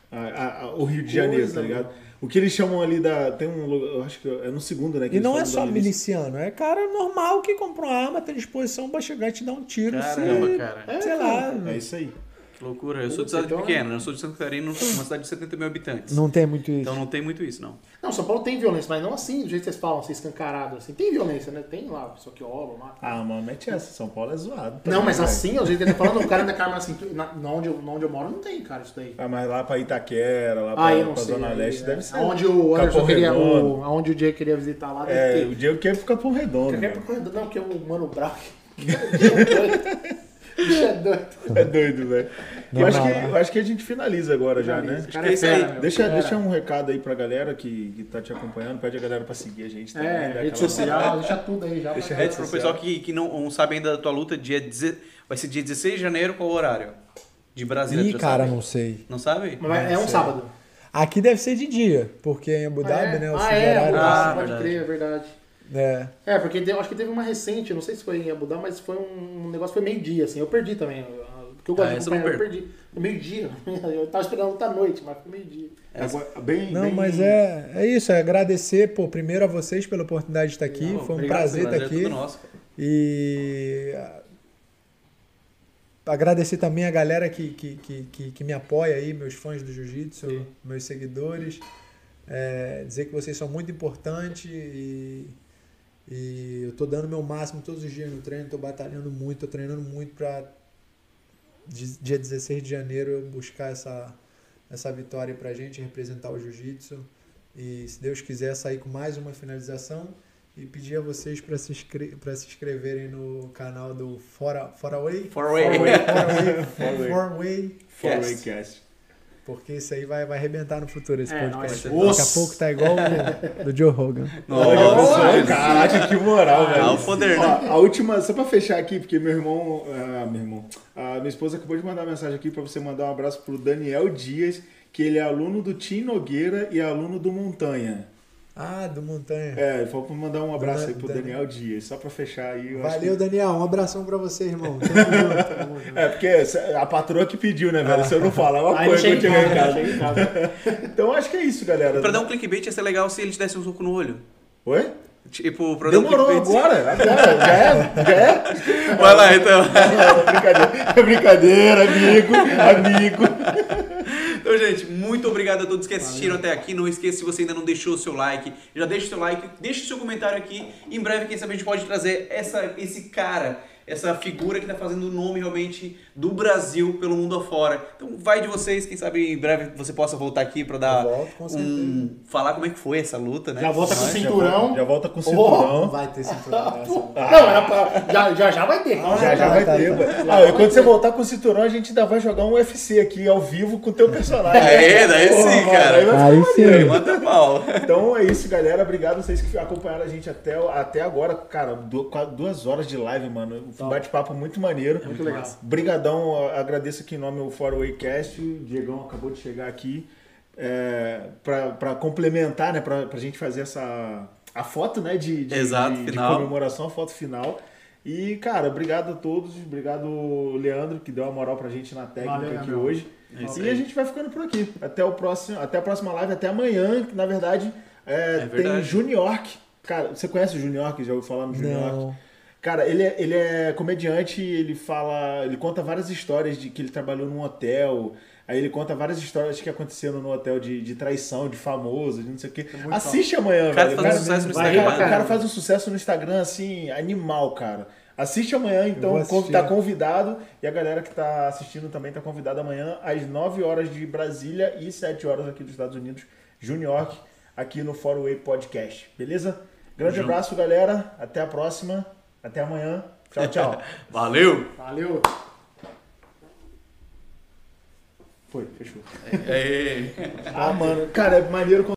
Speaker 1: a- a- a- o Rio de Janeiro, tá ligado? O que eles chamam ali da. Tem um. lugar- Eu acho que é no segundo, né? que
Speaker 4: E
Speaker 1: eles
Speaker 4: não é
Speaker 1: falam
Speaker 4: só
Speaker 1: da
Speaker 4: miliciano, é cara normal que comprou uma arma, tem disposição pra chegar e te dar um tiro.
Speaker 3: Caramba,
Speaker 4: se-
Speaker 3: cara.
Speaker 4: Sei lá.
Speaker 5: Uhum.
Speaker 1: É isso aí.
Speaker 3: Que loucura. Eu sou de cidade pequena, né? eu sou de Santa Catarina, uma cidade de 70 mil habitantes.
Speaker 4: tá Não tem muito isso.
Speaker 3: Então não tem muito isso, não.
Speaker 5: Não, São Paulo tem violência, mas não assim, do jeito que vocês falam, assim, escancarado, assim. Tem violência, né? Tem lá, pessoa que rola, mata.
Speaker 1: Ah, mano, mete essa. São Paulo é zoado.
Speaker 5: Não, mas
Speaker 1: velho.
Speaker 5: assim, o jeito que ele tá falando, o cara ainda carma assim, na, na onde, eu, na onde eu moro não tem, cara, isso daí.
Speaker 1: Ah, mas lá pra Itaquera, lá pra,
Speaker 5: Ah, eu não
Speaker 1: pra
Speaker 5: sei.
Speaker 1: Zona
Speaker 5: aí,
Speaker 1: Leste,
Speaker 5: é.
Speaker 1: deve ser.
Speaker 5: Aonde o Anderson
Speaker 1: Capão
Speaker 5: queria,
Speaker 1: Redondo.
Speaker 5: o, aonde o Diego queria visitar lá, deve
Speaker 1: É,
Speaker 5: ter.
Speaker 1: o Diego quer ficar pro redondo. né?
Speaker 5: Qualquer
Speaker 1: mano.
Speaker 5: coisa- Não, porque o Mano Brown. *laughs* Bicho é doido. Bicho é doido.
Speaker 1: *laughs* É doido, velho. Eu, acho
Speaker 4: não, né?
Speaker 1: que-
Speaker 4: não.
Speaker 1: eu acho que a gente finaliza agora já, né?
Speaker 5: Esse cara é
Speaker 3: isso aí.
Speaker 5: fera, meu.
Speaker 1: Deixa,
Speaker 5: Fera.
Speaker 1: deixa um recado aí pra galera que, que tá te acompanhando. Pede a galera pra seguir a gente também. né?
Speaker 5: É,
Speaker 1: dá
Speaker 5: rede
Speaker 1: aquela-
Speaker 5: social, deixa tudo aí já. pra
Speaker 1: Deixa
Speaker 4: É, tá
Speaker 5: galera.
Speaker 3: Edson, pro É, tipo, pessoal que, que não, não sabe ainda da tua luta, dia deze- vai ser dia 16 de janeiro, qual o horário? De Brasília, tu
Speaker 4: Ih,
Speaker 3: já
Speaker 4: cara,
Speaker 3: sabe?
Speaker 4: não sei.
Speaker 3: Não sabe?
Speaker 5: Mas vai- é um sábado.
Speaker 4: Aqui deve ser de dia, porque em Abu Dhabi,
Speaker 5: é?
Speaker 4: né? o
Speaker 5: Ah, é,
Speaker 4: fuso horário-
Speaker 3: Ah,
Speaker 5: ah, pode
Speaker 3: verdade.
Speaker 5: crer, é verdade.
Speaker 4: é.
Speaker 5: É, porque eu acho que teve uma recente, não sei se foi em Abu Dhabi, mas foi um, um negócio foi meio-dia, assim. Eu perdi também. eu- Porque eu gosto
Speaker 3: Ah,
Speaker 5: de
Speaker 3: essa eu não
Speaker 5: acompanhar, eu perdi. Meio-dia. *laughs* Eu tava esperando lutar à noite, mas foi meio-dia.
Speaker 1: Agora, bem,
Speaker 4: Não,
Speaker 1: bem-
Speaker 4: mas é, é isso, é agradecer, pô, primeiro a vocês pela oportunidade de estar aqui.
Speaker 3: Não,
Speaker 4: Foi um
Speaker 3: obrigado,
Speaker 4: prazer estar
Speaker 3: é
Speaker 4: aqui.
Speaker 3: tudo nosso, cara.
Speaker 4: E ah, agradecer também a galera que, que, que, que, que me apoia aí, meus fãs do Jiu-Jitsu, meus seguidores. É, dizer que vocês são muito importantes e, e eu tô dando meu máximo todos os dias no treino, tô batalhando muito, tô treinando muito para dia 16 de janeiro eu buscar essa, essa vitória pra gente, representar o Jiu-Jitsu. E se Deus quiser sair com mais uma finalização e pedir a vocês para se, inscre pra se inscreverem no canal do Fora, Fora Way.
Speaker 3: For away. *laughs*
Speaker 5: *laughs*
Speaker 4: Fora Way. Fora Way.
Speaker 1: Forecast.
Speaker 4: É, Porque isso aí vai, vai arrebentar no futuro esse podcast.
Speaker 3: vai ser
Speaker 4: Daqui a pouco tá igual o do Joe Rogan.
Speaker 1: Nossa, Caraca, que moral, velho.
Speaker 3: Ah, o poder, né?
Speaker 1: Ó, a última, só pra fechar aqui, porque meu irmão. Ah, meu irmão. A minha esposa acabou de mandar uma mensagem aqui pra você mandar um abraço pro Daniel Dias, que ele é aluno do Tim Nogueira e aluno do Montanha.
Speaker 4: Ah, do Montanha.
Speaker 1: É, ele falou pra mandar um abraço aí pro
Speaker 4: Dan-
Speaker 1: Daniel Dias, só pra fechar aí. eu acho
Speaker 4: Valeu, Daniel. Um abração pra você, *laughs* irmão. Tamo junto, tamo junto.
Speaker 1: que- É, porque essa- a patroa que pediu, né, velho? Se eu não falar, é uma
Speaker 5: Aí né? eu
Speaker 1: coisa quando
Speaker 5: cheguei em
Speaker 1: chegar em
Speaker 5: casa,
Speaker 1: casa.
Speaker 5: cheguei em casa.
Speaker 1: Então acho que é isso, galera.
Speaker 3: Pra dar um clickbait ia ser legal se ele te desse um soco no olho.
Speaker 1: Oi?
Speaker 3: Tipo, produto
Speaker 1: Demorou
Speaker 3: de pizza.
Speaker 1: agora? Agora? Já é? Já é?
Speaker 3: Vai lá, então.
Speaker 1: Não, brincadeira, brincadeira, amigo, amigo.
Speaker 3: Então, gente, muito obrigado a todos que assistiram até aqui. Não esqueça, se você ainda não deixou o seu like, já deixa o seu like, deixa o seu comentário aqui. Em breve, quem sabe, a gente pode trazer essa, esse cara, essa figura que tá fazendo o nome realmente do Brasil pelo mundo afora. Então, vai de vocês. Quem sabe em breve você possa voltar aqui pra dar
Speaker 12: Eu volto, com certeza.
Speaker 3: um. falar como é que foi essa luta, né?
Speaker 2: Já volta com o
Speaker 3: Mas-
Speaker 2: cinturão.
Speaker 1: Já volta com o cinturão.
Speaker 12: Vai ter cinturão.
Speaker 2: Não, era pra- já, já já vai ter.
Speaker 1: Ah. Já, já
Speaker 12: tá,
Speaker 1: vai
Speaker 12: tá,
Speaker 1: ter.
Speaker 12: tá.
Speaker 1: mano. Ah, e quando você voltar com o cinturão, a gente ainda vai jogar um UFC aqui ao vivo com o teu personagem.
Speaker 3: Aê, daí
Speaker 1: Porra,
Speaker 3: sim,
Speaker 1: mano,
Speaker 3: cara.
Speaker 1: aí vai ficar
Speaker 12: Aí
Speaker 1: maneiro.
Speaker 12: sim.
Speaker 3: Manda pau.
Speaker 1: Então é isso, galera. Obrigado a vocês que acompanharam a gente até, até agora. Cara, du- quase duas horas de live, mano. Um bate-papo muito maneiro. É muito legal. Brigadão. a- Agradeço aqui em nome o Forwaycast. O Diegão acabou de chegar aqui. É, pra, pra complementar, né? Pra, pra gente fazer essa... A foto, né? De, de,
Speaker 3: Exato,
Speaker 1: de- de
Speaker 3: final.
Speaker 1: comemoração, a foto final. E, cara, obrigado a todos. Obrigado, Leandro, que deu a moral pra gente na técnica
Speaker 7: Valeu,
Speaker 1: aqui
Speaker 7: Leandrão.
Speaker 1: hoje.
Speaker 3: É
Speaker 1: e a gente vai ficando por aqui. Até, o próximo, até a próxima live, até amanhã, que na verdade é,
Speaker 3: É
Speaker 1: tem
Speaker 3: verdade.
Speaker 1: Junior. Cara, você conhece o Junior? Já ouviu falar no Junior? Cara, ele é, ele é comediante, ele fala. Ele conta várias histórias de que ele trabalhou num hotel. Aí ele conta várias histórias que aconteceram no hotel de, de traição, de famoso, de não sei o quê. Assiste amanhã,
Speaker 3: cara
Speaker 1: velho.
Speaker 3: faz um sucesso no
Speaker 1: vai,
Speaker 3: Instagram,
Speaker 1: cara,
Speaker 3: né?
Speaker 1: o cara faz um sucesso no Instagram, assim, animal, cara. Assiste amanhã, então,
Speaker 12: vou assistir.
Speaker 1: tá convidado. E a galera que tá assistindo também tá convidada amanhã, às 9 horas de Brasília e 7 horas aqui dos Estados Unidos, Junior, aqui no Fórum Way Podcast. Beleza? Grande abraço, galera. Até a próxima. Até amanhã. Tchau, tchau.
Speaker 3: Valeu!
Speaker 5: Valeu.
Speaker 1: Foi, fechou.
Speaker 3: Aê.
Speaker 1: Ah, mano. Cara, é maneiro quando.